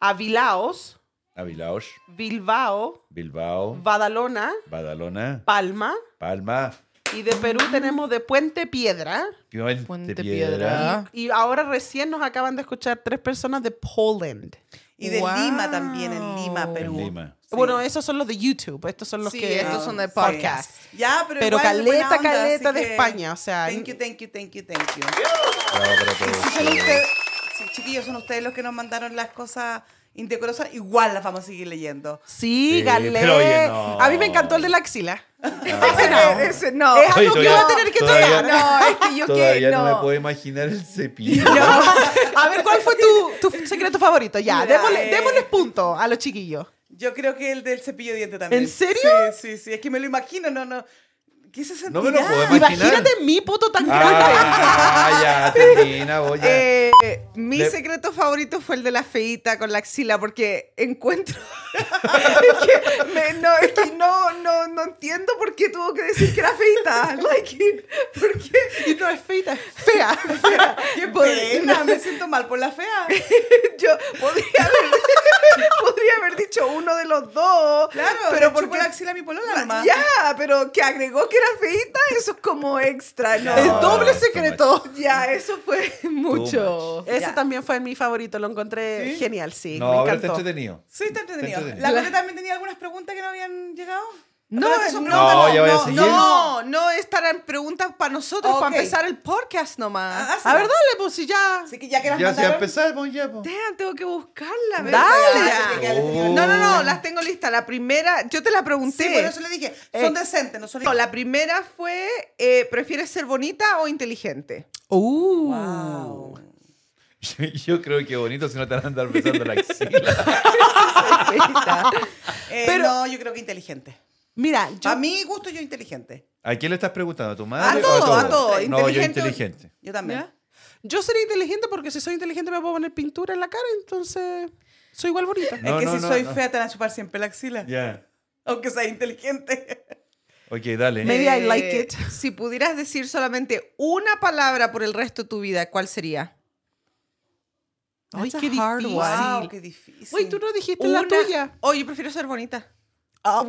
D: Avilaos,
C: Avilaos,
D: Bilbao,
C: Bilbao,
D: Badalona,
C: Badalona,
D: Palma.
C: Palma,
D: Y de Perú tenemos de Puente Piedra.
C: Puente,
A: Puente
C: Piedra.
A: Piedra.
D: Y ahora recién nos acaban de escuchar tres personas de Poland.
B: Y de
A: Wow.
B: Lima también, en Lima, Perú.
C: En Lima.
B: Sí.
D: Bueno, esos son los de YouTube. Estos son los
A: Sí,
D: que.
A: estos son de
D: Sí.
A: podcast.
B: Pues, Ya, pero,
D: Pero
B: igual, buena
D: caleta,
B: onda,
D: caleta
B: así
D: de
B: que-
D: España, o sea,
B: Thank you, thank you, thank you, thank you.
C: Bravo para todos
B: Si son
C: ustedes.
B: ustedes, si, chiquillos, son ustedes los que nos mandaron las cosas indecorosas, igual las vamos a seguir leyendo.
D: Sí,
C: Sí,
D: Galé.
C: pero oye, no.
D: A mí me encantó el de la axila.
A: Ese, ese no.
D: Es algo que
C: Ah. todavía-
D: voy a tener que
C: todavía-
D: tocar.
A: No, es que yo
C: Todavía
A: que
C: no.
A: no.
C: me puedo imaginar el cepillo.
D: A ver, ¿cuál fue tu, tu secreto favorito? Ya,
B: Mira,
D: démosle,
B: eh.
D: démosles punto a los chiquillos.
B: Yo creo que el del cepillo de dientes también.
D: ¿En serio?
B: Sí, sí, sí. Es que me lo imagino, no, no. ¿Qué se sentirá?
C: No me lo puedo imaginar.
D: Imagínate mi puto tan grande.
C: Ah, ya, termina, voy a...
A: Eh, mi
C: Le-
A: secreto favorito fue el de la feita con la axila porque encuentro Es que me- no es que no no no entiendo por qué tuvo que decir que era feita like porque
D: No es feita, es fea. fea.
B: Qué
A: Por-
B: pena, me siento mal por la fea.
A: yo podría haber, podría haber dicho uno de los dos
B: Claro,
A: pero
B: pero por
A: porque
B: la axila a mi polola nomás.
A: ya pero que agregó que era feita eso es como extra no
D: El
C: No,
D: doble
C: too
D: secreto.
A: ya eso fue mucho
D: Ese
B: Ya.
D: también fue mi favorito, lo encontré genial, sí.
C: No,
D: me
C: ahora está
D: encantó.
C: entretenido.
B: Sí, está entretenido.
C: entretenido.
B: La Cole también tenía algunas preguntas que no habían llegado.
A: No,
B: Acuérdate,
A: es-
B: son
A: no,
B: preguntas-
C: no, ya voy a
B: no,
C: seguir.
B: no.
A: No, no estarán preguntas para nosotros,
B: Ok.
A: para empezar el podcast nomás.
B: Ah, sí.
D: A ver, dale, pues si ya.
B: Así que ya que las
C: Ya, ya
B: mandaron,
C: empezamos, ya. po.
A: Damn, tengo que buscarla. a ver.
D: Dale.
B: Ya, ya, ya.
C: Oh.
A: No, no, no, las tengo listas. La primera, yo te la pregunté.
B: Sí, por eso le dije, son decentes, no son...
A: No, la primera fue, eh, ¿prefieres ser bonita o inteligente?
D: Uh.
B: Wow.
C: Yo, yo creo que bonito si no te van a andar besando la axila.
B: Eh,
D: Pero-
B: No, yo creo que inteligente.
D: Mira, yo
B: A mi gusto, yo inteligente.
C: ¿A quién le estás preguntando? ¿A tu madre?
A: A
C: o
A: todo, a
C: todos?
A: todo.
C: No, yo
A: Inteligente o-
C: inteligente.
B: Yo también.
A: ¿Ya?
D: Yo sería inteligente porque si soy inteligente me puedo poner pintura en la cara, entonces... Soy igual bonita.
C: No,
B: es que
C: no,
B: si
C: no,
B: soy
C: no.
B: fea, te van a chupar siempre la axila.
C: Ya.
B: Aunque sea inteligente.
C: Ok, dale.
D: Me- Maybe I like
A: Eh,
D: it.
A: Si pudieras decir solamente una palabra por el resto de tu vida, ¿cuál sería?
D: Ay,
A: That's a
D: qué
A: hard
D: difícil.
A: one.
B: Wow, qué difícil.
D: Güey, tú no dijiste
A: Una-
D: la tuya.
A: Oh, yo prefiero ser bonita.
B: Ah,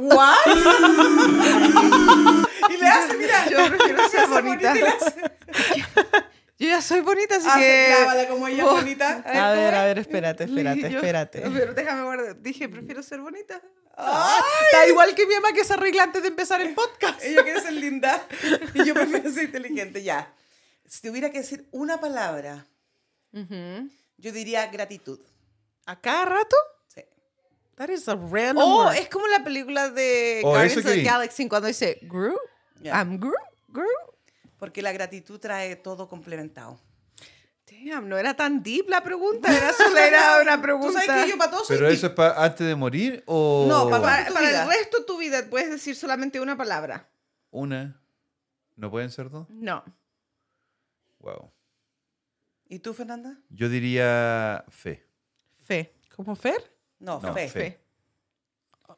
B: what? y le hace, mira.
A: Yo prefiero
B: le
A: ser
B: hace bonita
A: bonita.
B: y le hace-
A: Yo ya soy bonita,
F: Ah,
A: así
B: hace-
A: que...
B: Lávala como ella
A: Oh.
B: bonita. A ver,
F: A
B: ¿cómo
F: ver,
B: es?
F: a ver, espérate, espérate,
A: Yo-
F: espérate.
A: Pero déjame guardar. Dije, prefiero ser bonita.
D: Está igual que mi mamá que se arregla antes de empezar el podcast.
B: Ella quiere ser linda y yo prefiero ser inteligente, ya. Si tuviera que decir una palabra, yo diría gratitud.
D: ¿A cada rato?
B: Sí.
D: That is a random
A: Oh,
D: word.
A: es como la película de
C: Oh,
A: Guardians
C: eso
A: of the
C: quería.
A: Galaxy cuando dice Groot.
B: Ya.
A: I'm Groot. Groot.
B: Porque la gratitud trae todo complementado.
A: Damn, no era tan deep la pregunta, era solo era una
B: ¿Tú
A: pregunta.
B: sabes que yo para todos soy
C: ¿Pero
B: tic.
C: eso es para antes de morir o...?
B: No,
A: para,
B: tu
A: para
B: vida.
A: el resto de tu vida puedes decir solamente una palabra.
C: Una. ¿No pueden ser dos?
A: No.
C: Wow.
B: ¿Y tú, Fernanda?
C: Yo diría fe.
A: Fe.
D: ¿Cómo Fer?
B: No,
C: No,
B: fe.
C: fe.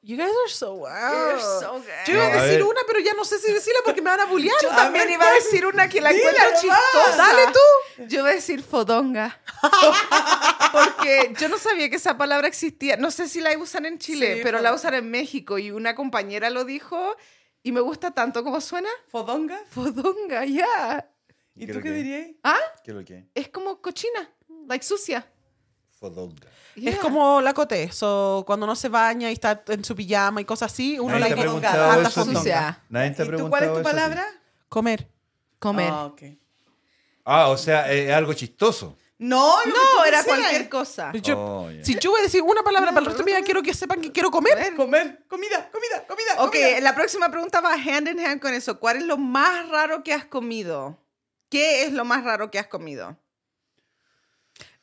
D: You guys are so wow. Yo
C: No,
D: iba a
C: a
D: decir
C: ver.
D: una, pero ya no sé si decirla porque me van a bullear.
A: Yo también iba a decir una que la encuentro chistosa.
D: Dale
A: tú. Yo iba a decir fodonga. Porque yo no sabía que esa palabra existía. No sé si la usan en Chile,
B: Sí,
A: pero
B: fodonga.
A: la usan en México. Y una compañera lo dijo y me gusta tanto como suena.
B: ¿Fodonga?
A: Fodonga, ya.
B: ¿Y
C: Creo
B: tú qué
C: que-
B: dirías?
A: ¿Ah?
C: ¿Qué es lo que es?
A: Es como cochina, like sucia.
C: Fodonga.
A: Yeah.
D: Es como la cote. So, cuando no se baña y está en su pijama y cosas así, uno
C: Nadie
D: la
C: te ha
B: dijo fodonga.
C: preguntado
D: Harta
C: eso a ti.
A: fodonga.
C: Nadie te ha
B: ¿Y tú cuál
C: preguntado
B: es tu
C: eso a ti.
B: palabra?
D: comer.
A: comer.
B: Ah, ok.
C: Ah, o sea, es algo chistoso.
B: No, lo que tú
A: no, era
B: quisieras.
A: cualquier cosa.
D: Pues yo-
C: Oh, ya.
D: Si yo voy a decir una palabra para el resto de mi vida, quiero que sepan que quiero comer.
B: Comer, comida, comida, comida.
A: Ok,
B: comida.
A: la próxima pregunta va hand in hand con eso. ¿Cuál es lo más raro que has comido? ¿Qué es lo más raro que has comido?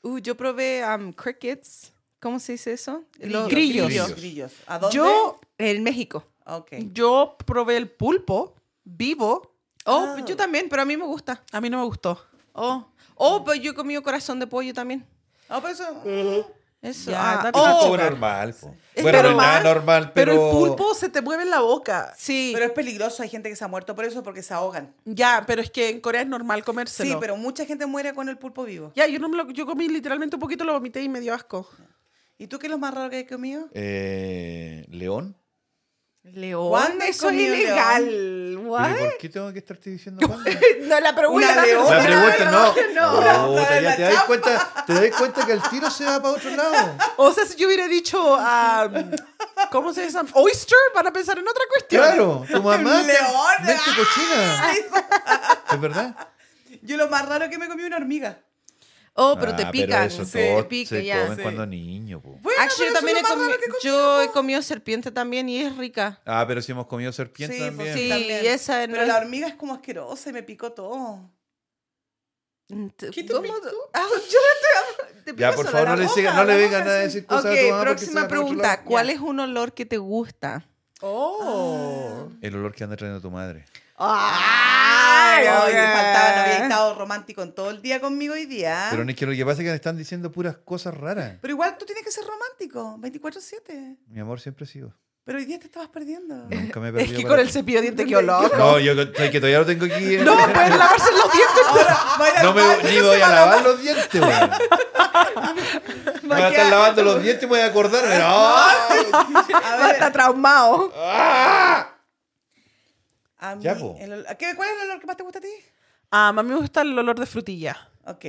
A: Uh, yo probé um, crickets. ¿Cómo se dice eso? Los-
D: Grillos.
C: Grillos.
B: Grillos. ¿A dónde?
D: Yo,
A: En México.
B: Ok.
D: yo probé el pulpo vivo.
A: Oh,
B: Ah.
A: yo también, pero a mí me gusta.
D: A mí no me gustó.
A: Oh, oh pero yo he comido corazón de pollo también.
B: No, pero eso...
A: Eso.
D: Ya,
A: ah,
D: that's
A: oh,
C: Es
D: not Oh.
C: como normal. po.
A: Es
C: Bueno, no es nada
A: normal,
C: normal, pero...
D: Pero, el pulpo se te mueve en la boca.
A: sí.
B: Pero es peligroso, hay gente que se ha muerto por eso porque se ahogan.
D: Ya, pero es que en Corea es normal comérselo.
B: Sí, pero mucha gente muere con el pulpo vivo.
D: Ya, yo, no me lo- yo comí literalmente un poquito, lo vomité y me dio asco.
B: ¿Y tú qué es lo más raro que has comido?
C: Eh, ¿León?
A: León,
B: ¿Cuándo
A: eso es
B: comí un
A: ilegal.
C: ¿Pero
A: What?
C: y por qué tengo que estarte diciendo cuándo?
A: No, la pregunta.
B: Una leona.
C: La pregunta no.
A: no.
C: Puta,
B: Una-
C: ya
B: la
C: te das
B: chapa.
C: cuenta, te das cuenta que el tiro se va para otro lado.
D: O sea, si yo hubiera dicho, um, ¿cómo se dice? Oyster, van a pensar en otra cuestión.
C: Claro, tu mamá.
B: Un león.
C: Ven tu cochina. Es verdad.
B: Yo lo más raro que me comí una hormiga.
A: Oh, pero te
C: Ah,
A: pican.
C: eso
A: te
C: todos
A: pica,
C: se
A: ya.
C: comen
B: sí.
C: cuando niño, po.
B: Bueno,
A: Actually, yo
B: pero eso
A: también
B: es
A: he
B: lo más
A: comido,
B: raro que he
A: yo he comido serpiente también y es rica.
C: Ah, pero si hemos comido serpiente
B: Sí, pues
C: también.
A: sí.
B: también.
A: y esa no
B: Pero
A: es-
B: la hormiga es como asquerosa y me picó todo. ¿Qué te
A: Mm, ¿Cómo?
B: picó?
A: Ah, yo no te- te
C: Ya,
A: pico
C: por
A: sola
C: favor, no
A: la
C: le,
A: boca.
C: siga- no le
B: la
C: vengan
B: boca,
C: a
B: sí.
C: decir cosas a tu
A: Ok,
C: mamá porque se va
A: próxima
C: para otro
A: pregunta.
C: lado.
A: ¿Cuál
B: Ya.
A: es un olor que te gusta?
D: Oh.
C: El olor que anda trayendo tu madre.
A: Ay,
B: Ay, me
A: oye.
B: faltaba, no había estado romántico en todo el día conmigo hoy día.
C: Pero
B: Pero,
C: no es que lo que pasa es que están diciendo puras cosas raras.
B: igual tú tienes que ser romántico, 24-7.
C: Mi amor siempre sigo.
B: Pero hoy día te estabas perdiendo.
C: Nunca me he
D: Es
C: perdido.
D: que
C: para
D: con el
C: ti.
D: cepillo de dientes quedó loco.
C: No, yo sé que todavía lo tengo aquí. eh.
D: No, pueden lavarse los dientes.
B: Ahora, va a ir al
C: No me
B: baño
C: ni
B: esta
C: voy a
B: semana.
C: lavar los dientes, weón. Me voy a estar lavando los dientes y me voy a acordar. pero- ¡Ah!
B: A ver,
A: Está traumado.
B: a mí,
C: Ya, po.
B: el olor- ¿qué- ¿Cuál es el olor que más te gusta a ti?
D: Ah, a mí me gusta el olor de frutilla.
B: Ok.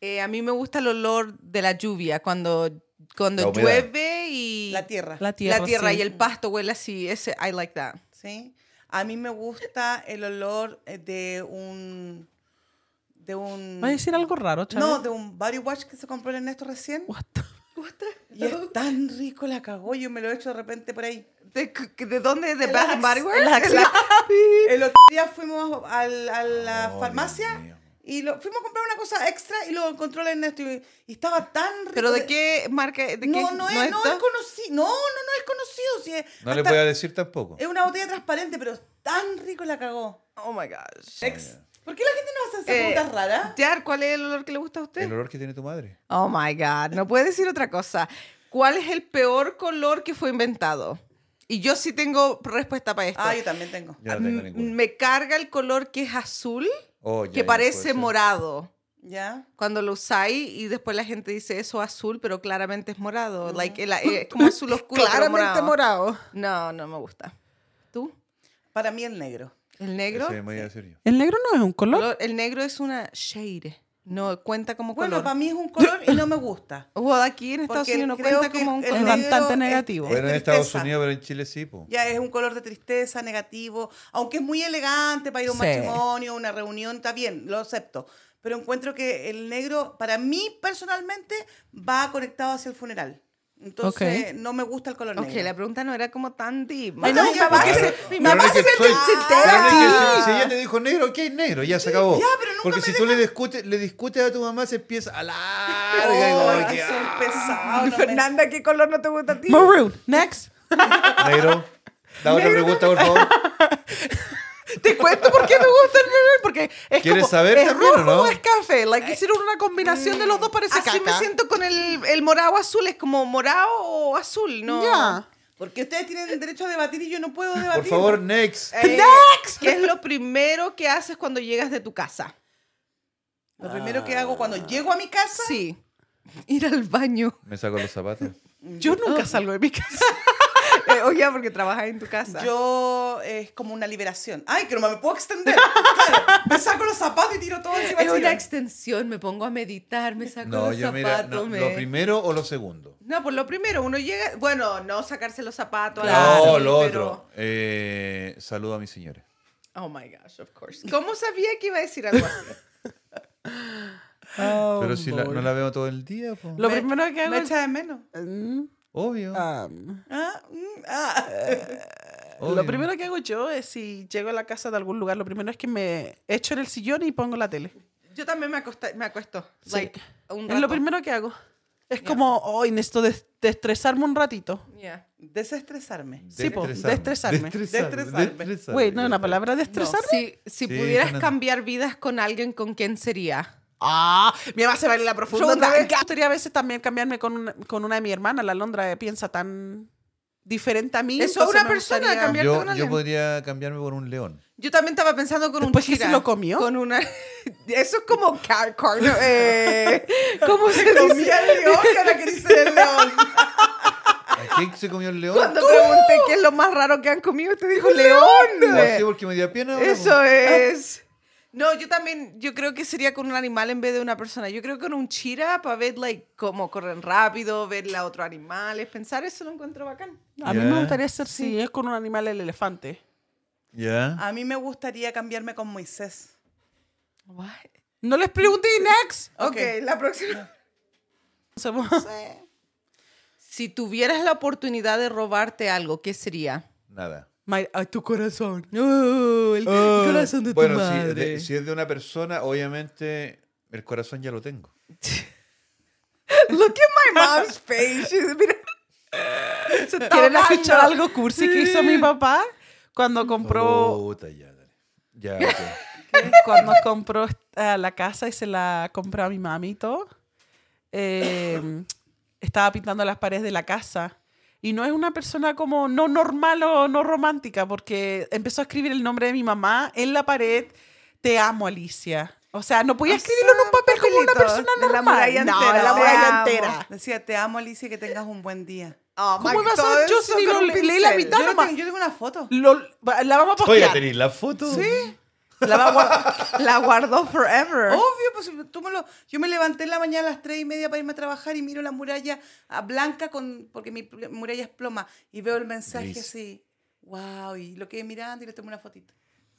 A: Eh, a mí me gusta el olor de la lluvia cuando,
C: La
A: cuando
C: humedad.
A: llueve y
B: La tierra.
D: La tierra.
A: la tierra
D: sí.
A: y el pasto huele así. Ese, I like that.
B: ¿sí? A mí me gusta el olor eh, de un... De un...
D: ¿Va a decir algo raro, Chávez?
B: No, de un body wash que se compró el Ernesto recién.
D: What the-
B: Y es tan rico la cagó, yo me lo he hecho de repente por ahí.
A: ¿De, de dónde? ¿De Bath and Body Works?
B: El otro día fuimos al- a la
C: Oh, Dios mío.
B: farmacia y lo, fuimos a comprar una cosa extra y lo encontró el Ernesto y, y estaba tan rico.
A: ¿Pero de qué marca? ¿De qué?
B: No, no es, no
A: está?
B: es conocido. No, no, no es conocido. sí es,
C: No le
B: hasta-
C: voy a decir tampoco.
B: Es una botella transparente, pero tan rico la cagó.
A: Oh my gosh.
B: Ex. ¿Por qué la gente nos hace esas
A: Eh,
B: preguntas raras?
A: Jar, ¿cuál es el olor que le gusta a usted?
C: El olor que tiene tu madre.
A: Ah, Oh my God, no puede decir otra cosa. ¿Cuál es el peor color que fue inventado? Y yo sí tengo respuesta para esto.
B: Ah, yo también tengo.
C: Yo no tengo
A: M-
C: ninguno.
A: Me carga el color que es azul,
C: Oh, ya,
A: que
C: ya, puede
A: parece
C: ser.
A: morado.
B: ¿Ya?
A: Cuando lo usáis y después la gente dice eso es azul, pero claramente es morado. Like, el- eh, como azul oscuro. pero
D: Claramente morado.
A: No, no me gusta. ¿Tú?
B: Para mí el negro.
A: ¿El negro?
C: Sí, me voy a decir yo.
D: El negro no es un color.
A: Color- el negro es una shade. No cuenta como
B: Bueno,
A: color.
B: para mí es un color y no me gusta.
A: O aquí en Estados
B: Porque
A: Unidos no
B: creo
A: cuenta
B: que
A: como un
B: el
A: color.
B: negro
D: Bastante
B: es-
D: negativo.
B: es
C: Bueno, en Estados
B: tristeza.
C: Unidos, pero en Chile sí, po.
B: Ya es un color de tristeza, negativo. Aunque es muy elegante para ir a un
A: Sí.
B: matrimonio, una reunión, está bien, lo acepto. Pero encuentro que el negro, para mí personalmente, va conectado hacia el funeral. Entonces,
D: Ok.
B: no me gusta el color
A: Ok,
B: negro.
A: la pregunta no era como tan deep.
B: Ay, no,
A: Ay,
B: ya,
A: papá,
B: porque-
A: que se-
C: Claro.
A: mi
C: Pero
A: mamá
C: no es
A: se
C: que
A: me
C: soy- Pero no es que
A: entera.
C: si- si ella te dijo negro, ok, negro, ya se acabó.
B: Ya, pero nunca
C: Porque
B: me
C: si tú le discutes, le discutes a tu mamá, se empieza a
B: Oh,
C: larga y como que,
B: eso es
C: ah,
B: pesado, no me-
A: Fernanda, ¿qué color no te gusta a ti?
D: Maroon. Next.
C: ah, Negro, da otra pregunta, por favor.
D: Te cuento por qué me gusta el maroon. Porque es
C: ¿Quieres
D: como,
C: saber
D: es
C: también o
D: rojo
C: no?
D: o es café. Like, hicieron una combinación de los dos parece
A: Así
D: Eh, ah,
A: me
D: caca.
A: siento con el, el morado azul. Es como morado o azul, ¿no?
D: Ya.
B: Porque ustedes tienen el derecho a debatir y yo no puedo debatir.
C: Por favor, next.
B: Eh,
A: Next. ¿Qué es lo primero que haces cuando llegas de tu casa?
B: Lo primero que hago cuando llego a mi casa,
A: Ah. Sí. Ir al baño.
C: Me saco los zapatos.
D: Yo nunca salgo de mi casa.
A: Eh, Oye, porque trabajas en tu casa.
B: yo es como una liberación. Ay, que no me puedo extender. Claro, me saco los zapatos y tiro todo encima
A: es
B: del
A: una
B: sillón.
A: extensión. Me pongo a meditar, me saco
C: No,
A: los
C: yo
A: zapatos.
C: mira, no,
A: me-
C: lo primero o lo segundo.
A: No, pues lo primero, uno llega, bueno, no sacarse los zapatos.
C: no,
A: algo así,
C: Oh, lo
A: pero-
C: otro. Eh, saludo a mis señores.
A: Oh my gosh, of course. ¿Cómo sabía que iba a decir algo así?
D: Oh,
C: pero si la- no la veo todo el día, po.
D: Lo primero que hago
B: Me
D: es...
B: echa de menos.
C: obvio,
B: Ah, mm, ah.
C: obvio.
D: Um, Lo primero que hago yo es si llego a la casa de algún lugar, lo primero es que me echo en el sillón y pongo la tele.
A: Yo también me, acosta- me acuesto.
D: Sí.
A: Like, un
D: Es lo
A: rato.
D: primero que hago. Es como, hoy necesito des- destresarme un ratito.
A: Yeah.
B: Desestresarme.
D: sí, po,
C: Destresarme.
D: destresarme.
C: Destresarme.
B: Destresarme.
C: destresarme.
D: Güey, no, la palabra destresarme.
A: Si, si
C: Sí,
A: pudieras
C: Fernanda.
A: cambiar vidas con alguien, ¿con quién sería?
D: Ah, mi mamá se va en la profunda.
A: Pregunta,
D: otra vez.
A: ¿qué?
D: Me gustaría a veces también cambiarme con una, con una de mi hermana. La Londra eh, piensa tan diferente a mí.
A: Eso es
D: entonces
A: una
D: me
A: persona,
D: gustaría-
A: cambiar- Cambiarte con
C: Yo,
A: alguien.
C: yo podría cambiarme por un león.
A: Yo también estaba pensando con
D: Después
A: un
D: que se
A: chira.
D: lo comió.
A: Con una... Eso es como car corner. eh, ¿Cómo se dice?
B: Comía el león, que ahora querés ser el león.
C: ¿A quién se comió el león?
A: Cuando pregunté qué es lo más raro que han comido, te dijo león.
C: No sé, porque me dio pena. ahora, po.
A: Eso es. Ah. No, yo también, yo creo que sería con un animal en vez de una persona. Yo creo que con un chira para ver like, cómo corren rápido, ver a otros animales, pensar eso lo encuentro bacán.
D: A mí
C: Ya.
D: me gustaría ser si es con un animal el elefante.
C: Ya.
B: A mí me gustaría cambiarme con Moisés.
D: No les pregunté, next.
A: ok, la próxima.
D: Somos-
A: Si tuvieras la oportunidad de robarte algo, ¿qué sería?
C: Nada.
D: My- ay, tu corazón. Oh,
A: el
C: Oh, bueno, si, es de- si es de una persona, obviamente el corazón ya lo tengo.
A: Look at my mom's face. She's- mira. Se está
D: ¿Quieren
A: ahogando.
D: escuchar algo cursi que hizo mi papá cuando compró
C: Puta, ya, dale. Ya, ok.
D: cuando compró eh, la casa y se la compró a mi mami y todo? eh, estaba pintando las paredes de la casa y no es una persona como no normal o no romántica porque empezó a escribir el nombre de mi mamá en la pared. Te amo, Alicia. O sea, no podía
A: O
D: escribirlo en un
A: sea,
D: papel como una
A: papelito
D: persona
A: de la
D: normal.
A: muralla
D: No,
A: entera.
D: la
A: Te
D: muralla
A: amo.
D: entera.
B: Decía, te amo, Alicia, que tengas un buen día.
A: Oh,
D: ¿Cómo
A: my-
D: vas a
A: todo
D: ver? Yo
A: eso
D: si
A: con
D: no
A: un
D: le- leí
A: pincel.
D: la mitad.
B: Yo,
D: Dale,
B: le
D: ma-
B: tengo, yo tengo una foto.
D: Lo- la vamos a
C: Oye,
D: postear.
C: tenéis la foto.
D: Sí.
A: La, va a guar- la guardó forever.
B: Obvio, pues tú me lo... Yo me levanté en la mañana a las tres y media para irme a trabajar y miro la muralla ah, blanca con... porque mi pl- muralla es ploma y veo el mensaje
C: Gris.
B: así. Wow, y lo quedé mirando y le tomé una fotito.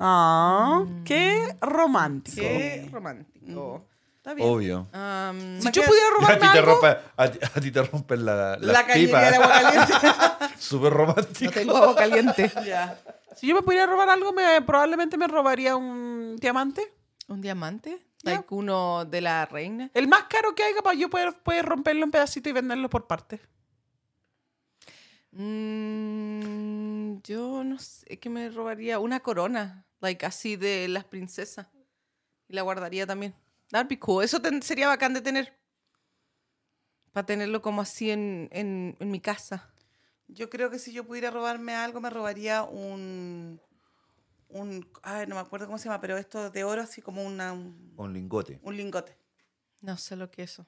D: Ah, qué romántico.
A: Qué romántico.
D: Mm.
B: Está bien. Ah.
C: Obvio.
A: Um,
D: Si yo pudiera
C: a ti
D: robarme
C: te
D: algo,
C: rompa- a ti, a ti te rompen la,
B: La,
C: las
B: cañería
C: pipas.
B: de agua caliente.
C: Súper romántico.
A: tengo agua caliente.
B: ya.
D: si yo me pudiera robar algo, me, probablemente me robaría un diamante.
A: ¿Un diamante?
D: Ya.
A: Like uno de la reina.
D: El más caro que haya para yo poder, poder romperlo en pedacitos y venderlo por partes.
A: Mm, yo no sé qué me robaría. Una corona, like así de las princesas. Y la guardaría también. That'd be cool. Eso ten- sería bacán de tener. Para tenerlo como así en, en, en mi casa.
B: Yo creo que si yo pudiera robarme algo, me robaría un. un ay, no me acuerdo cómo se llama, pero esto de oro, así como una, un,
C: Un lingote.
B: un lingote.
A: No sé lo que es eso.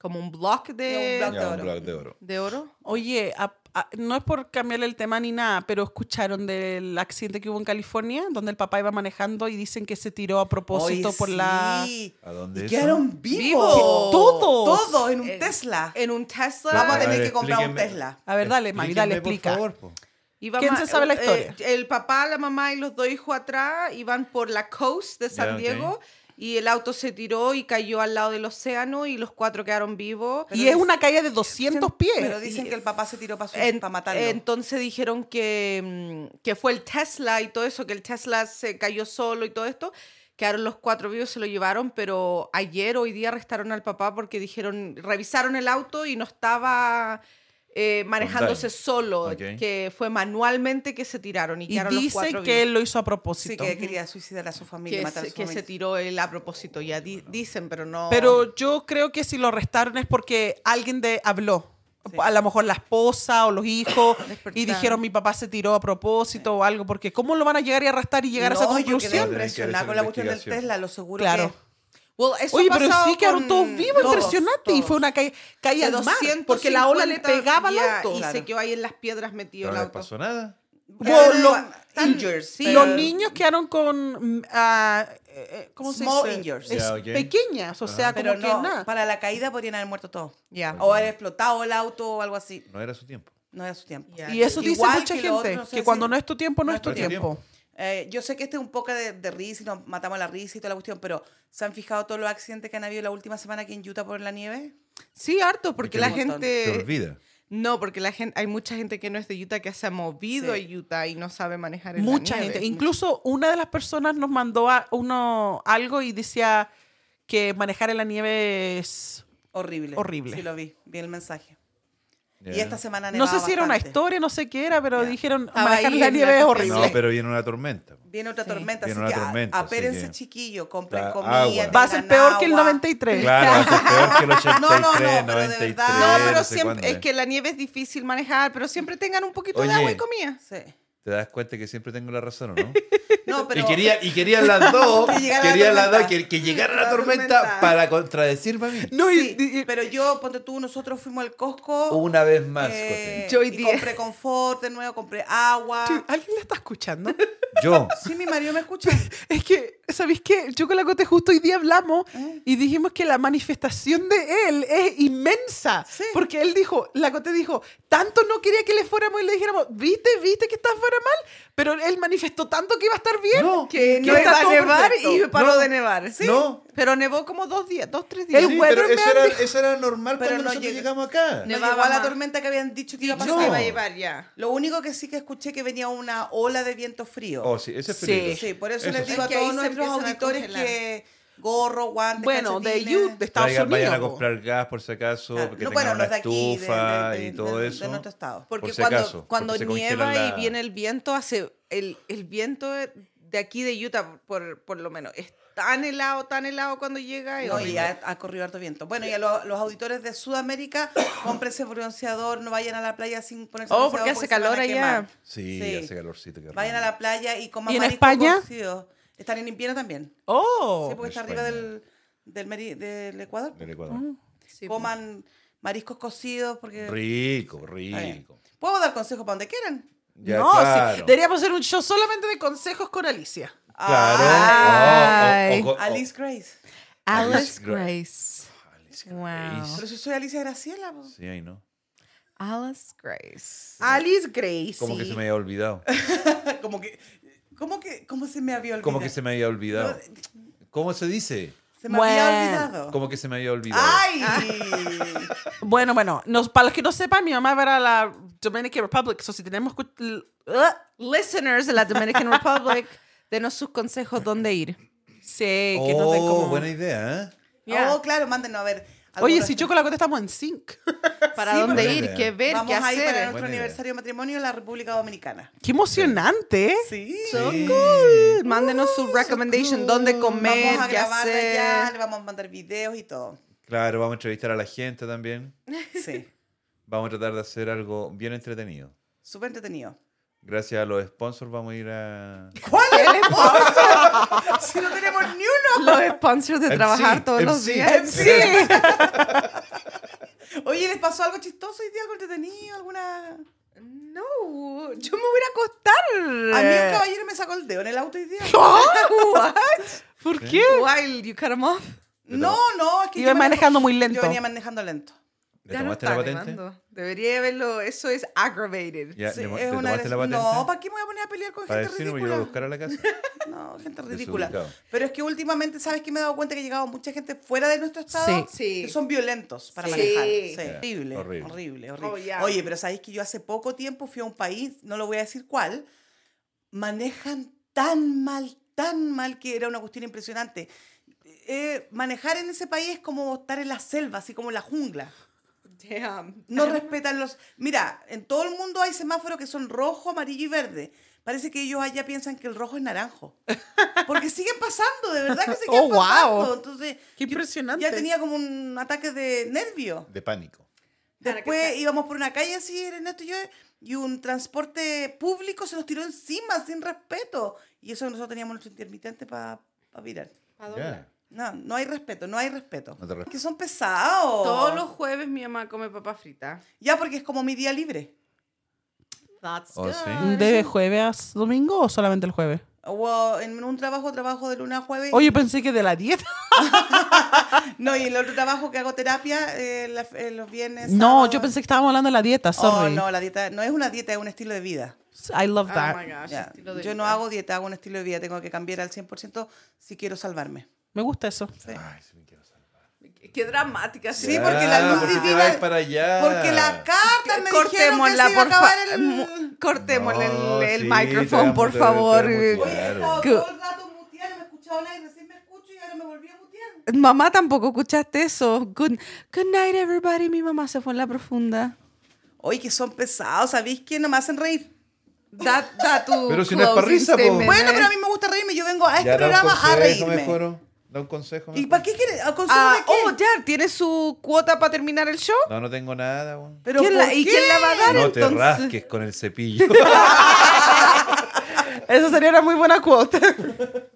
A: Como un block de,
B: Ya, un block.
C: Ya, un
B: oro.
C: bloque de oro.
A: de oro.
D: Oye, a- a- no es por cambiarle el tema ni nada, pero escucharon del accidente que hubo en California, donde el papá iba manejando y dicen que se tiró a propósito
B: Oye,
D: por la...
B: sí.
C: ¿A dónde
B: Y
C: eso?
B: quedaron vivos.
A: Vivos. Que
D: todos.
B: Todo en un
A: En-
B: Tesla.
A: En un Tesla.
B: Vamos a
C: ver,
B: tener que comprar un
C: explíquenme.
B: Tesla.
D: A ver, dale, Mari, dale,
C: Explíquenme,
D: explica.
C: Por favor, po.
A: Iba
D: ¿Quién
A: ma-
D: se sabe la
A: eh,
D: historia?
A: el papá, la mamá y los dos hijos atrás iban por la coast de San
C: Ya, ok.
A: Diego y el auto se tiró y cayó al lado del océano y los cuatro quedaron vivos.
D: Y es una calle de 200 pies.
B: Pero dicen que el papá se tiró para,
A: En-
B: matarlo.
A: Entonces dijeron que, mm, que fue el Tesla y todo eso, que el Tesla se cayó solo y todo esto. Quedaron los cuatro vivos, se lo llevaron, pero ayer, hoy día, arrestaron al papá porque dijeron, revisaron el auto y no estaba eh, manejándose
C: daño.
A: solo,
C: Ok.
A: que fue manualmente que se tiraron y,
D: y
A: quedaron los cuatro
D: dicen que
A: vivos.
D: él lo hizo a
B: sí,
D: propósito.
B: que quería suicidar a su familia,
A: que,
B: matar a
A: se,
B: su
A: que se
B: familia.
A: tiró él a propósito, ya di- dicen, pero no.
D: Pero yo creo que si lo arrestaron es porque alguien de habló. A lo mejor la esposa o los hijos y
A: Despertaron.
D: dijeron mi papá se tiró a propósito o algo, porque ¿cómo lo van a llegar y arrestar y llegar a esa
B: No, Yo quedé
D: conclusión?
B: impresionada con la cuestión del Tesla, lo seguro
D: Claro.
B: que-
A: Well, eso
D: Oye,
A: ha
D: pero
A: pasado
D: sí quedaron
A: con
D: todos vivos,
A: todos,
D: impresionante. Y
A: todos.
D: fue una calle, calle al
A: de
D: mar, porque la ola le
A: 250,
D: pegaba al
A: ya,
D: auto.
A: Y
B: Claro.
A: se quedó ahí en las piedras metido
C: Pero
A: el
C: no
A: auto.
C: pasó nada.
D: Bueno,
B: Eh,
D: lo-
B: tan-
A: injured, sí.
B: pero-
D: Los niños quedaron con. mm, ah, eh, eh, ¿Cómo se
B: Small
D: dice?
B: injuries.
D: Es-
C: Ya, ok.
D: Pequeñas, o sea, como
B: Pero
D: que
B: no,
D: nada.
B: para la caída podrían haber muerto todos.
A: Ya.
B: O haber explotado el auto o algo así.
C: No era su tiempo.
B: No era su tiempo.
A: Ya.
D: Y eso dice
B: Igual
D: mucha
B: que
D: gente,
B: lo otro, no sé
D: que
B: si-
D: cuando no es tu tiempo, no, es tu
C: es tu
D: tiempo.
C: tiempo.
B: Eh, yo sé que este es un poco de, de risa y nos matamos la risa y toda la cuestión, pero ¿se han fijado todos los accidentes que han habido la última semana aquí en Utah por la nieve?
A: Sí, harto, porque
C: Es
A: la
C: que
B: un montón.
C: Se
A: gente...
C: olvida.
A: No, porque la gente, hay mucha gente que no es de Utah que se ha movido
B: Sí.
A: a Utah y no sabe manejar en la
D: Mucha
A: nieve.
D: gente. Incluso una de las personas nos mandó a uno algo y decía que manejar en la nieve es.
B: Horrible.
D: Horrible.
B: Sí, lo vi, vi el mensaje.
C: Ya.
B: Y esta semana ha
D: No sé
B: nevado
D: si era una
B: bastante.
D: historia, no sé qué era, pero
B: Ya.
D: dijeron
A: Estaba ahí
D: manejar en la
A: en la
D: nieve es
A: tormenta.
D: horrible.
C: No, pero viene una tormenta.
B: Viene otra tormenta,
C: Viene
B: así
C: una
B: que a-
C: tormenta, así
B: apérense,
C: que-
B: chiquillos, compren
C: Da
B: comida.
C: agua.
B: tengan
D: Va a ser peor que el
B: agua.
D: 93.
C: Claro, va a ser peor que el 83,
B: No, no, no, pero de
C: 93.
B: verdad.
A: No, pero
C: sé cuándo
A: siempre, es que la nieve es difícil manejar, pero siempre tengan un poquito de
C: Oye.
A: agua y comida.
B: Sí.
C: Te das cuenta que siempre tengo la razón, ¿o no?
B: No, pero
C: Y querían y querían las dos,
B: Que llegara la
C: querían las dos,
B: tormenta.
C: que, que llegara
A: La
C: la tormenta
A: tormenta.
C: para contradecirme a mí.
D: No, y-
B: sí,
D: y-
B: pero yo, ponte tú, nosotros fuimos al Costco.
C: Una vez más,
B: eh,
A: Yo hoy
B: y
A: día-
B: compré confort de nuevo, compré agua.
D: Che, ¿Alguien la está escuchando?
C: Cote. Yo,
B: Sí, mi marido me escucha.
D: es que, ¿sabéis qué? Yo con la Cote justo hoy día hablamos
B: Ah.
D: y dijimos que la manifestación de él es inmensa.
B: Sí.
D: Porque él dijo, la Cote dijo, tanto no quería que le fuéramos y le dijéramos, viste, viste que estás fuera mal, pero él manifestó tanto que iba a estar bien.
C: No,
A: Que
D: que
A: no
D: está
A: iba a
D: todo
A: nevar
D: perfecto.
A: y paró
C: No,
A: de nevar. Sí.
C: no.
A: Pero nevó como dos días, dos, tres días.
D: El
C: Sí,
D: weather
C: pero eso
D: man
C: era,
D: dijo-
C: eso era normal
B: Pero
C: cuando
B: no
C: nosotros
B: llega.
C: llegamos acá.
B: No
A: Nevaba
B: llegó a la
A: más.
B: tormenta que habían dicho que iba a
A: No.
B: pasar.
A: se iba a llevar ya.
B: Lo único que sí que escuché que venía una ola de viento frío.
C: Oh, sí, ese es
D: Sí.
C: peligroso.
B: Sí, por eso,
C: Eso
B: les
C: sí.
B: digo
A: Es que
B: a
A: ahí
B: todos
A: se
B: nuestros
A: empiezan a
B: auditores
A: congelar.
B: que gorro, guantes,
D: Bueno, de
B: calcetines.
D: Utah,
A: pues.
D: de Estados
C: Traigan-
D: Unidos.
C: vayan a
D: po.
C: comprar gas por si acaso,
B: Claro.
C: porque
B: No,
C: tengan
B: bueno,
C: una
B: los de aquí, de-
C: estufa
B: de-
C: y
B: de-
C: todo
B: de- de
C: eso.
B: nuestro estado.
A: Porque
C: por si
A: cuando,
C: acaso,
A: cuando
C: porque se congela
A: nieva
C: la-
A: y viene el viento, hace el, el viento de aquí de Utah, por, por lo menos, es tan helado, tan helado cuando llega.
B: No, y ha, ha corrido harto viento. Bueno, y a lo- los auditores de Sudamérica, cómprense bronceador, no vayan a la playa sin ponerse
A: Oh,
B: bronceador.
A: porque hace
B: se van a
A: calor allá.
B: quemar.
C: Sí,
B: Sí.
C: hace calorcito. qué
B: Vayan a
C: rico.
B: la playa y coman
D: ¿Y en
B: mariscos
D: España?
B: cocidos. Están en invierno también.
D: Oh,
B: sí, porque está
C: España.
B: arriba del, del, meri- del Ecuador.
C: Del Ecuador.
B: Mm.
A: Sí, pues.
B: coman mariscos cocidos porque...
C: Rico,
B: Está bien.
C: rico.
B: Puedo dar consejos para donde quieran.
C: Ya,
D: no, sí.
C: claro.
D: deberíamos hacer un show solamente de consejos con Alicia.
C: Claro.
A: Ay.
C: Oh, oh, oh, oh.
B: Alice Grace.
A: Alice
C: Alice
A: Grace.
C: Alice
A: Wow.
C: Grace.
B: Pero si soy Alicia Graciela. po.
C: oh, Sí, ahí no.
A: Alice Grace.
D: Alice Grace.
C: Como que se me había olvidado.
B: como que... ¿Cómo que cómo se me había olvidado?
C: Como que se me había olvidado. ¿Cómo se dice?
B: Se me
D: Bueno.
B: había olvidado.
C: Como que se me había olvidado.
B: ¡Ay! Ah.
D: Bueno, bueno, nos, para los que no sepan, mi mamá era la Dominican Republic, so si tenemos cu- l- ah,
A: Listeners de la Dominican Republic, denos sus consejos dónde ir.
D: sí, que nos den
C: Oh,
D: como...
C: buena idea, ¿eh?
A: Ya.
B: Oh, claro, mándenos a ver.
D: Oye,
B: algunos-
D: si yo con la Cote estamos en sync.
A: Para
B: Sí,
A: dónde
C: buena
A: ir,
C: idea.
A: qué ver,
B: Vamos
A: qué
B: a ir para
A: hacer.
B: nuestro
C: Buena idea.
B: aniversario de matrimonio en la República Dominicana.
D: Qué emocionante. ¿eh?
B: Sí.
A: So
C: Sí.
A: good. Uh, Mándenos su recommendation, dónde comer,
B: Vamos a
A: qué
B: grabar
A: hacer.
B: allá, le vamos a mandar videos y todo.
C: Claro, vamos a entrevistar a la gente también.
B: Sí.
C: Vamos a tratar de hacer algo bien entretenido.
B: Súper entretenido.
C: Gracias a los sponsors vamos a ir a...
B: ¿Cuál es el esposo? si no tenemos ni uno.
A: Los sponsors de
C: MC,
A: trabajar todos los
C: MC.
A: días.
B: Sí. Oye, ¿les pasó algo chistoso hoy día? ¿Algo entretenido? ¿Alguna...?
A: No, yo me voy a acostar.
B: A mí
D: Eh.
B: un caballero me sacó el dedo en el auto hoy día.
A: what?
D: ¿Por qué?
A: While you cut 'em off.
B: No, no, es que
D: Iba
B: yo
D: manejando muy lento.
B: Yo venía manejando lento.
C: ¿Le
A: Ya no
C: tomaste
A: está
C: la patente?
A: nevando. Debería haberlo. Eso es aggravated.
C: Ya,
B: Sí,
C: ¿le, mo-
B: es
C: le
B: una
C: tomaste
B: de-
C: la patente?
B: No, ¿para qué me voy a poner a pelear con
C: Para
B: gente
C: decirme, yo lo
B: ridícula?
C: voy a buscar a la casa.
B: No, gente ridícula.
C: Desubicado.
B: Pero es que últimamente, ¿sabes qué? Me he dado cuenta que ha llegado mucha gente fuera de nuestro estado
A: Sí. Sí.
B: que son violentos para
A: Sí.
B: manejar.
A: Sí.
B: Sí. Horrible,
C: Horrible.
B: horrible, horrible.
A: Oh, ya.
B: Oye, pero ¿sabéis que yo hace poco tiempo fui a un país, no lo voy a decir cuál, manejan tan mal, tan mal que era una cuestión impresionante. Eh, manejar en ese país es como estar en la selva, así como en la jungla.
A: Damn.
B: No respetan los... Mira, en todo el mundo hay semáforos que son rojo, amarillo y verde. Parece que ellos allá piensan que el rojo es naranjo. Porque siguen pasando, de verdad que siguen
D: Oh, wow.
B: pasando. Entonces,
D: Qué
B: yo
D: impresionante.
B: Ya tenía como un ataque de nervio.
C: De pánico.
A: Claro,
B: Después
A: que
B: íbamos por una calle así, Ernesto y yo, y un transporte público se nos tiró encima sin respeto. Y eso nosotros teníamos nuestro intermitente para virar.
C: Ya.
B: No, no hay respeto, no hay respeto.
C: No te respeto.
B: Que son pesados.
A: Todos los jueves mi mamá come papa frita.
B: Ya porque es como mi día libre.
A: That's
C: Oh,
A: good.
C: sí.
D: ¿De jueves a domingo o solamente el jueves?
B: O en un trabajo, trabajo de lunes a jueves.
D: Oye, pensé que de la dieta.
B: No, y el otro trabajo que hago terapia eh, la- eh, los viernes.
D: No,
B: sábado.
D: yo pensé que estábamos hablando de la dieta,
B: Oh,
D: sorry.
B: no, la dieta no es una dieta, es un estilo de vida.
D: I love
A: Oh
D: that.
A: my gosh.
B: Ya,
A: estilo de
B: Yo no
A: vida.
B: hago dieta, hago un estilo de vida. Tengo que cambiar al 100% si quiero salvarme.
D: Me gusta eso.
C: Ay, sí me quiero salir.
A: Qué dramática.
B: Sí, porque la luz
C: porque te
B: divina-
C: vas para allá.
B: Porque la carta me dijeron que
A: Cortémosla,
B: se iba a
A: por
B: acabar
A: fa-
B: el...
A: mu- Cortémosle
C: No,
A: el, el
C: sí,
A: micrófono,
C: te
A: por
C: amo, te-
A: favor.
C: te amo,
B: Oye, he estado
A: Que-
B: todo el rato muteada, no me escuchaba nadie, recién me escucho y ahora me volví a mutear.
A: Mamá, tampoco escuchaste eso. Good, good night, everybody. Mi mamá se fue en la profunda.
B: Oye, que son pesados, ¿sabéis que no me hacen reír?
A: Da, da tu
C: Pero si no es pa'
A: closing
C: risa, po.
A: statement,
B: Bueno,
A: eh.
B: pero a mí me gusta reírme, yo vengo a este
C: Ya, da un
B: programa a
C: consejo
B: reírme.
C: mejor, ¿o? Da un consejo
B: ¿Y
C: mejor.
B: para qué quieres? ¿A consejo
A: Ah,
B: de qué?
A: oh, ya, ¿tiene su cuota para terminar el show?
C: No, no tengo nada, weón.
B: ¿Pero
A: ¿Quién
B: por
A: la- ¿Y
B: qué?
A: quién la va a dar
C: No te
A: entonces?
C: rasques con el cepillo.
D: Esa sería una muy buena cuota.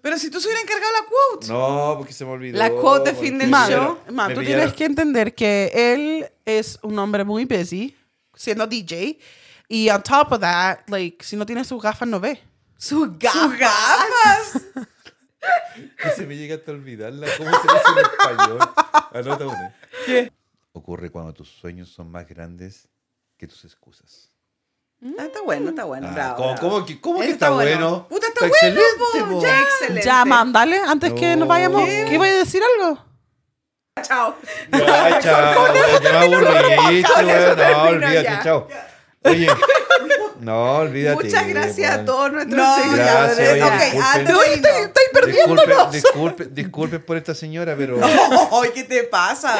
B: Pero si tú se hubiera encargado la quote.
C: No, porque se me olvidó.
A: La quote de
C: porque
A: fin
C: me
A: del
D: Ma,
A: show.
C: pillaron-
D: ma,
C: me
D: tú
C: pillaron.
D: tienes que entender que él es un hombre muy busy, siendo DJ. Y on top of that, like, si no tiene sus gafas, no ve.
A: Sus
B: ¡Sus
A: gafas.
B: gafas!
C: Que se me llega hasta olvidarla. ¿Cómo se dice en español? Anota una. ¿Qué? Ocurre cuando tus sueños son más grandes que tus excusas.
B: Ah, está
A: Mm.
B: bueno, está bueno,
C: Ah,
B: bravo.
C: ¿cómo,
B: bravo.
C: cómo que, cómo que
A: Está
C: está,
A: bueno.
C: bueno?
B: Puta, está bueno, po,
C: po.
B: ya.
A: Excelente.
D: Ya, mam, dale, antes que nos
C: No.
D: vayamos.
C: ¿Qué?
D: ¿Qué voy a decir algo?
A: Chao.
C: Ya, chao. Ya me aburriste,
A: con eso
C: weón. No,
A: termino
C: olvídate,
A: ya.
C: chao. Oye, no, olvídate.
A: Muchas gracias a
C: weón.
A: todos nuestros
B: No,
A: seguidores.
C: Gracias, oye,
A: Ya.
B: ok, ah, antes
C: disculpen.
B: de irnos.
C: Disculpe, disculpe, disculpe por esta señora, pero
B: Ay, ¿qué te pasa?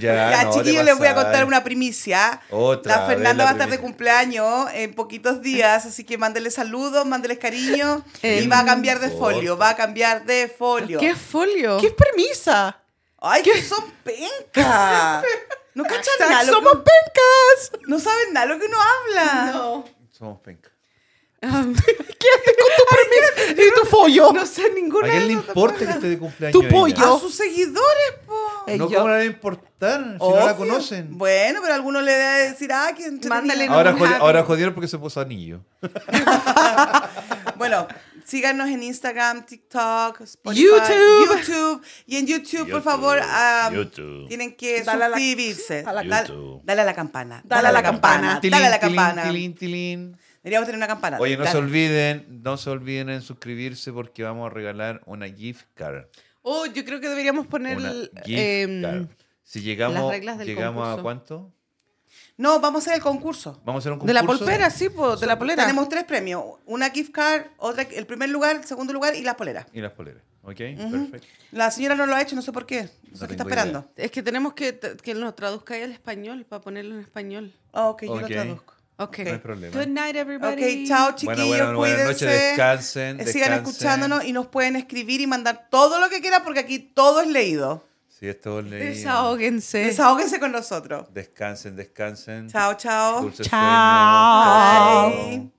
C: Ya, no, te
B: chiquillos, les voy a
C: pasaste.
B: contar una primicia.
C: Otra
B: La
C: vez la
B: Fernanda va a estar de
C: primicia.
B: cumpleaños en poquitos días, así que mándenle saludos, mándenles cariño.
A: Eh,
B: y va a cambiar de
C: por-
B: folio, va a cambiar de folio.
A: ¿Qué folio?
D: ¿Qué es permisa?
B: ¡Ay, que son penca! No cachan nada. lo que-
D: ¡Somos pencas!
B: No saben nada lo que uno habla.
A: No.
C: somos penca.
A: Um,
D: ¿Qué haces con tu permisa y tu follo?
A: no sé
C: ¿A
A: ninguna.
C: quién
A: de
C: le
A: las dos
C: importa que
A: cosas.
C: esté de cumpleaños?
D: Tu
C: ella?
D: pollo.
B: A sus seguidores, po.
D: Eh,
C: No,
D: yo-
C: ¿cómo le va a importar si no la
B: Obvio.
C: conocen?
B: Bueno, pero alguno le va a decir, ah, que entretenido.
A: Mándale
C: Ahora,
A: un
C: jodi-
A: happy.
C: ahora jodieron porque se puso anillo. oh.
B: Bueno, síganos en Instagram, TikTok, Spotify,
D: YouTube.
B: YouTube. Y en YouTube, por
C: YouTube,
B: favor, ah,
C: YouTube.
B: tienen que
D: Dale a la-
B: suscribirse.
D: a la-
B: Dal-
C: YouTube.
B: dale a la campana.
D: Dale a la campana.
B: Dale a la
C: Tilín,
B: campana.
C: tilín, tilín, tilín.
B: Deberíamos tener una campana.
C: Oye, no
B: Dale.
C: se olviden, no se olviden en suscribirse porque vamos a regalar una gift card.
A: Oh, yo creo que deberíamos poner
C: Una
A: el,
C: gift
A: em,
C: card. Si llegamos,
A: las reglas del
C: llegamos
A: concurso.
C: a cuánto?
B: No, vamos a hacer el concurso.
C: Vamos a hacer un concurso.
A: de la polpera, sí, po, de la polera.
B: Tenemos tres premios. Una gift card, otra, el primer lugar, el segundo lugar y las poleras.
C: Y las poleras. ¿Ok? Perfecto.
B: La señora no lo ha hecho, no sé por qué. No sé
C: No
B: qué está
C: tengo
B: esperando.
C: idea.
A: Es que tenemos que t- que lo traduzca ahí al español para ponerlo en español.
B: Ah, ok, yo lo
C: Ok.
B: traduzco.
A: Ok.
C: No hay problema.
A: Good night,
B: Ok,
A: everybody.
B: chao
C: Bueno,
B: chiquillos,
C: bueno, buenas noches,
B: cuídense.
C: descansen,
B: Eh, Sigan
C: descansen.
B: escuchándonos y nos pueden escribir y mandar todo lo que quieran porque aquí todo es leído.
C: Sí, Sí, esto es leí.
A: Desahóguense.
B: Desahóguense con nosotros.
C: Descansen, descansen.
B: Chao, chao.
C: Dulces
D: Chao.
C: sueños.
B: Bye.